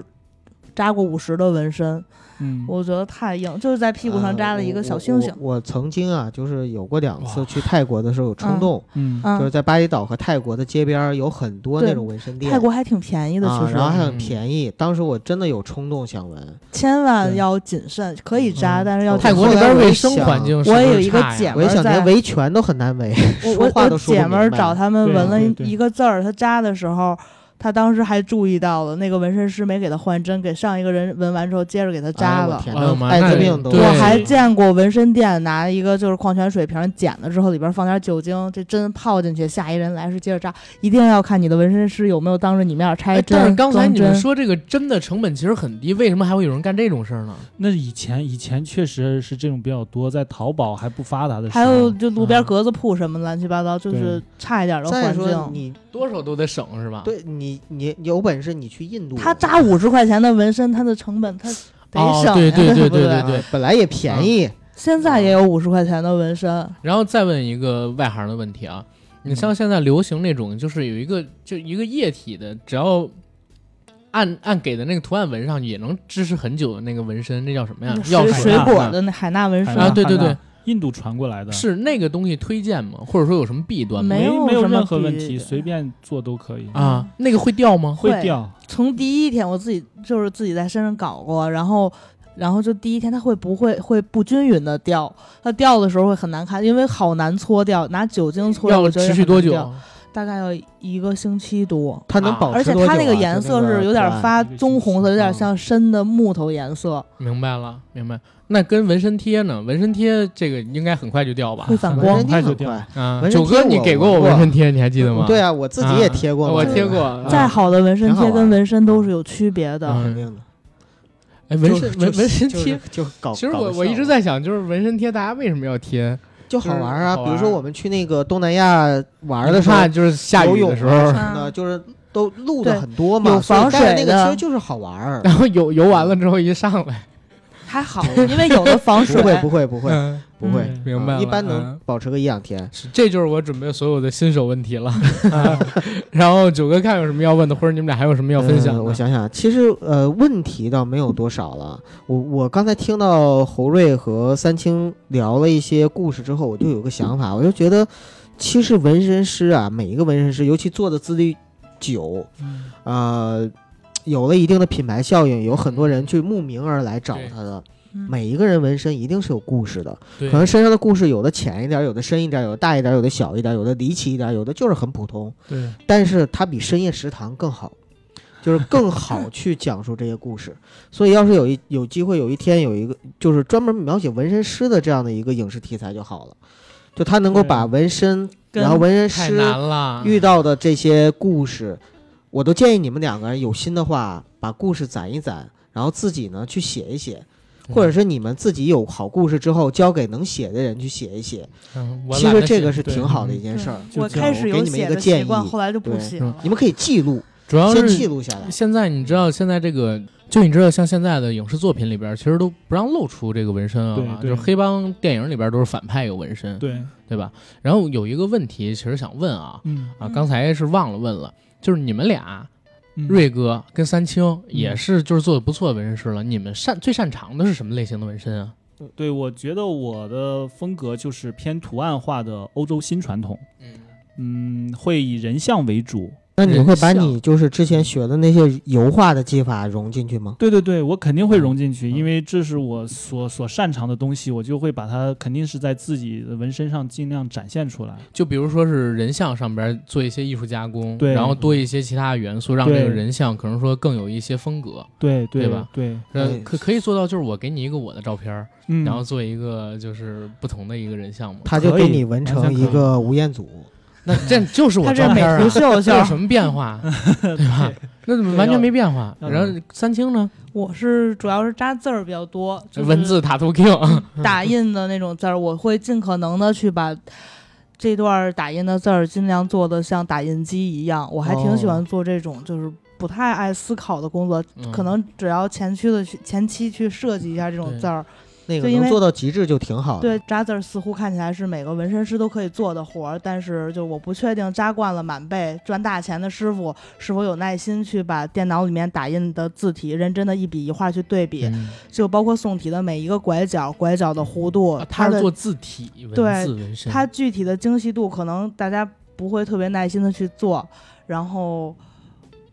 E: 扎过五十的纹身，
D: 嗯，
E: 我觉得太硬，就是在屁股上扎了一个小星星
C: 呃。我我我曾经啊，就是有过两次
B: 哇
C: 去泰国的时候有冲动，
D: 嗯
C: 就是
E: 嗯，
C: 在巴厘岛和泰国的街边儿有很多
E: 对
C: 那种纹身店。
E: 泰国还挺便宜的，
C: 啊，
E: 其实
C: 然后还很
B: 嗯
C: 便宜。当时我真的有冲动想纹，
E: 千万
D: 对
E: 要谨慎，可以扎，
D: 嗯
E: 但是要
C: 我
B: 泰
E: 谨
B: 国
E: 慎
B: 那
C: 后来
B: 边
C: 我一
B: 卫生
C: 想
B: 环境是
E: 我
B: 不
E: 也
B: 是
E: 有一个
B: 差呀
E: 姐
C: 我
E: 们
C: 一
E: 儿
C: 想
E: 在
C: 连维权都很难维。
E: 我
C: 说
E: 我
C: 话
E: 我
C: 都说不
E: 姐们儿
C: 明白
E: 找他们
D: 对
E: 纹了
D: 对对
E: 一个字儿，她扎的时候，她当时还注意到了那个纹身师没给她换针，给上一个人纹完之后，接着给她扎
C: 哎我
E: 了。
C: 天
B: 哎呦
C: 呐，
B: 妈
C: 艾
B: 那
C: 滋
B: 也
C: 病都
B: 对
E: 我还见过纹身店拿一个就是矿泉水瓶剪了之后，里边放点酒精，这针泡进去，下一人来时接着扎。一定要看你的纹身师有没有当着你面儿拆
B: 哎，
E: 针。
B: 但是刚才
E: 装
B: 你们
E: 针
B: 说这个针的成本其实很低，为什么还会有人干这种事儿呢？
D: 那以前以前确实是这种比较多，在淘宝还不发达的时
E: 还
D: 候，
E: 有就路边
B: 嗯
E: 格子铺什么乱七八糟，就是差一点的
C: 再
E: 环
C: 说
E: 境。啊
C: 你
B: 多少都得省是吧？
C: 对你你你有本事你去印度，
E: 他扎五十块钱的纹身，他的成本他得
B: 哦
E: 省呀、
B: 对对
C: <laughs>
B: 对对
E: 不
B: 对
E: 对
B: 对啊
C: 啊本来也便宜，
E: 现在也有五十块钱的纹身，
B: 然后再问一个外行的问题啊，
C: 嗯
B: 你像现在流行那种，就是有一个就一个液体的，只要按按给的那个图案纹上去，也能支持很久的那个纹身，那叫什么呀
E: 那？
B: 药
E: 水
D: 水
E: 水
D: 啊
E: 果的嗯那海纳嗯纹
D: 海
E: 身
D: 纳
B: 啊，对对
D: 海纳
B: 对，
D: 印度传过来的，
B: 是那个东西推荐吗？或者说有什么弊端吗？
E: 没有
D: 没有
E: 什么
D: 任何问
E: 比
D: 题，随便做都可以，
C: 嗯
B: 啊，那个会掉吗？
D: 会
E: 会
D: 掉，
E: 从第一天我自己就是自己在身上搞过，然后。然后就第一天它会不会会不均匀的掉，它掉的时候会很难看，因为好难搓掉，拿酒精搓
B: 要
E: 我觉得也
B: 持
E: 很
B: 续多
E: 难
B: 久？
E: 掉？大概要一个星期多。
C: 它能保
E: 而
C: 持
E: 且
C: 多久啊、
E: 它那
C: 就
E: 颜色
C: 那
E: 是有
C: 图
E: 点
C: 案，
E: 发
D: 那个
E: 棕红色，有点
C: 嗯
E: 像深的木头颜色，
B: 明白了，明白。那跟纹身贴呢？纹身贴这个应该很快就掉吧
E: 会？反
D: 纹
C: 纹
E: 光
D: 身。
C: 身贴
D: 快就
C: 很
D: 掉
C: 快。
B: 啊，
C: 纹身
B: 九哥，
C: 贴
B: 你
C: 我
B: 给过我
C: 纹过
B: 纹身贴，你还记得吗？
C: 对啊，我自己也贴过嘛，
B: 啊我
E: 对
B: 贴过。
E: 再
B: 啊
E: 好的纹身
C: 挺好
E: 贴跟
C: 玩
E: 纹身都是有区别的。
B: 嗯
C: 肯定的。
B: 哎，纹
C: 就是
B: 身纹纹身
C: 就是
B: 贴，
C: 就是搞。
B: 其实
C: 搞
B: 我
C: 个
B: 我一
C: 笑
B: 直
C: 话
B: 在想，就是纹身贴大家为什么要贴？
C: 就好玩啊，
B: 就是
C: 比如说
B: 好玩
C: 我们去那个东南亚玩
B: 你
C: 的时候
B: 怕，就是下
C: 游
B: 雨
C: 泳
B: 的时
C: 啊
B: 候，
C: 什么的，
E: 嗯
C: 就是都路
E: 对
C: 的很多嘛，
E: 有
C: 所以
E: 防
C: 带着
E: 水
C: 那个其
E: 的
C: 实就是好玩
B: <laughs>
C: 儿。
B: <laughs> 然后游游完了之后一上来，
E: 还好，因为有的防水
C: <laughs> 不会不会不会
B: 嗯，
C: 不会，
D: 嗯
B: 明白
C: 啊
B: 了，
C: 一般能
B: 嗯。
C: 保持个一两天。
B: 是这就是我准备所有的新手问题了， <laughs> 啊然后九哥看有什么要问的，或者你们俩还有什么要分享的？
C: 呃我想想，其实呃，问题倒没有多少了。我我刚才听到侯瑞和三清聊了一些故事之后，我就有个想法，我就觉得，其实纹身师啊，每一个纹身师，尤其做的资历久，
D: 嗯
C: 呃，有了一定的品牌效应，有很多人去慕名而来找
B: 对
C: 他的。
E: 嗯
C: 每一个人纹身一定是有故事的，
B: 对
C: 可能身上的故事有的浅一点，有的深一点，有的大一点，有的小一点，有的离奇一点，有的就是很普通。
D: 对，
C: 但是它比深夜食堂更好，就是更好去讲述这些故事。 <laughs> 所以要是有一有机会，有一天有一个就是专门描写纹身师的这样的一个影视题材就好了，就他能够
D: 对
C: 把纹身，
E: 跟
C: 然后纹身
B: 太
C: 师
B: 难了，
C: 遇到的这些故事，我都建议你们两个人有心的话，把故事攒一攒，然后自己呢去写一写，
B: 嗯
C: 或者是你们自己有好故事之后，交给能写的人去写一写。
B: 嗯，我
C: 其
B: 懒得
C: 实这
B: 写
C: 个是
D: 对
C: 挺好的一件事儿。
D: 就
E: 我
D: 这
E: 开
D: 样
E: 始
C: 我给
E: 有
C: 你们一
E: 写
C: 个
E: 的
C: 建
E: 嗯习惯，
C: 议
E: 后来就不
C: 对
E: 行
B: 嗯
E: 了。
C: 你们可以记录，
B: 主要
C: 先记
B: 是
C: 录下来。
B: 现在你知道现在这个，就你知道像现在的影视作品里边，其实都不让露出这个纹身啊，
D: 对对
B: 就是黑帮电影里边都是反派有纹身，
D: 对，
B: 对吧？然后有一个问题，其实想问啊
D: 嗯，
B: 啊，
E: 嗯
B: 刚才是忘了问了，就是你们俩
D: 嗯
B: 瑞哥跟三清也是就是做的不错的纹身师了，你们擅最擅长的是什么类型的纹身啊？
D: 嗯对，我觉得我的风格就是偏图案化的欧洲新传统，
B: 嗯，
D: 嗯，会以人像为主，
C: 那你会把
B: 人像
C: 你就是之前学的那些油画的技法融进去吗？
D: 对对对，我肯定会融进去，
C: 嗯
D: 因为这是我所所擅长的东西，我就会把它肯定是在自己的纹身上尽量展现出来。
B: 就比如说是人像上边做一些艺术加工，
D: 对
B: 然后多一些其他的元素，让这
D: 对
B: 个人像可能说更有一些风格。
D: 对对
B: 对吧？
D: 对，
B: 呃，
C: 对
B: 可可以做到就是我给你一个我的照片儿，
D: 嗯，
B: 然后做一个就是不同的一个人像嘛。
C: 他就
D: 可
C: 给
D: 以
C: 你纹
D: 完
C: 成
D: 全
C: 一
D: 可以
C: 个吴彦祖，
B: 那这就是我
E: 他
B: 照
E: 这美
B: 片儿
E: 图
B: 啊，
E: 秀
B: 这 <laughs>
E: 秀
B: 有，什么变化，对吧？那怎么
D: 对
B: 完全
D: 要
B: 没变化？
D: 要
B: 然后三清呢，
E: 我是主要是扎字儿比较多，就是
B: 文字嗯塔图 king，
E: 打印的那种字儿，我会尽可能的去把这段打印的字儿尽量做的像打印机一样。我还挺喜欢做这种，就是不太爱思考的工作，
B: 嗯
E: 可能只要前期的去前期去设计一下这种字儿，
C: 那
E: 就
C: 个
E: 因
C: 能
E: 为
C: 做到极致就挺好的。
E: 对扎字儿似乎看起来是每个纹身师都可以做的活儿，但是就我不确定扎惯了满背赚大钱的师傅是否有耐心去把电脑里面打印的字体认真的一笔一画去对比，
B: 嗯
E: 就包括宋体的每一个拐角、拐角的弧度，
B: 啊
E: 它
B: 他是
E: 的
B: 做字体文
E: 对
B: 字纹身，
E: 它具体的精细度可能大家不会特别耐心的去做，然后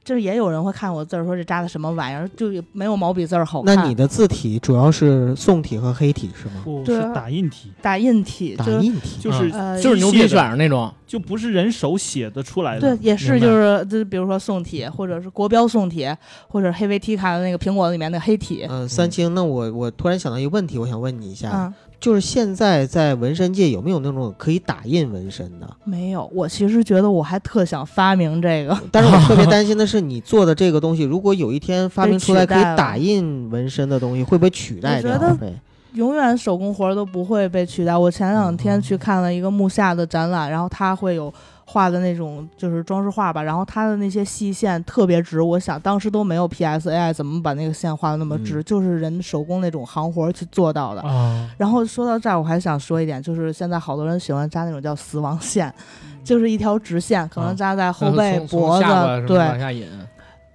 E: 就是也有人会看我字儿说这扎的什么玩意儿，就也没有毛笔字儿好看。
C: 那你的字体主要是宋体和黑体是吗？
D: 不
E: 对
D: 是
E: 啊
D: 打印体，
E: 打印体
C: 打
E: 就是
C: 印体，
D: 就是
E: 呃
B: 就是牛皮
D: 机械嗯的，
B: 卷那种，
D: 就不是人手写的出来
E: 对
D: 的。，
E: 也是
B: 明白
E: 就是就是比如说宋体，或者是国标宋体，或者黑维 T 卡的那个苹果里面的黑体，
C: 嗯，三清，那我我突然想到一个问题，我想问你一下，
E: 嗯，
C: 就是现在在纹身界有没有那种可以打印纹身的？
E: 没有。我其实觉得我还特想发明这个，
C: 但是我特别担心的是，你做的这个东西，如果有一天发明出来
E: 被
C: 可
E: 取
C: 以
E: 代了
C: 打印纹身的东西，会不会取代掉
E: 我觉得
C: 呗？
E: 永远手工活儿都不会被取代。我前两天
B: 嗯
E: 去看了一个木下的展览，然后他会有画的那种就是装饰画吧，然后他的那些细线特别直，我想当时都没有 PS AI 怎么把那个线画的那么直，
C: 嗯
E: 就是人手工那种行活儿去做到的。
B: 啊，
E: 然后说到这儿，我还想说一点，就是现在好多人喜欢扎那种叫死亡线，
B: 嗯
E: 就是一条直线，可能扎在后背、
B: 啊从从
E: 脖子
B: 下巴什，么
E: 对
B: 往，下引，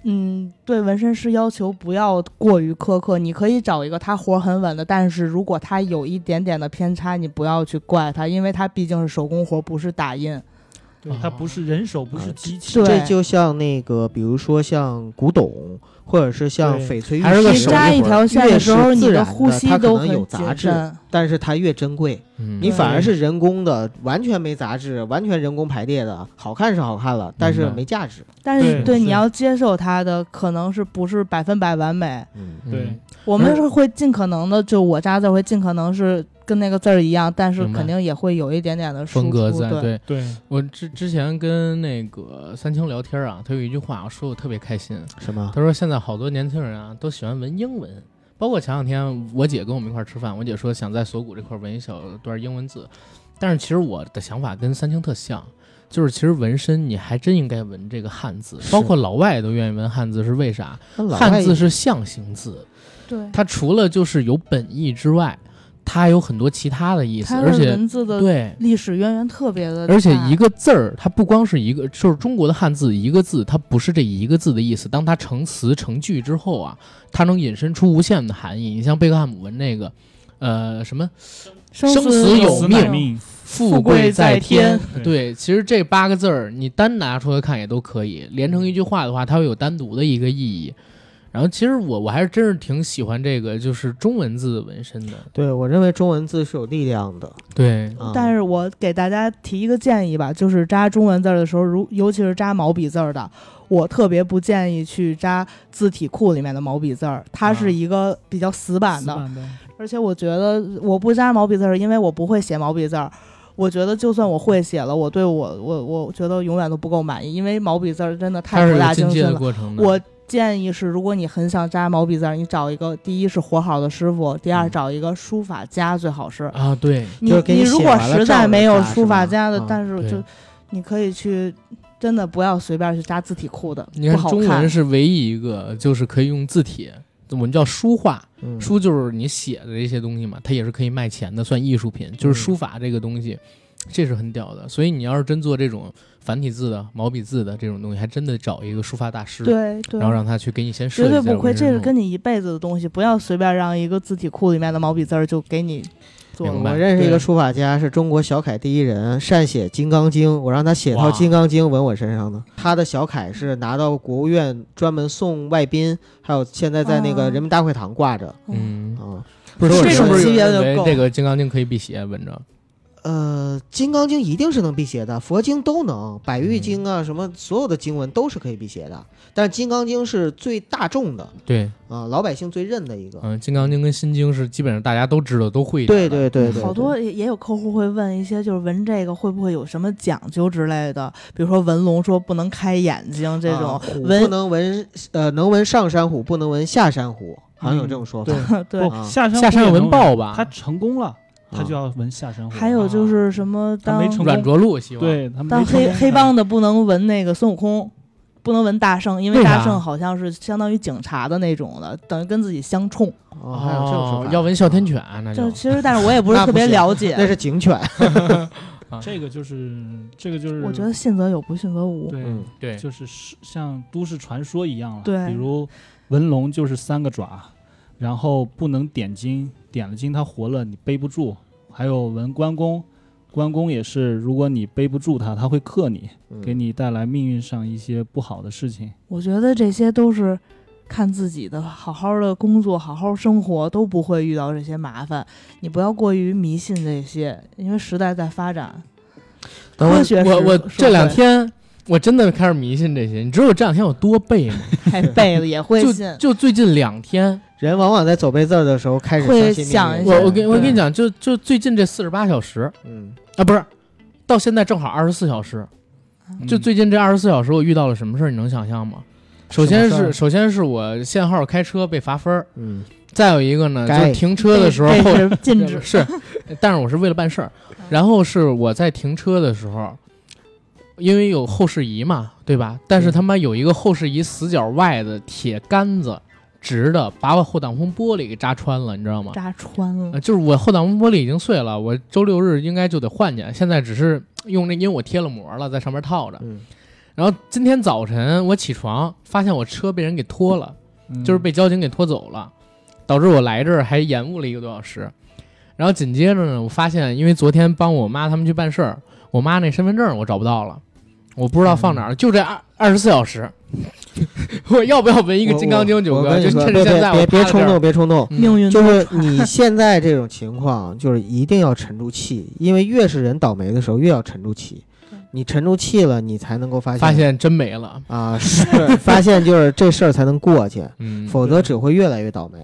E: 嗯，对纹身师要求不要过于苛刻，你可以找一个他活很稳的，但是如果他有一点点的偏差，你不要去怪他，因为他毕竟是手工活，不是打印。
D: 对，它不是人手，不是
C: 啊
D: 机器。
E: 对，
C: 这就像那个，比如说像古董，或者是像
D: 对
C: 翡翠玉
B: 还是个
E: 你
B: 手
C: 石，
E: 扎
B: 艺
E: 一
B: 活
E: 条线
C: 越
E: 的时
C: 是
E: 候，你
C: 自然
E: 的
C: 的
E: 呼吸
C: 它可
E: 都
C: 能有
E: 很
C: 杂
E: 谨
C: 质
E: 慎。
C: 但是它越珍贵。你
B: 你
C: 反而是人工的，完全没杂质，完全人工排列的，好看是好看了，但是
B: 明白
C: 没价值。
E: 但是
D: 对
E: 对你
D: 是
E: 要接受它的，可能是不是百分百完美？
C: 嗯，
D: 对，
E: 我们是会尽可能的，就我扎字儿会尽可能是跟那个字儿一样，但是
B: 明白
E: 肯定也会有一点点的输
B: 风格
E: 出。
B: 在
E: 对，
B: 对。
D: 对，
B: 我之之前跟那个三清聊天啊，他有一句话说我特别开心，
C: 什么？
B: 他说现在好多年轻人啊都喜欢纹英文，包括前两天我姐跟我们一块儿吃饭，我姐说想在锁骨这块儿纹一小段英文字，但是其实我的想法跟三清特像。就是其实纹身，你还真应该纹这个汉字，
C: 是
B: 包括老外都愿意纹汉字，是为啥？
C: 那老外
B: 汉字是象形字，
E: 对，
B: 它除了就是有本意之外，它还有很多其他的意思，
E: 它
B: 而
E: 的
B: 且
E: 文字的
B: 对，
E: 历史渊源特别的大，
B: 而且一个字儿，它不光是一个，就是中国的汉字一个字，它不是这一个字的意思。当它成词成句之后啊，它能引申出无限的含义。你像贝克汉姆文那个，呃，什么
E: 生
B: 生死有
D: 死
B: 命
D: 乃命，
B: 富
E: 贵在
B: 天嗯
E: 天，
B: 对，其实这八个字儿你单拿出来看也都可以，连成一句话的话，它会有单独的一个意义。然后其实我我还是真是挺喜欢这个，就是中文字纹身的。
C: 对我认为中文字是有力量的，
B: 对，
C: 啊
E: 但是我给大家提一个建议吧，就是扎中文字儿的时候，如尤其是扎毛笔字儿的，我特别不建议去扎字体库里面的毛笔字儿，它
D: 啊
E: 是一个比较死板
D: 死
E: 的，
D: 板的，
E: 而且我觉得我不扎毛笔字儿，因为我不会写毛笔字儿。我觉得就算我会写了，我对我我我觉得永远都不够满意，因为毛笔字儿真的
B: 它
E: 太
B: 是
E: 博大
B: 有进
E: 精
B: 阶
E: 深
B: 的
E: 了。
B: 过程的。
E: 我建议是，如果你很想扎毛笔字儿，你找一个，第一是活好的师傅，第二
C: 嗯
E: 找一个书法家最好是。
B: 啊，对，
E: 你
C: 就是给你
E: 如
C: 写
E: 果
C: 完了
E: 实
C: 照
E: 在
C: 着
E: 没有
C: 扎是
E: 书
C: 吧
E: 法家的
C: 嗯，
E: 但是就
B: 对
E: 你可以去，真的不要随便去扎字体库的，
B: 你
E: 不
B: 看
E: 好
B: 中文
E: 看。
B: 是唯一一个就是可以用字体，我们叫书画，
C: 嗯
B: 书就是你写的这些东西嘛，它也是可以卖钱的，算艺术品。就是书法这个东西，这是很屌的。所以你要是真做这种繁体字的、毛笔字的这种东西，还真得找一个书法大师，
E: 对对
B: 然，后让他去给你先设
E: 绝
B: 计一
E: 对
B: 下
E: 不亏，
B: 纹身
E: 这是
B: 路
E: 跟你一辈子的东西，不要随便让一个字体库里面的毛笔字儿就给你做
B: 明白
E: 的。
C: 我认识一
B: 对
C: 个书法家，是中国小楷第一人，善写《金刚经》，我让他写套
B: 哇
C: 《金刚经》纹我身上的。他的小楷是拿到国务院专门送外宾，还有现在在那个
E: 啊
C: 人民大会堂挂着。
B: 嗯，
C: 嗯，
B: 不是，
C: 这
B: 是
C: 种
B: 不是
C: 级别
B: 有
C: 的
B: 人认为
C: 够
B: 这个《金刚经》可以辟邪？闻着，
C: 呃，《金刚经》一定是能辟邪的，佛经都能，百喻经
B: 嗯
C: 啊，什么所有的经文都是可以辟邪的。但是《金刚经》是最大众的
B: 对，
C: 啊、老百姓最认的一个。
B: 嗯，《金刚经》跟《心经》是基本上大家都知道，都会一点
C: 对
B: 的。
C: 对对对，
E: 好
C: 对
E: 多也也有客户会问一些，就是纹这个会不会有什么讲究之类的，比如说纹龙说不能开眼睛这
C: 啊
E: 种
C: 虎
E: 纹
C: 不能闻，呃，能闻上山虎，不能闻下山虎，好像有
D: 嗯
C: 这种说法
D: 对。
E: <laughs> 对
D: 不
C: 啊
D: 下山啊
B: 下山
D: 虎也
B: 纹
D: 能
B: 豹吧
D: 他成功了，他
C: 啊
D: 就要纹下山虎。
E: 还有就是什么
D: 他没
E: 当
D: 成
B: 软着陆，希望
D: 对他
E: 当
D: 们
E: 黑黑帮的不能纹那个孙悟空，不能纹大圣，因为
B: 为啥
E: 大圣好像是相当于警察的那种的，等于跟自己相冲。
C: 哦，还有这种说
B: 哦
C: 法。
B: 要闻哮天犬，那
E: 就
B: 就
E: 其实，但是我也不是
C: 那
E: 特
C: 不
E: 别
C: 行
E: 了解。
C: 那是警犬。
D: 这个就是这个就是
E: 我觉得信则有，不信则无。
D: 嗯对，
C: 嗯，
B: 对，
D: 就是是像都市传说一样了。
E: 对
D: 比如文龙就是三个爪，然后不能点睛，点了睛它活了你背不住。还有文关公，关公也是，如果你背不住他，他会克你，
C: 嗯
D: 给你带来命运上一些不好的事情。
E: 我觉得这些都是看自己的，好好的工作，好好生活，都不会遇到这些麻烦。你不要过于迷信这些，因为时代在发展。
C: 等会
E: 科
C: 儿
E: 学
B: 我
E: 是
B: 我
E: 社
B: 这两
E: 会
B: 天我真的开始迷信这些，你知道我这两天有多背吗？
E: 还背了也会信
B: 就，就最近两天，
C: 人往往在走背字儿的时候开始相
E: 会
C: 信命
E: 想
C: 运
E: 一
B: 我
E: 下
B: 我跟我跟
E: 对
B: 你讲，就就最近这四十八小时
C: 嗯，
B: 啊，不是，到现在正好二十四小时。嗯就最近这二十四小时，我遇到了什么事儿？你能想象吗？首先
D: 什么事
B: 是
D: 儿
B: 首先是我限号开车被罚分儿，
C: 嗯
B: 再有一个呢，就
C: 该
B: 是停车的时候
E: 这
B: 后。
E: 这是禁止
B: 是，但是我是为了办事儿。然后是我在停车的时候，因为有后视仪嘛，对吧？但是他妈有一个后视仪死角外的铁杆子，直的把我后挡风玻璃给扎穿了，你知道吗？
E: 扎穿了
B: 呃，就是我后挡风玻璃已经碎了，我周六日应该就得换去。现在只是用那，因为我贴了膜了，在上面套着。
C: 嗯，
B: 然后今天早晨我起床，发现我车被人给拖了。
D: 嗯
B: 就是被交警给拖走了，导致我来这儿还延误了一个多小时。然后紧接着呢，我发现因为昨天帮我妈他们去办事儿，我妈那身份证我找不到了，我不知道放哪儿
C: 嗯
B: 了，就这二二十四小时， <laughs> 我要不要纹一个
C: 我
B: 金刚经九
C: 我
B: 哥？
C: 跟你
B: 就
C: 说
B: 趁着现
C: 别别
B: 在我
C: 别别
B: 趴在
C: 冲
B: 这儿
C: 动，，别冲动。
B: 嗯
E: 命运
C: 就是你现在这种情况，就是一定要沉住气，因为越是人倒霉的时候，越要沉住气
E: 对。
C: 你沉住气了，你才能够发现
B: 发现真没了。
C: 啊，是发现就是这事儿才能过去，
B: 嗯，
C: 否则只会越来越倒霉。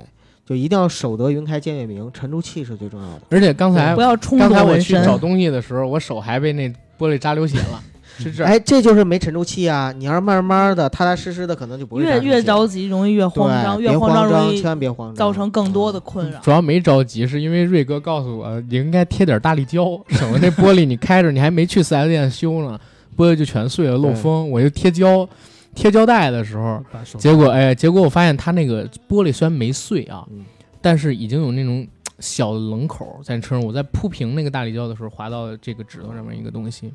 C: 就一定要守得云开见月明，沉住气是最重要的。
B: 而且刚才
E: 不要冲
B: 刚才
E: 动
B: 我
E: 纹
B: 去
E: 身。
B: 找东西的时候，我手还被那玻璃扎流血
C: <laughs>
B: 了，是这儿。
C: 哎，这就是没沉住气啊！你要是慢慢的、踏踏实实的，可能就不会
E: 越
C: 这样
E: 越
C: 出现
E: 着急容易越慌张，
C: 对
E: 越
C: 别
E: 慌
C: 慌
E: 张容易
C: 千万别慌张，嗯
E: 造成更多的困扰。
B: 主要没着急，是因为瑞哥告诉我你应该贴点大力胶，省得那玻璃你开着，你还没去四 S 店修呢，玻璃就全碎了漏风。我就贴胶，贴胶带的时候，
D: 嗯把手
B: 结果哎，结果我发现它那个玻璃虽然没碎啊，
C: 嗯
B: 但是已经有那种小的棱口在车上。我在铺平那个大力胶的时候，划到这个指头上面一个东西。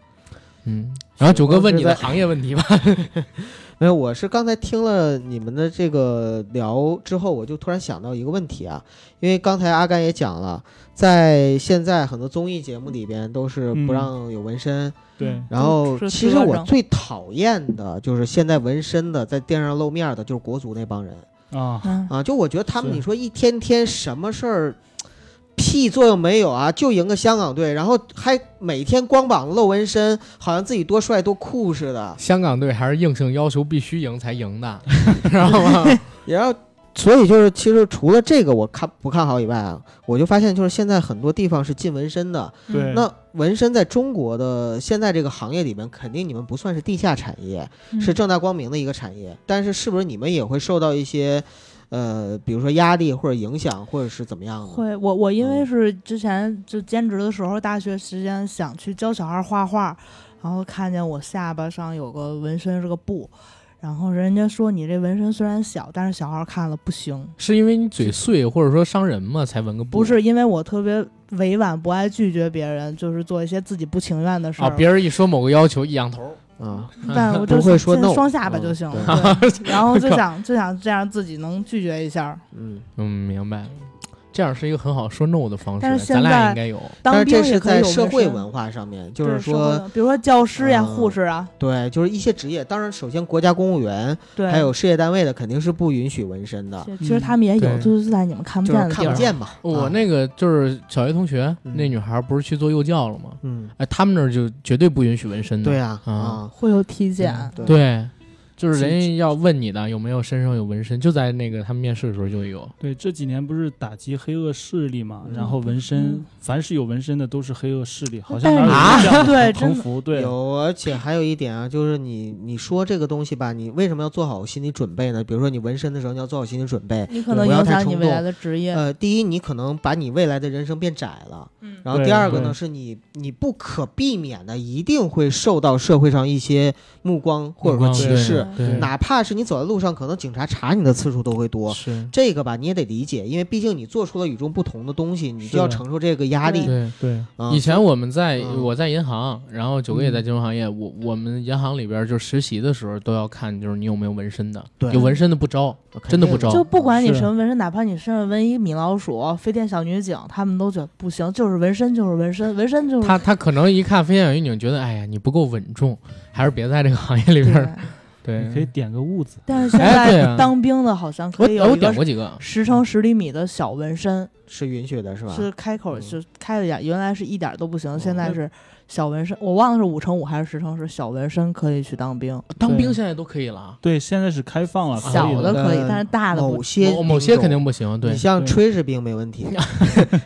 B: 嗯，然后九哥问你的
C: 是在
B: 行业问题吧， <laughs>
C: 没有，我是刚才听了你们的这个聊之后，我就突然想到一个问题啊，因为刚才阿甘也讲了，在现在很多综艺节目里边都是不
D: 嗯
C: 让有纹身，
D: 对
C: 然后
E: 嗯是
C: 其
E: 车
C: 实我
E: 上
C: 最讨厌的就是现在纹身的，在电视上露面儿的，就是国足那帮人
D: 啊，
E: 嗯，
C: 啊，就我觉得他们
D: 是
C: 你说一天天什么事儿。屁作用没有啊！就赢个香港队，然后还每天光膀子露纹身，好像自己多帅多酷似的。
B: 香港队还是硬性要求必须赢才赢的，知道吗？
C: 然后，所以就是其实除了这个我看不看好以外啊，我就发现就是现在很多地方是禁纹身的。
E: 嗯
D: 对，
C: 那纹身在中国的现在这个行业里面，肯定你们不算是地下产业，
E: 嗯
C: 是正大光明的一个产业。但是是不是你们也会受到一些，呃，比如说压力或者影响，或者是怎么样的？
E: 会，我我因为
C: 嗯
E: 是之前就兼职的时候，大学时间想去教小孩画画，然后看见我下巴上有个纹身是个布，然后人家说你这纹身虽然小，但是小孩看了不行。
B: 是因为你嘴碎或者说伤人嘛才纹个布
E: 不是因为我特别委婉，不爱拒绝别人，就是做一些自己不情愿的事
B: 啊，
E: 儿。
B: 别人一说某个要求一仰头，
C: 啊，
E: 但我就
C: 不会说
E: 现在
C: no，
E: 双下巴就
C: 嗯
E: 行
C: 对 <laughs>
E: 了。对然后就想就想这样自己能拒绝一下儿。
C: 嗯，
B: 嗯，明白了。这样是一个很好说 no 的方式，
E: 但是现
B: 咱俩
E: 在
B: 应该有。
E: 当
C: 但是
E: 兵
C: 这
E: 也
C: 是
E: 可以
C: 在
E: 有
C: 社
E: 纹
C: 会
E: 身
C: 文化上面，就
E: 对
C: 是
E: 社会
C: 说，
E: 的比如说教师呀、护
C: 嗯
E: 士啊，
C: 对，就是一些职业。当然，首先国家公务员
E: 对，
C: 还有事业单位的肯定是不允许纹身的，
E: 其实他们也有，
B: 对
E: 就是在你们看不
C: 就是
E: 见的地
C: 看不
E: 儿。
C: 见嘛。
B: 哦我
C: 啊
B: 那个就是小学同学，
C: 嗯
B: 那女孩不是去做幼教了吗？
C: 嗯，
B: 哎，他们那儿就绝对不允许纹身的。
C: 对啊
B: 啊
C: 啊，
E: 会有体检，
C: 对
B: 对，就是人家要问你的有没有身上有纹身，就在那个他们面试的时候就有。
D: 对，这几年不是打击黑恶势力嘛，
C: 嗯
D: 然后纹身，
E: 嗯
D: 凡是有纹身的都是黑恶势力，好像
E: 但
D: 哪
E: 是
D: 有这样
E: 啊 <laughs> 对
D: 的
E: 真
D: 横
E: 的
D: 幅？对，
C: 有，而且还有一点啊，就是你你说这个东西吧，你为什么要做好心理准备呢？比如说你纹身的时候，你要做好心理准备。
E: 你可能
C: 不要
E: 影
C: 太
E: 响你
C: 冲
E: 未来
C: 动
E: 的职业。
C: 呃，第一，你可能把你未来的人生变窄了，
E: 嗯
C: 然后
D: 对
C: 第二个呢，
D: 对
C: 是你你不可避免的一定会受到社会上一些目光或者
B: 目
C: 说
B: 光
C: 歧
B: 对
C: 视，
B: 对，
C: 哪怕是你走在路上，可能警察查你的次数都会多。
B: 是
C: 这个吧，你也得理解，因为毕竟你做出了与众不同的东西，你
D: 是
C: 就要
D: 的
C: 承受这个压力。
B: 对。
D: 对，
C: 啊
B: 以前我们在
C: 嗯
B: 我在银行，然后九哥也在金融行业，我我们银行里边就是实习的时候都要看，就是你有没有纹身的，
C: 对
B: 有纹身的不招，真的不招。
E: 就不管你
D: 是
E: 什么纹身，哪怕你身上纹一米老鼠、飞天小女警，他们都觉得不行，就是纹身就是纹身，纹身就是
B: 他他可能一看飞燕云你觉得哎呀你不够稳重，还是别在这个行业里
E: 对
B: 边儿。对，
D: 你可以点个痦子，
E: 但是现
B: 哎对
E: 在
B: 啊
E: 当兵的好像可
B: 我
E: 以
B: 哎我
E: 有一个
B: 点过几个，
E: 十乘十厘米的小纹身，
C: 是允许的，是吧？
E: 是开口
C: 嗯
E: 就开了点，原来是一点都不行，现在
C: 那
E: 是小纹身，我忘了是五乘五还是十乘十，小纹身可以去当兵，
B: 当
D: 对
B: 兵现在都可以了啊，
D: 对，现在是开放了，可以
E: 小的
D: 的，
E: 可以，
C: 但
E: 但是大的不
C: 某些
B: 某某些
C: 种
B: 肯定不行，对
C: 你，像
D: 对
C: 炊事兵没问
B: <laughs>
C: 题，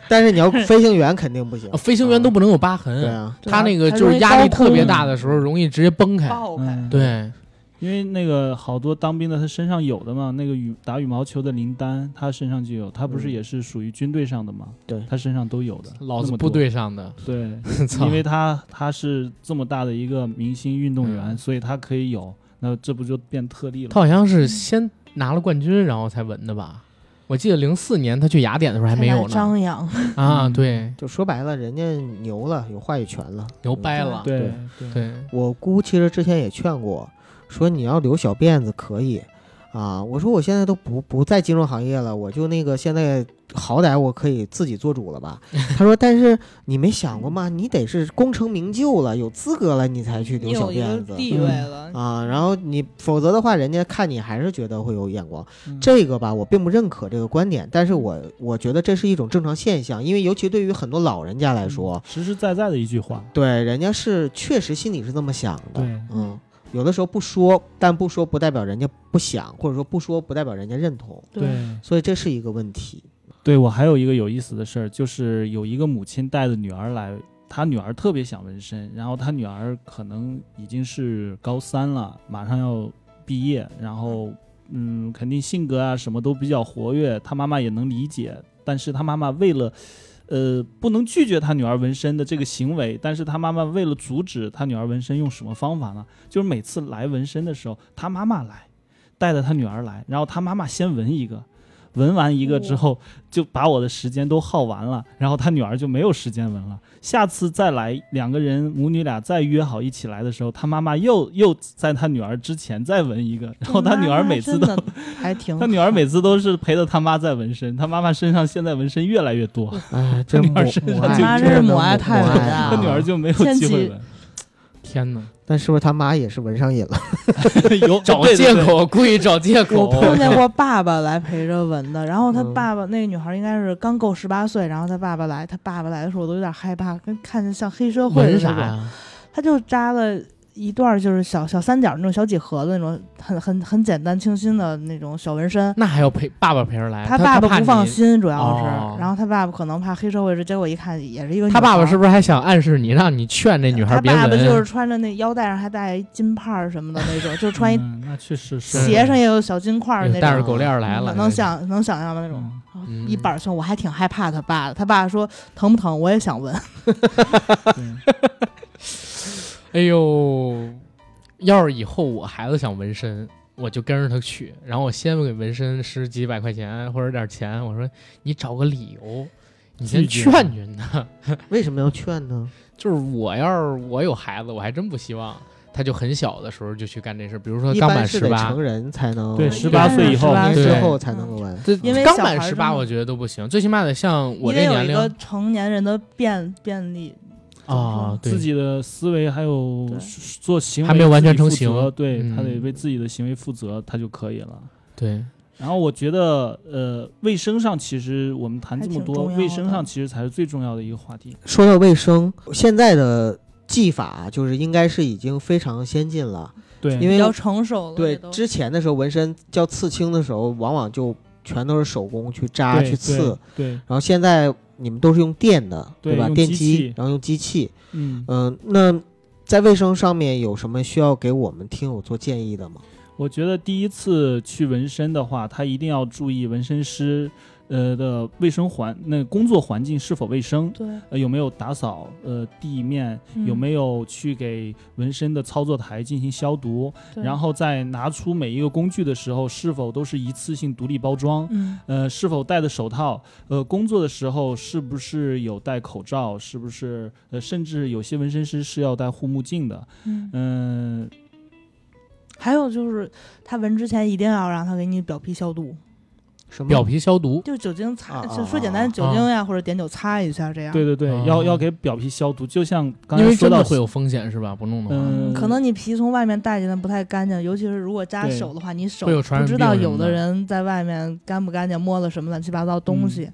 C: 但是你要飞行员肯定不行
B: 啊。飞行员都不能有疤痕，
C: 对啊，
E: 对
B: 他
E: 吧
B: 那个
E: 它
B: 就
E: 容
B: 是
E: 易
B: 压力
E: 高
B: 特别
D: 空
B: 大的时候，容易直接崩开。
E: 爆开。
D: 嗯，，
B: 对，
D: 因为那个好多当兵的他身上有的嘛，那个羽打羽毛球的林丹他身上就有，他不是
C: 嗯
D: 也是属于军队上的嘛，
C: 对
B: 嗯
D: 他身上都有的，
B: 老
D: 那
B: 子
D: 么
B: 部
D: 多
B: 队上的，
D: 对，
B: 操
D: 因为他他是这么大的一个明星运动员，
B: 嗯
D: 所以他可以有，那这不就变特例了
B: 他？好像是先拿了冠军，然后才纹的吧？我记得零四年他去雅典的时候还
E: 还
B: 没有呢
E: 张扬，
B: 啊，
D: 嗯
B: 对，
C: 就说白了，人家牛了，有话语权了，嗯
B: 牛掰了，
D: 对对
B: 对，
C: 我姑其实之前也劝过，说你要留小辫子可以啊。我说我现在都不不在金融行业了，我就那个现在好歹我可以自己做主了吧。她说，但是你没想过吗？你得是功成名就了，有资格了，你才去留小辫子。
D: 位
E: 了，
C: 啊，然后你否则的话，人家看你还是觉得会有眼光。
D: 嗯
C: 这个吧，我并不认可这个观点，但是我我觉得这是一种正常现象，因为尤其对于很多老人家来说，
D: 实实在在的一句话，
C: 对人家是确实心里是这么想的。
D: 对
C: 嗯，有的时候不说，但不说不代表人家不想，或者说不说不代表人家认同，
E: <laughs>
D: 哦
E: 对，
C: 所以这是一个问题。
D: 对我还有一个有意思的事儿，就是有一个母亲带着女儿来，她女儿特别想纹身，然后她女儿可能已经是高三了，马上要毕业，然后嗯，肯定性格啊什么都比较活跃，她妈妈也能理解，但是她妈妈为了。呃，不能拒绝她女儿纹身的这个行为，但是她妈妈为了阻止她女儿纹身，用什么方法呢？就是每次来纹身的时候，她妈妈来，带着她女儿来，然后她妈妈先纹一个，纹完一个之后，就把我的时间都耗完了，然后他女儿就没有时间纹了。下次再来两个人母女俩再约好一起来的时候，他妈妈又又在他女儿之前再纹一个，然后他女儿每次都 <laughs>
E: 真的还挺好，
D: 他女儿每次都是陪着他妈在纹身，他妈妈身上现在纹身越来越多，
C: 哎，真
D: 女
C: 母
D: 儿身
C: 母
D: 上
C: 爱，
D: 就妈真
E: 是
C: 真的
E: 母爱太伟
C: 爱
E: 大
C: 啊
E: 了
D: 他女儿就没有机会
E: 嗯
D: <laughs> 纹，
B: 天哪，
C: 但是不是他妈也是纹上瘾了？
D: 有
B: 找
D: 对对
B: 借
D: 对
B: 口，故意找借
E: 我
B: 口，
E: 碰见过爸爸来陪着纹的，然后他
C: 嗯
E: 爸爸那个女孩应该是刚够十八岁，然后他爸爸来，他爸爸来的时候我都有点害怕，跟看见像黑社会的
B: 纹
E: 那
B: 啥
E: 种
B: 呀？
E: 他就扎了一段儿就是小小三角那种小几何的那种很很很简单清新的那种小纹身。
B: <laughs> 那还要陪爸爸陪着来，哎他
E: 爸
B: 他
E: 爸
B: 怕
E: 不放
B: 你。
E: 心，主要是，
B: 哦
E: 然后他爸爸可能怕黑社会，这结果一看也是一个
B: 他爸爸是
E: 不
B: 不是还想暗示你，让你劝这女孩
E: 他
B: 别
E: 爸
B: 纹？
E: 爸就是穿着那腰带上还带一金帕儿什么的那种，就穿一
D: 嗯那确实是
E: 鞋上也有小金块儿
B: 哎
E: 那
B: 呦
E: 种，嗯
B: 带着狗链儿来了，
E: 能想能想象的那种。
D: 嗯
E: 然后
B: 嗯
E: 一板儿胸，我还挺害怕他爸的。他爸说疼不疼？我也想问。
D: 对
B: <laughs> 哎呦，要是以后我孩子想纹身，我就跟着他去，然后我先给纹身师几百块钱或者点钱，我说你找个理由，你先
D: 拒
B: 劝
D: 绝
E: 啊
B: 劝他。 <laughs>
C: 为什么要劝呢？
B: 就是我要是我有孩子，我还真不希望。他就很小的时候就去干这事儿，比如说
C: 一
B: 刚
C: 般
B: 满
C: 是
B: 十
C: 得
B: 八
C: 成，人才能
D: 对
E: 一
D: 18
E: 般
D: 岁以
E: 是
D: 后
E: 18
B: 对
E: 岁
C: 之后才能够玩。
B: 这
E: 因为
B: 刚
E: 小
B: 满
E: 孩儿
B: 十
E: 这
B: 八
E: 么
B: 我觉得都不行，最起码得像我
E: 你
B: 这
E: 得有
B: 年
E: 一
B: 龄
E: 个成年人的辨辨力，
B: 啊，对
D: 哦自，己的思维还有
E: 对
D: 做行为
B: 还没有完全成
D: 自己负责
B: 型
D: 对、
B: 嗯
D: 他得为自己的行为负责，他就可以了。
B: 对，
D: 然后我觉得，呃，卫生上其实我们谈这么
E: 还挺
D: 多，
E: 重要的
D: 卫生上其实才是最重要的一个话题。
C: 说到卫生，现在的技法啊就是应该是已经非常先进了，
D: 对，
C: 因
E: 比
C: 为
E: 较成熟了。
C: 对
E: 这都
C: 之前的时候纹身叫刺青的时候，往往就全都是手工去扎
D: 对
C: 去刺，，
D: 对，对
C: 然后现在你们都是用电的，
D: 对
C: 吧？
D: 用
C: 电
D: 机
C: 机
D: 器，
C: 然后用机器，
D: 嗯，
C: 嗯、那在卫生上面有什么需要给我们听友做建议的吗？
D: 我觉得第一次去纹身的话，他一定要注意纹身师呃的卫生环，那工作环境是否卫生，
E: 对
D: 呃有没有打扫呃地面，
E: 嗯
D: 有没有去给纹身的操作台进行消毒，
E: 对
D: 然后在拿出每一个工具的时候，是否都是一次性独立包装。
E: 嗯，
D: 呃，是否戴的手套？呃，工作的时候是不是有戴口罩？是不是呃，甚至有些纹身师是要戴护目镜的。
E: 嗯
D: 嗯、
E: 还有就是他纹之前一定要让他给你表皮消毒，
C: 什么
B: 表皮消毒，
E: 就酒精擦，
C: 啊啊
E: 就说简
C: 啊
E: 单，
C: 啊
E: 酒精呀、或者碘酒擦一下这样。
D: 对对对，
B: 哦
D: 要要给表皮消毒，就像刚
B: 因
D: 才
B: 为
D: 说
B: 真
D: 到
B: 的会有风险是吧？不弄的话，
D: 嗯，
E: 可能你皮从外面带进来不太干净，尤其是如果扎
D: 对
E: 手的话，你手
B: 会有传染
E: 不知道
B: 病什
E: 有
B: 么
E: 的
B: 的
E: 人在外面干不干净，摸了什么乱七八糟东 <laughs> 西，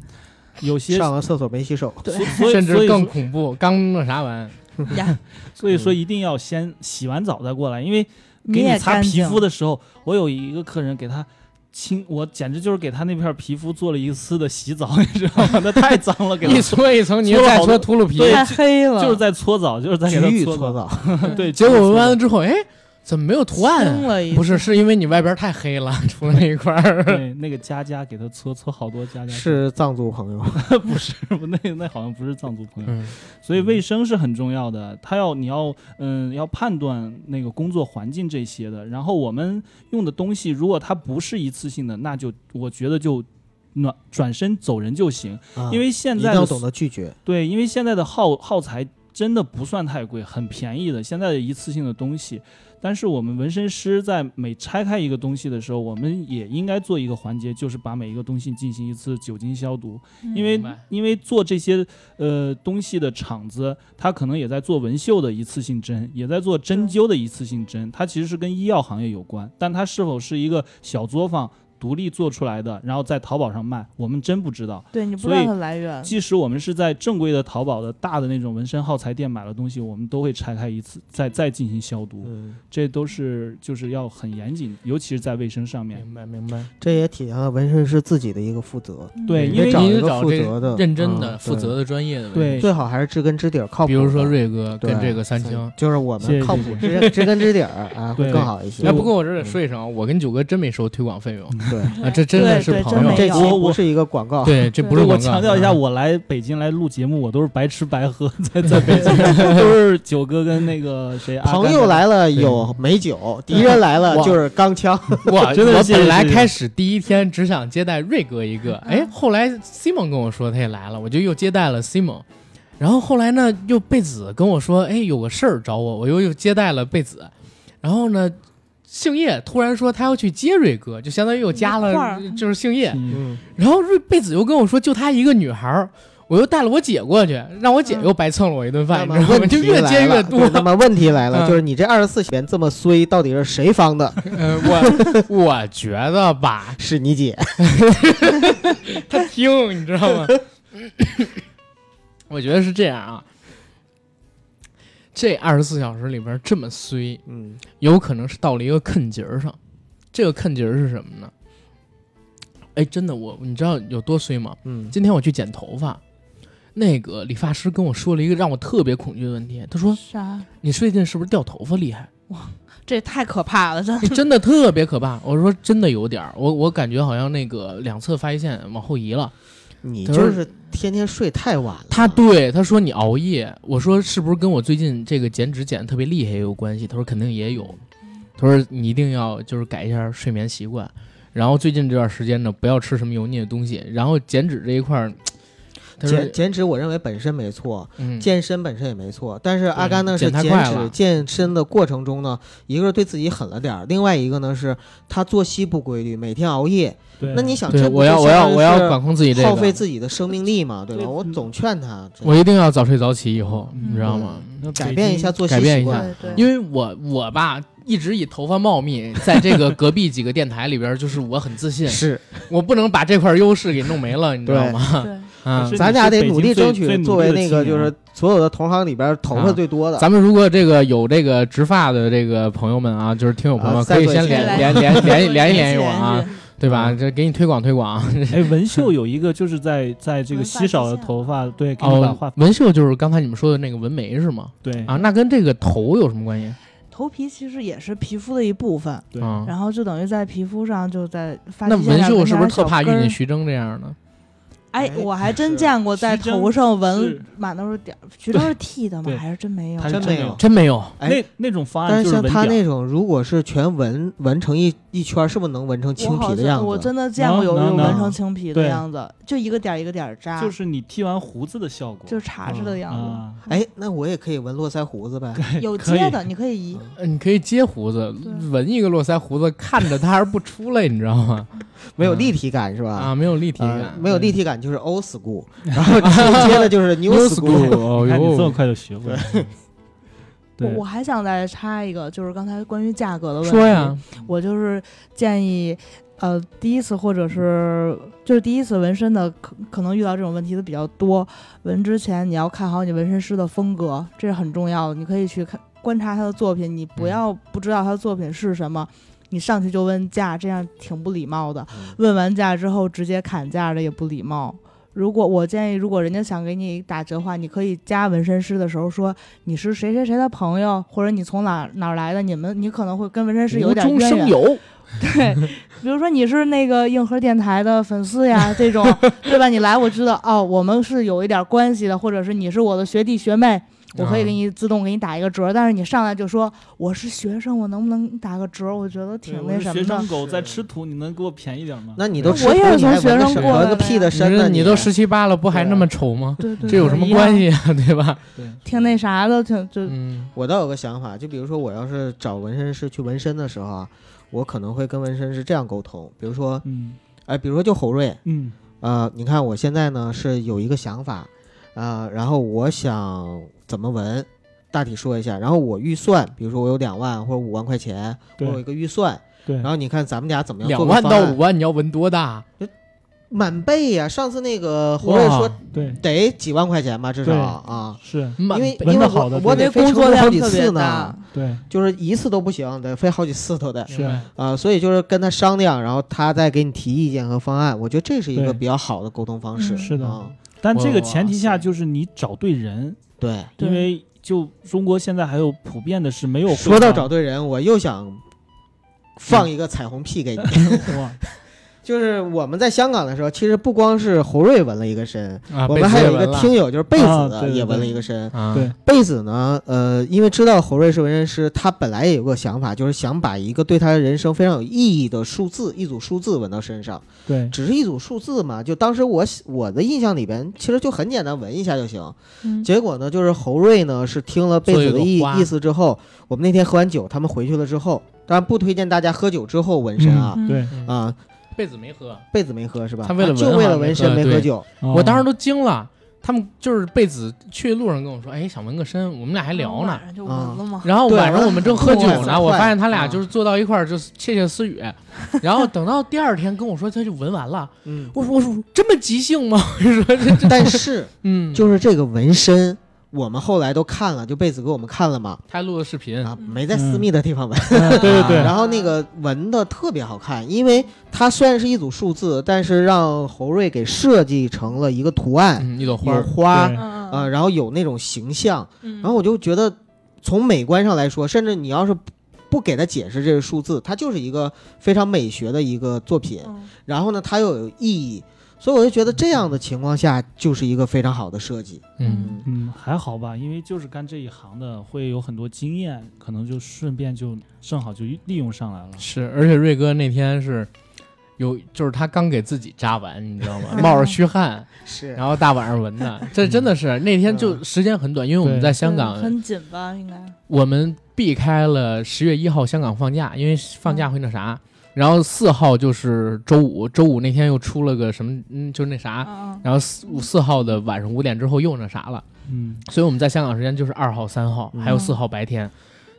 D: 有些，
C: 上了厕所没洗手，
E: 对
B: <laughs>
D: 所以
B: 甚
D: 所
B: 至
D: 以
B: 更
D: 说
B: 恐怖，刚那啥玩意儿，
E: 呀，
D: 所以说一定要先洗完澡再过来，因为给
E: 也
D: 擦
E: 干
D: 皮
E: 净
D: 肤的时候，我有一个客人给他。清，我简直就是给他那片皮肤做了一次的洗澡， <laughs> 你知道吗？那太脏了，给他
B: 一搓一层泥，
D: 搓了
B: 再搓
D: 好多
B: 秃噜皮，
D: 对
E: 太黑了，
D: 就是在搓澡，就是在
C: 局
D: 给他
C: 域
D: 搓
C: 搓
D: 澡。
C: 澡，
D: <laughs> 对，
B: 结果纹完了
D: 搓
B: 之后，哎，怎么没有图
E: 青
B: 案啊？
E: 了一
B: 不是，是因为你外边太黑了，除了那一块
C: <laughs>
D: 澡
B: 儿。
D: 对那个佳佳给他搓搓好多佳佳，
C: 是藏族朋友。
D: 不是？ <laughs> 那那好像不是藏族朋友，
B: 嗯，
D: 所以卫生是很重要的，他要你要嗯要判断那个工作环境这些的。然后我们用的东西，如果它不是一次性的，那就我觉得就暖转身走人就行，
C: 啊
D: 因为现
C: 一
D: 在
C: 定
D: 的
C: 要懂得拒绝。
D: 对，因为现在的耗耗材真的不算太贵，很便宜的，现在的一次性的东西。但是我们纹身师在每拆开一个东西的时候，我们也应该做一个环节，就是把每一个东西进行一次酒精消毒。因为
B: 嗯明
E: 嗯
B: 白
D: 因为做这些呃东西的厂子，它可能也在做纹绣的一次性针，也在做针灸的一次性针，它其实是跟医药行业有关，但它是否是一个小作坊独立做出来的，然后在淘宝上卖，我们真不知道。
E: 对你不知
D: 所
E: 道
D: 以
E: 它来源，
D: 即使我们是在正规的淘宝的大的那种纹身耗材店买了东西，我们都会拆开一次，再再进行消毒，
C: 嗯，
D: 这都是就是要很严谨，尤其是在卫生上面。
B: 明白明白，
C: 这也体现了纹身师自己的一个负责，
D: 对
C: 你
D: 因
C: 得
D: 为
C: 找
B: 你
C: 一
B: 得
C: 个
B: 找
C: 负
B: 这
C: 责的、
B: 认真
C: 嗯
B: 的、负责，的、专业的。
D: 对
C: 对最好还是知根知底儿，靠谱
B: 比
C: 的。
B: 如说瑞哥
C: 对
B: 跟这个三清。
C: 就是我
D: 谢
C: 们
D: 谢
C: 靠
D: 谢
C: 谱
D: 谢
C: 知根知根知底儿
B: <laughs>
C: 啊，会
D: 对
C: 更好一些嗯
B: 哎，
D: 对。
B: 不过我这得说一声啊，我跟九哥真没收推广费用
C: 对，
B: <laughs> 啊，这真的
E: 对
B: 是
E: 对
B: 朋
E: 真没
B: 友。
C: 这期
D: 我
C: 不
D: 我
C: 是一个广告，
B: 对，这不是
D: 对我
B: 广告
D: 强调一下，
B: 嗯
D: 我来北京来录节目，我都是白吃白喝，在在北京都是九哥跟那个谁阿甘
B: 啊
C: 朋友来了有美酒，敌人来了就是钢枪。
B: <laughs> 我
D: 真的
B: 我
D: 谢谢
B: 本来
D: 谢谢
B: 开始第一天只想接待瑞哥一个，哎，后来 Simon 跟我说他也来了，我就又接待了 Simon，然后后来呢又贝子跟我说，哎，有个事儿找我，我又又接待了贝子，然后呢，姓叶突然说他要去接瑞哥，就相当于又加
E: 一块
B: 了
E: 儿
B: 就是姓叶，
D: 嗯
C: 嗯，
B: 然后瑞贝子又跟我说就她一个女孩儿。我又带了我姐过去，让我
E: 嗯
B: 姐又白蹭了我一顿饭，
C: 那
B: 你知
C: 么
B: 道吗？
C: 问
B: 就
C: 题
B: 越接
C: 来
B: 越
C: 了，
B: 多
C: 对。那么问题来
B: 嗯
C: 了，就是你这二十四小时这么衰，到底是谁方的？
B: 呃，我 <laughs> 我觉得吧，
C: 是
B: <laughs>
C: 你姐。
B: 他听，你知道吗？我觉得是这样啊，这二十四小时里边这么衰，
C: 嗯，
B: 有可能是到了一个坑节儿上。这个坑节儿是什么呢？哎，真的，我你知道有多衰吗？
C: 嗯，
B: 今天我去剪头发，那个理发师跟我说了一个让我特别恐惧的问题，他说
E: 啥？
B: 你最近是不是掉头发厉害？哎
E: 这也太可怕了，真的。
B: 真的特别可怕。我说真的有点儿，我我感觉好像那个两侧发际线往后移了。
C: 你
B: 他
C: 就
B: 说
C: 是天天睡太晚了。
B: 他对他说你熬夜，我说是不是跟我最近这个减脂减得特别厉害也有关系？他说肯定也有，他说你一定要就是改一下睡眠习惯，然后最近这段时间呢不要吃什么油腻的东西，然后减脂这一块儿他说
C: 减减脂，我认为本身没错，
B: 嗯
C: 健身本身也没错，但是阿甘呢
B: 对
C: 是
B: 减太
C: 减
B: 快了
C: 脂健身的过程中呢，一个是对自己狠了点儿，另外一个呢是他作息不规律，每天熬夜。
D: 对
C: 那你想，
B: 对
C: 这不
B: 我
C: 就
B: 要我
C: 相
B: 要
C: 当于
B: 我要
C: 是
B: 管控自己这个，
C: 耗费自己的生命力嘛，对吧？
D: 对
C: 我总劝他，这
B: 我一定要早睡早起，以后
D: 嗯
B: 你知道吗？
D: 那
C: 改
D: 北
C: 变
D: 京
C: 一下作息
B: 改变
C: 习
B: 一
C: 惯
B: 下。
E: 对
B: <laughs> 因为我我吧一直以头发茂密，在这个隔壁几个电台里边，就是我很自
C: <laughs>
B: 信，
C: 是，
B: 我不能把这块优势给弄没了，你知道
E: <laughs>
B: 吗？
E: 对，
B: 啊
D: 可是，
C: 咱
D: 你
C: 俩
D: 是
C: 得
D: 北
C: 努
D: 京
C: 力
D: 最
C: 争
D: 最
C: 取
D: 努
C: 作
D: 力
C: 为
D: 的啊
C: 那
D: 青
C: 个就是
D: 年
C: 所有的同行里边头
B: 啊
C: 发最多的。
B: 咱们如果这个有这个植发的这个朋友们啊，就是听友朋友们，
C: 啊
B: 可以
C: 再
B: 先
C: 做一
B: 联
E: 期
B: 联联
E: <laughs>
B: 联联系
E: 联
B: 联
E: 系
B: 系我啊
E: 联，系
B: 对吧？这给你推广推广。
D: 哎，文秀有一个就是在在这个
E: 文
D: 稀
E: 发际
D: 少的
E: 线
D: 头发，对，给你把
B: 哦
D: 话，
B: 文秀就是刚才你们说的那个纹眉是吗？
D: 对
B: 啊，那跟这个头有什么关系？
E: <laughs> 头皮其实也是皮肤的一部分，
D: 对，
B: 啊，
E: 然后就等于在皮肤上就在发
B: 那
E: 际线
B: 文
E: 上
B: 秀
E: 跟
B: 是
E: 它
B: 不是特
E: 小
B: 怕遇
E: 根儿
B: 见徐峥这样的？
E: 哎，
C: 哎
E: 我还真
C: 是
E: 见过在
D: 徐峥
E: 头上
D: 是
E: 纹满都是点儿，徐峥是剃的吗
D: 对？
E: 还是真没有
D: 他？是
C: 真没
D: 的
C: 有
B: 嗯真没有，
C: 哎
D: 那那种方
C: 但
D: 案就是
C: 像
D: 是文
C: 他
D: 屌
C: 那种，如果是全纹纹成一一圈儿，是不是能纹成青
E: 我好
C: 皮的
E: 像
C: 样
E: 我
C: 子？
E: 真的见过有那
D: 能
E: 种
D: 能
E: 纹成青皮的
D: 对
E: 样子，就一个点儿一个点儿扎，
D: 就是你剃完胡子的效果，
E: 就是查着的样
D: 啊，
C: 哎，那我也可以纹络腮胡子呗。
E: 子，有
D: 可以
E: 接的你可以移，
B: 呃你可以接胡子
E: 对，
B: 纹一个络腮胡子，看着它还是不出来，你知道吗？
C: 没有
B: 嗯
C: 立体感是吧？
B: 啊，没有立体
C: 呃
B: 感，嗯
C: 没有立 <laughs> 体感就是
B: <laughs>
C: old school，然后紧接着就是 new
B: New
C: school。
B: 哦
D: <laughs> 你看你这么
B: 哟，
D: 快就学会了，
E: 我
D: 对
E: 我，还想再插一个，就是刚才关于价格的问题。
B: 说呀，
E: 我就是建议，呃，第一次或者是就是第一次纹身的，可可能遇到这种问题的比较多。纹之前你要看好你纹身师的风格，这是很重要的。你可以去看观察他的作品，你不
B: 嗯
E: 要不知道他的作品是什么，你上去就问价，这样挺不礼貌的。
C: 嗯
E: 问完价之后直接砍价的也不礼貌。如果我建议，如果人家想给你打折的话，你可以加纹身师的时候说你是谁谁谁的朋友，或者你从哪儿哪儿来的，你们你可能会跟纹身师有
B: 无
E: 点
B: 中
E: 渊
B: 生
E: 源。
B: 有，
E: 对，比如说你是那个硬核电台的粉丝呀，
B: <laughs>
E: 这种对吧？你来我知道哦，我们是有一点关系的，或者是你是我的学弟学妹，我
B: 啊
E: 可以给你自动给你打一个折。但是你上来就说我是学生，我能不能打个折？我觉得
D: 对
E: 挺
D: 我
E: 那
D: 是
E: 什
D: 学
E: 么的
D: 生。狗在
C: 是
D: 吃土，你能给我便宜点吗？
C: 那你都
E: 我
C: 吃土，
E: 也是
C: 你还
E: 从学
C: 纹个
E: 生
C: 什
E: 过
C: 么纹
E: 来
C: 个
E: 的
C: 屁
E: 呀
C: 的身呢？
B: 嗯你都十七八了，不还那
C: 啊
B: 么丑吗？
E: 对对，
B: 这有什么关？系啊？对吧？
D: 对，
E: 挺那啥的，挺
C: 呃
E: 就
B: 嗯，
C: 我倒有个想法，就比如说我要是找纹身师去纹身的时候啊，我可能会跟纹身师这样沟通，比如说，
D: 嗯
C: 哎，比如说就侯瑞，
D: 嗯，
C: 呃，你看我现在呢是有一个想法，呃，然后我想怎么纹，大体说一下，然后我预算，比如说我有两万或者五万块钱，我有一
D: 对
C: 个预算，
D: 对
C: 然，后你看咱们俩怎么样
B: 两
C: 做个
B: 万
C: 方
B: 到
C: 案
B: 五万，你要纹多大？
C: 满倍呀、上次那个侯瑞说
B: 哇
D: 对，
C: 得几万块钱吧，至少
D: 对
C: 啊。
D: 是，
B: 满
C: 因为
D: 纹
C: 因为
D: 得好
C: 我
D: 的
C: 我
D: 对
C: 得
E: 那
C: 飞
E: 工
C: 成
E: 作
C: 都好
E: 量
C: 几
E: 特
C: 次
E: 别
C: 呢
E: 大，，
D: 对，
C: 就是一次都不行，得飞好几次都得
D: 是
B: 明白
C: 啊、所以就是跟他商量，然后他再给你提意见和方案，我觉得这是一个
D: 对
C: 比较好的沟通方式。
E: 嗯
D: 是的
C: 啊
D: 但这个前提
B: 哇
D: 下
B: 塞
D: 就是你找对人，
C: 对。
E: 对
D: 因为就中国现在还有普遍的是没有会
C: 说到
D: 玩
C: 找对人，我又想放一个彩虹屁
D: <laughs>
C: 给你。
D: 哇，
C: 就是我们在香港的时候，其实不光是侯瑞纹了一个身，
B: 啊，
C: 我
B: 被
C: 们还
B: 子
C: 有一
B: 也
C: 个
B: 纹了
C: 听友就是贝
D: 啊对
C: 子
D: 对
C: 也纹了
D: 对
C: 一个身。
B: 啊，
D: 对
C: 贝子呢，呃，因为知道侯瑞是纹身师，他本来也有个想法，就是想把一个对他人生非常有意义的数字，一组数字纹到身上。
D: 对
C: 只是一组数字嘛，就当时我我的印象里边，其实就很简单，纹一下就行。
E: 嗯
C: 结果呢，就是侯瑞呢是听了贝子的
B: 做一
C: 意
B: 个花
C: 意思之后，我们那天喝完酒，他们回去了之后，当然不推荐大家喝酒之后纹身啊、
E: 嗯
D: 对，
B: 嗯
C: 啊，哦
B: 被子没喝，
C: 贝子没喝是吧？
B: 他为了
C: 啊就
B: 纹
C: 为
B: 哈
C: 了
B: 没喝
C: 纹身没喝
B: 对
C: 酒，
B: 我当时
D: 都
B: 都惊了。他们就是被子去路上跟我说，哎，想纹个身，我们俩还聊呢
E: 晚。上就纹了嘛。
B: 然后
C: 对
B: 晚上
C: 我
B: 我们正喝酒
C: 很快
B: 呢，我发现他
C: 啊
B: 俩就是坐到一块儿，就是窃窃
C: <laughs>
B: 私语。然后等到第二天跟我说，他就纹完了。
C: 嗯，
B: 我说我说这么即兴吗？ <laughs> 我说这这
C: 但是
B: 嗯，
C: 就是这个纹身，我们后来都看了，就贝子给我们看了嘛，
B: 他录的视频，
C: 啊，没在私密的地方
B: 嗯
C: 纹，
D: 对对对，
C: 啊然后那个纹的特别好看，因为它虽然是一组数字，但是让侯瑞给设计成了一个图案，
B: 嗯，一朵花
C: 有
B: 儿，
C: 花
D: 对
E: 嗯
C: 啊、呃，然后有那种形象，
E: 嗯
C: 然后我就觉得从美观上来说，甚至你要是不给他解释这个数字，它就是一个非常美学的一个作品。
E: 嗯
C: 然后呢，它又有意义，所以我就觉得这样的情况下就是一个非常好的设计。
B: 嗯，
D: 嗯，还好吧，因为就是干这一行的，会有很多经验，可能就顺便就正好就利用上来了。
B: 是。而且瑞哥那天是有就是他刚给自己扎完，你知道吗？冒着虚汗，
C: 是
B: 然后大晚上闻的，这真的是那天就时间很短，因为我们
D: 对
B: 在香港
E: 嗯，很紧吧？应该
B: 我们避开了十月一号香港放假，因为放假会那啥。然后四号就是周五，周五那天又出了个什么，嗯，就是那啥。
E: 啊，
B: 然后四四号的晚上五点之后又那啥了，
D: 嗯，
B: 所以我们在香港时间就是二号、三号，
C: 嗯
B: 还有四号白天，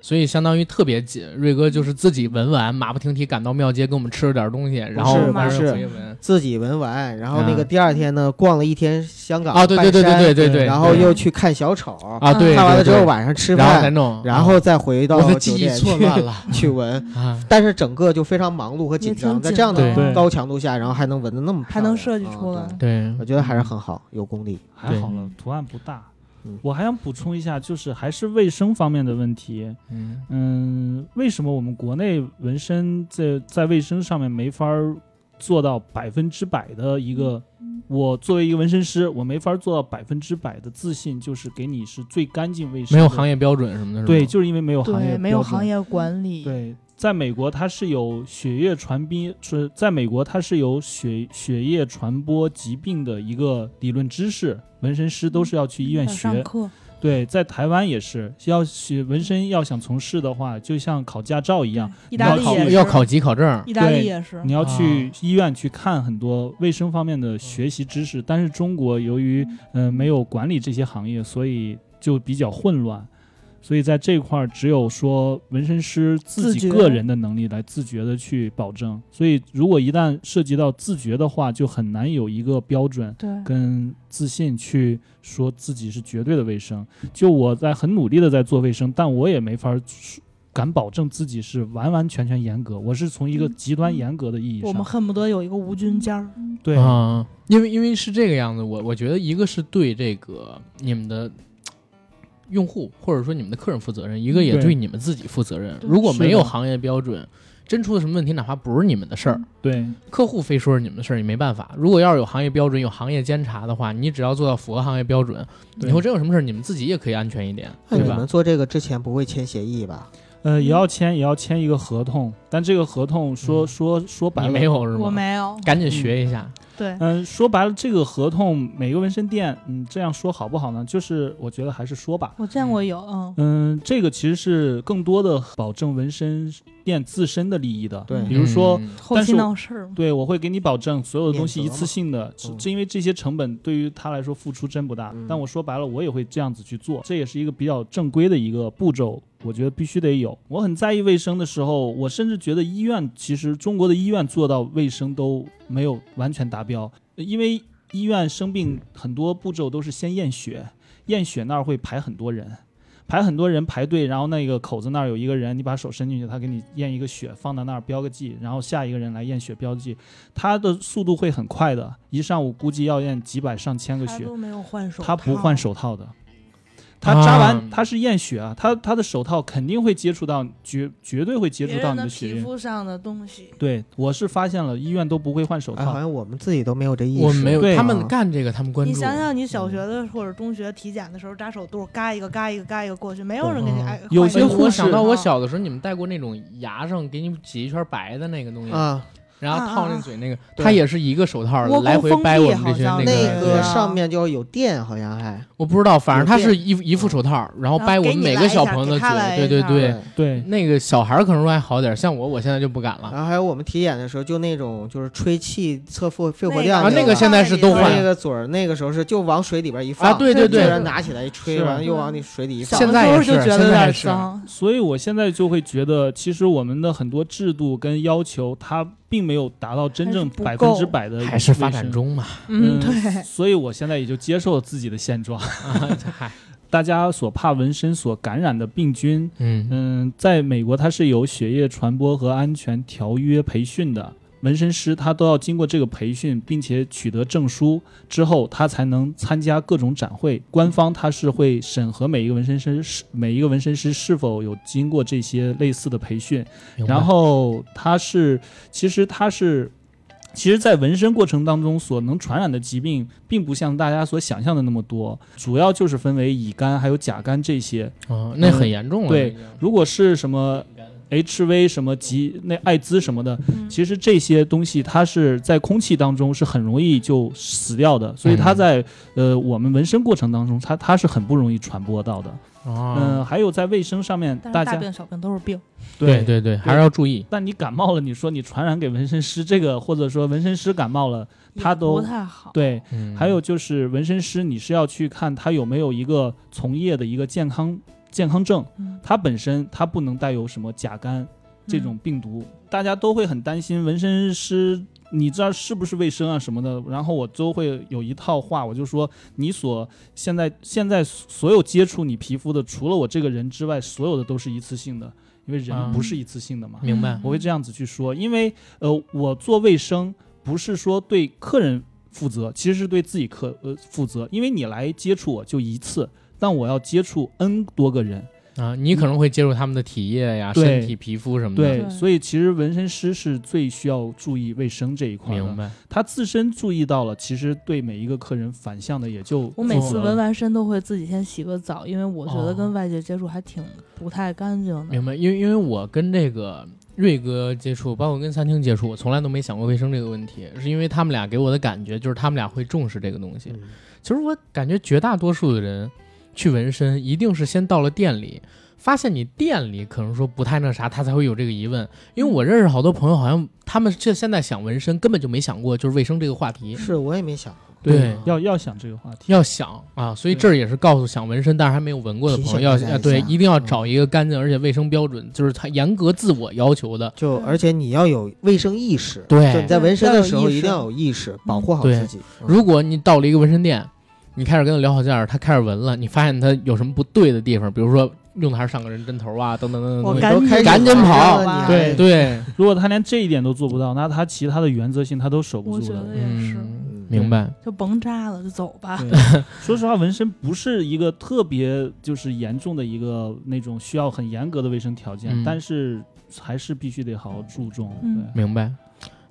B: 所以相当于特别紧。瑞哥就是自己闻完，马不停蹄赶到庙街给我们吃了点东西，然后
E: 是
B: 晚上
C: 不是
B: 回闻。
C: 自己闻完，然后那个
B: 嗯
C: 第二天呢，逛了一天香港
B: 啊，对对对
C: 半山
B: 对对对对，
C: 然后
B: 对
C: 又去看小丑，
B: 啊对，
C: 看完了
B: 对
C: 之后
B: 对
C: 晚上吃
B: 然后再
C: 饭，
B: 弄，
C: 然后再回到
B: 我的记
C: 酒
B: 忆
C: 店
B: 错乱了
C: 去闻，
B: 嗯 <laughs> 啊，
C: 但是整个就非常忙碌和紧张，
E: 也挺
C: 在这样
B: 紧张
D: 对
C: 的
D: 对
C: 高强度下，然后还能闻得那么漂亮
E: 还能设计出来
C: 嗯对
B: 对，
C: <laughs> 我觉得还是很好，有功力。
D: 还
B: 对
D: 好了，图案不大
C: 嗯。
D: 我还想补充一下，就是还是卫生方面的问题。
B: 嗯
D: 嗯，为什么我们国内纹身在在卫生上面没法儿做到百分之百的一个？
E: 嗯
D: 我作为一个纹身师，我没法儿做到百分之百的自信，就是给你是最干净卫生。
B: 没有行
D: 业
B: 业标准什么的，是
D: 对，
B: 吗
D: 就是因为没有行业
E: 对，没有
D: 标准
E: 行业管理，
D: 对，在美国它是有血液传播，是在美国它是有血血液传播疾病的一个理论知识，纹身师都是要去医院
E: 嗯要上
D: 学。
E: 课，
D: 对，在台湾也是，要学纹身要想从事的话，就像考驾照一样，
E: 意大利
D: 要考
E: 也是
B: 要考级考证，
E: 意大
D: 对
E: 利也是
D: 你，要去
B: 啊
D: 医院去看很多卫生方面的学习知识。但是中国由于嗯、呃没有管理这些行业，所以就比较混乱。所以在这块儿，只有说纹身师自
E: 自
D: 己
E: 觉
D: 个人的能力来自觉的去保证。所以，如果一旦涉及到自觉的话，就很难有一个标准
E: 对，
D: 跟自信去说自己是绝对的卫生。就我在很努力的在做卫生，但我也没法儿说敢保证自己是完完全全严格。我是从一个极端严格的意义
E: 嗯我
D: 上，
E: 们恨不得有一个无菌间儿，
D: 对、
B: 啊，因为因为是这个样子，我我觉得一个是对这个你们的。用户或者说你们的客人负责任，一个也
D: 对
B: 对你们自己负责任。
E: 对
B: 如果
D: 是的
B: 没有行业标准，真出了什么问题，哪怕不是你们的事儿，
E: 嗯
D: 对
B: 客户非说是你们的事儿也没办法。如果要是有行业标准、有行业监察的话，你只要做到符合行业标准，
D: 对
B: 以后真有什么事儿，你们自己也可以安全一点，
C: 那
E: 嗯
B: 对
C: 你
B: 吧
C: 们？做这个之前不会签协议吧？
D: 呃也要签也要签一个合同，但这个合同说、
B: 嗯
D: 说说白
B: 你
D: 了
B: 没有是吗？
E: 我没有，
B: 赶紧学一下。
E: 对，
D: 嗯，说白了，这个合同每个纹身店，嗯，这样说好不好呢？就是我觉得还是说吧，
E: 我见过有，嗯，
D: 嗯，这个其实是更多的保证纹身店自身的利益的。
C: 对
E: 嗯
D: 比如说
B: 嗯，
E: 后期闹事儿嘛，
D: 对，我会给你保证所有的东西
C: 免
D: 一
C: 责
D: 次性的，是
C: 嗯
D: 是因为这些成本对于他来说付出真不大。
C: 嗯
D: 但我说白了，我也会这样子去做，这也是一个比较正规的一个步骤，我觉得必须得有。我很在意卫生的时候，我甚至觉得医院其实中国的医院做到卫生都没有完全达标，因为医院生病很多步骤都是先验血，验血那儿会排很多人。排很多人排队，然后那个口子那儿有一个人，你把手伸进去，他给你验一个血，放到那儿标个记，然后下一个人来验血标记，他的速度会很快的，一上午估计要验几百上千个
E: 他
D: 血，
E: 都没有换手套，
D: 他不换手套的，他扎完、
B: 啊
D: 他是验血啊，他他的手套肯定会接触到，绝绝对会接
E: 别
D: 触
E: 人
D: 到你
E: 的
D: 血
E: 皮
D: 液。
E: 肤上的东西，
D: 对，我是发现了，医院都不会换手
C: 哎，
E: 啊
D: 套。
C: 好像我们自己都没有这意识。
B: 我没有，
D: 对啊
B: 他们干这个，他们关注。嗯
E: 你想想，你小学的或者中学体检的时候扎手肚，嘎一个嘎一个嘎一个过去，没有人给你
B: 嗯
E: 哎。
D: 有
E: 换
D: 些
E: 一个
D: 护
B: 我
D: 士
B: 想到我
E: 啊
B: 小的时候，你们戴过那种牙上给你挤一圈白的那个东西，
C: 啊，
B: 然后套那
E: 啊啊
B: 嘴那个，
C: 对
B: 它也是一个手套
E: 窝
B: 来
E: 沟
B: 回
E: 封
B: 掰
E: 闭
B: 我们这
E: 好
B: 些
E: 像
C: 那
E: 个
B: 啊
C: 个上面就有电，好像还
B: 我不知道，反正它
C: 有
B: 是一一副手套，然后掰我们每个小朋友的
E: 然后给你来一
B: 嘴，
E: 下
B: 对对
E: 给
B: 对。
D: 对
B: 那个小孩儿可能说还好点儿，像我，我现在就不敢了。
C: 然后还有我们体检的时候，就那种就是吹气测肺肺活量
B: 啊那
C: 那
B: 个现在是都
C: 就是
B: 换
C: 那个嘴儿，那个时候是就往水里边一放，
B: 啊，对对
C: 就
B: 对
C: 是，拿起来一吹，
D: 是
C: 完了又往那水里一
E: 小
C: 放
B: 现。在
E: 时候
B: 也
E: 就是觉
B: 现
E: 得有
B: 在也
E: 点
B: 是
E: 脏，
D: 所以我现在就会觉得，其实我们的很多制度跟要求，它并没有达到真正
E: 还
D: 百分
E: 是不够
D: 之百的，
B: 还是发展。中 <laughs> 嘛。
E: 嗯，对，
D: 所以我现在也就接受了自己的现状。
B: 啊嗨，
D: 大家所怕纹身所感染的病菌，
B: 嗯，
D: 嗯，在美国它是有血液传播和安全条约培训的，纹身师他都要经过这个培训，并且取得证书之后，他才能参加各种展会。官方他是会审核每一个纹身师是每一个纹身师是否有经过这些类似的培训，
B: 明白
D: 然后它是，其实它是，其实，在纹身过程当中所能传染的疾病，并不像大家所想象的那么多，主要就是分为乙肝还有甲肝这些。
B: 哦，那很严重了。
D: 对，如果是什么 HIV 什么及那艾滋什么的，其实这些东西它是在空气当中是很容易就死掉的，所以它
B: 嗯
D: 在呃我们纹身过程当中，它它是很不容易传播到的。嗯、
B: 哦，
D: 还有在卫生上面，
E: 嗯但
D: 大
E: 是大
D: 家
E: 病小病都是病，
B: 对对对，还是要注意。
D: 但你感冒了，你说你传染给纹身师这个，或者说纹身师感冒了，他
E: 也
D: 都
E: 不太好。
D: 对，
B: 嗯，
D: 还有就是纹身师，你是要去看他有没有一个从业的一个健康健康证，
E: 嗯，
D: 他本身他不能带有什么甲肝这种病毒，大家都会很担心纹身师。你知道是不是卫生啊什么的？然后我都会有一套话，我就说你所现在现在所有接触你皮肤的，除了我这个人之外，所有的都是一次性的，因为人
B: 啊
D: 不是一次性的
E: 嗯
D: 嘛。
B: 明白
D: 我会这样子去说，因为呃，我做卫生不是说对客人负责，其实是对自己客呃负责，因为你来接触我就一次，但我要接触 N 多个人，
B: 啊，你可能会接触他们的体液呀、
D: 对
B: 身体、皮肤什么的。
D: 对，所以其实纹身师是最需要注意卫生这一块
B: 明
D: 的，
B: 白，
D: 他自身注意到了，其实对每一个客人反向的也就
E: 我每
D: 负
E: 次
D: 责
E: 纹
D: 了
E: 完身都会自己先洗个澡，因为我觉得
B: 嗯哦
E: 跟外界接触还挺不太干净的。
B: 明白。因为因为我跟这个瑞哥接触，包括跟餐厅接触，我从来都没想过卫生这个问题，是因为他们俩给我的感觉就是他们俩会重视这个东西。
C: 嗯
B: 其实我感觉绝大多数的人去纹身，一定是先到了店里，发现你店里可能说不太那啥，他才会有这个疑问。因为我认识好多朋友，好像他们这现在想纹身，根本就没想过就是卫生这个话题。
C: 是啊我也没想过，
B: 对
D: 要要想这个话题，
B: 要想啊，所以这儿也是告诉想纹身但是还没有纹过的朋友，
C: 提醒
B: 要
C: 大家
B: 要对
C: 一，下
B: 一定要找一个干净而且卫生标准，就是他严格自我要求的。
C: 就
E: 嗯
C: 而且你要有卫生意识，
B: 对
C: 就你在纹身的时候
E: 要有意识
C: 一定要有意识，保护好
B: 对
C: 自己。嗯
B: 如果你到了一个纹身店，你开始跟他聊好价儿，他开始纹了，你发现他有什么不对的地方，比如说用的还是上个人针头啊，等等等等
E: 我
B: 等
C: 你
B: 等。
E: 赶
C: 都
E: 紧
C: 开始
B: 赶紧
C: 纹身
B: 跑
C: 了啊你
B: 对
C: 还
B: 对，
D: 如果他连这一点都做不到，那他其他的原则性他都守
E: 我
D: 不住
E: 觉
D: 的。
E: 得也
B: 嗯
E: 是，
C: 嗯，
B: 明白。
E: 就甭扎了，就走吧。 <laughs>
D: 说实话，纹身不是一个特别就是严重的一个那种需要很严格的卫生条件，
B: 嗯
D: 但是还是必须得好好注重。
E: 嗯
D: 对，
B: 明白。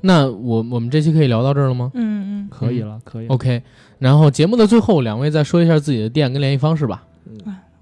B: 那我我们这期可以聊到这儿了吗
E: 嗯嗯，
D: 可以了，可以了。
B: ？OK。然后节目的最后，两位再说一下自己的店跟联系方式吧。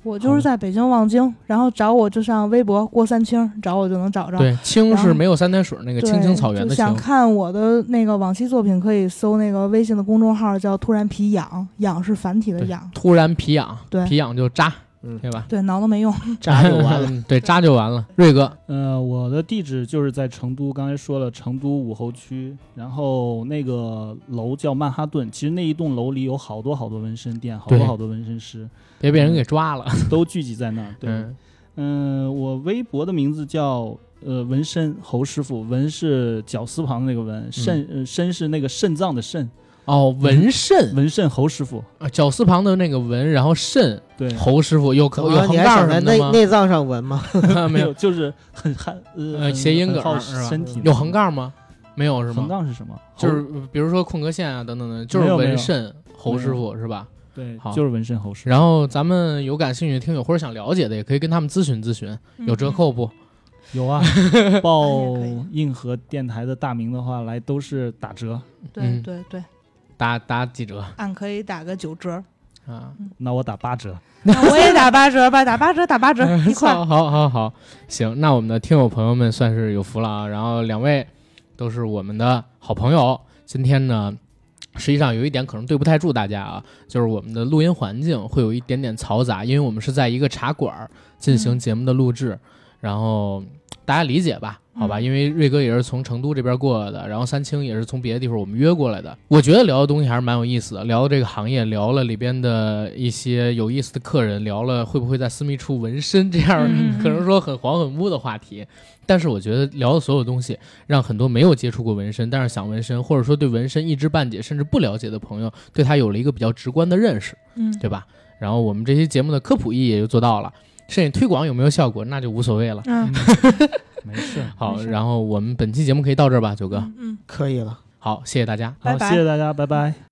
E: 我就是在北京望京，然后找我就上微博郭三清，找我就能找着。
B: 对，青
E: 然
B: 是
E: 后
B: 没有三点水那个
E: 对，
B: 青青草原的
E: 就
B: 青
E: 想。看我的那个往期作品，可以搜那个微信的公众号，叫“突然皮痒”，痒是繁体的
B: 对
E: 痒。
B: 突然皮痒，
E: 对
B: 皮痒就扎，
C: 嗯
B: 对
E: <laughs>
B: 吧？
E: 对，挠挠没用。
C: 扎就完了。
B: 嗯，对，扎就完了。瑞哥，
D: 呃，我的地址就是在成都，刚才说了，成都武侯区，然后那个楼叫曼哈顿。其实那一栋楼里有好多好多纹身店，好
B: 对
D: 多好多纹身师
B: 别被人给抓了。
D: 都聚集在那嗯儿。对，
B: 嗯，
D: 嗯、我微博的名字叫呃纹身侯师傅，纹是绞丝旁的那个纹，
B: 嗯
D: 肾、呃身是那个肾脏的肾，
B: 哦，纹肾，
D: 纹肾侯师傅。
B: 啊绞丝旁的那个纹，然后肾，
D: 对，
B: 侯师傅有可有
C: 啊
B: 横
C: 你还
B: 杠
C: 想
B: 什
C: 在
B: 么的
C: 内
B: 吗？
C: 内脏上纹吗？
B: <laughs> 没有，
D: 就是很很呃
B: 呃
D: 很
B: 谐音
D: 很
B: 梗
D: 耗
B: 是吧
D: 身体
B: 有横杠吗？没有是
D: 横
B: 吗？
D: 杠是什么？
B: 就是
D: 猴
B: 比如说空格线啊等等的，就是
D: 没有没有
B: 纹肾侯师傅是吧？
D: 对
B: 好，
D: 就是纹身猴师。
B: 然后咱们有感兴趣的听友或者想了解的，也可以跟他们咨询咨询，
E: 嗯
B: 有折扣不？
D: 有
E: <laughs>
D: 啊，报
E: 哎也可以
D: 硬核电台的大名的话来都是打折。
E: 嗯。
B: 嗯
E: 对对对，
B: 打打几折
E: 俺可以打个九折，
B: 啊？
D: 那我打八折，
E: <laughs> 那我也打八折吧，打八折，
B: <laughs>
E: 打八折，
B: 哎
E: 一块儿。
B: 好好好好，行，那我们的听友朋友们算是有福了啊。然后两位都是我们的好朋友，今天呢。实际上有一点可能对不太住大家啊，就是我们的录音环境会有一点点嘈杂，因为我们是在一个茶馆儿进行
E: 嗯
B: 节目的录制，然后大家理解吧，好吧？
E: 嗯
B: 因为瑞哥也是从成都这边过来的，然后三清也是从别的地方我们约过来的。我觉得聊的东西还是蛮有意思的，聊这个行业，聊了里边的一些有意思的客人，聊了会不会在私密处纹身这样
E: 嗯嗯嗯
B: 可能说很黄很污的话题。但是我觉得聊的所有东西，让很多没有接触过纹身，但是想纹身，或者说对纹身一知半解甚至不了解的朋友，对他有了一个比较直观的认识。
E: 嗯，
B: 对吧？然后我们这期节目的科普意义也就做到了，剩下推广有没有效果那就无所谓了。
E: 嗯，
D: 没
E: <laughs>
D: 事。
B: 好，
E: 没事
B: 然后我们本期节目可以到这儿吧，九哥。
E: 嗯嗯。
C: 可以了。
B: 好，谢谢大家。
E: 拜
D: 好，
E: 拜
D: 谢谢大家，拜拜。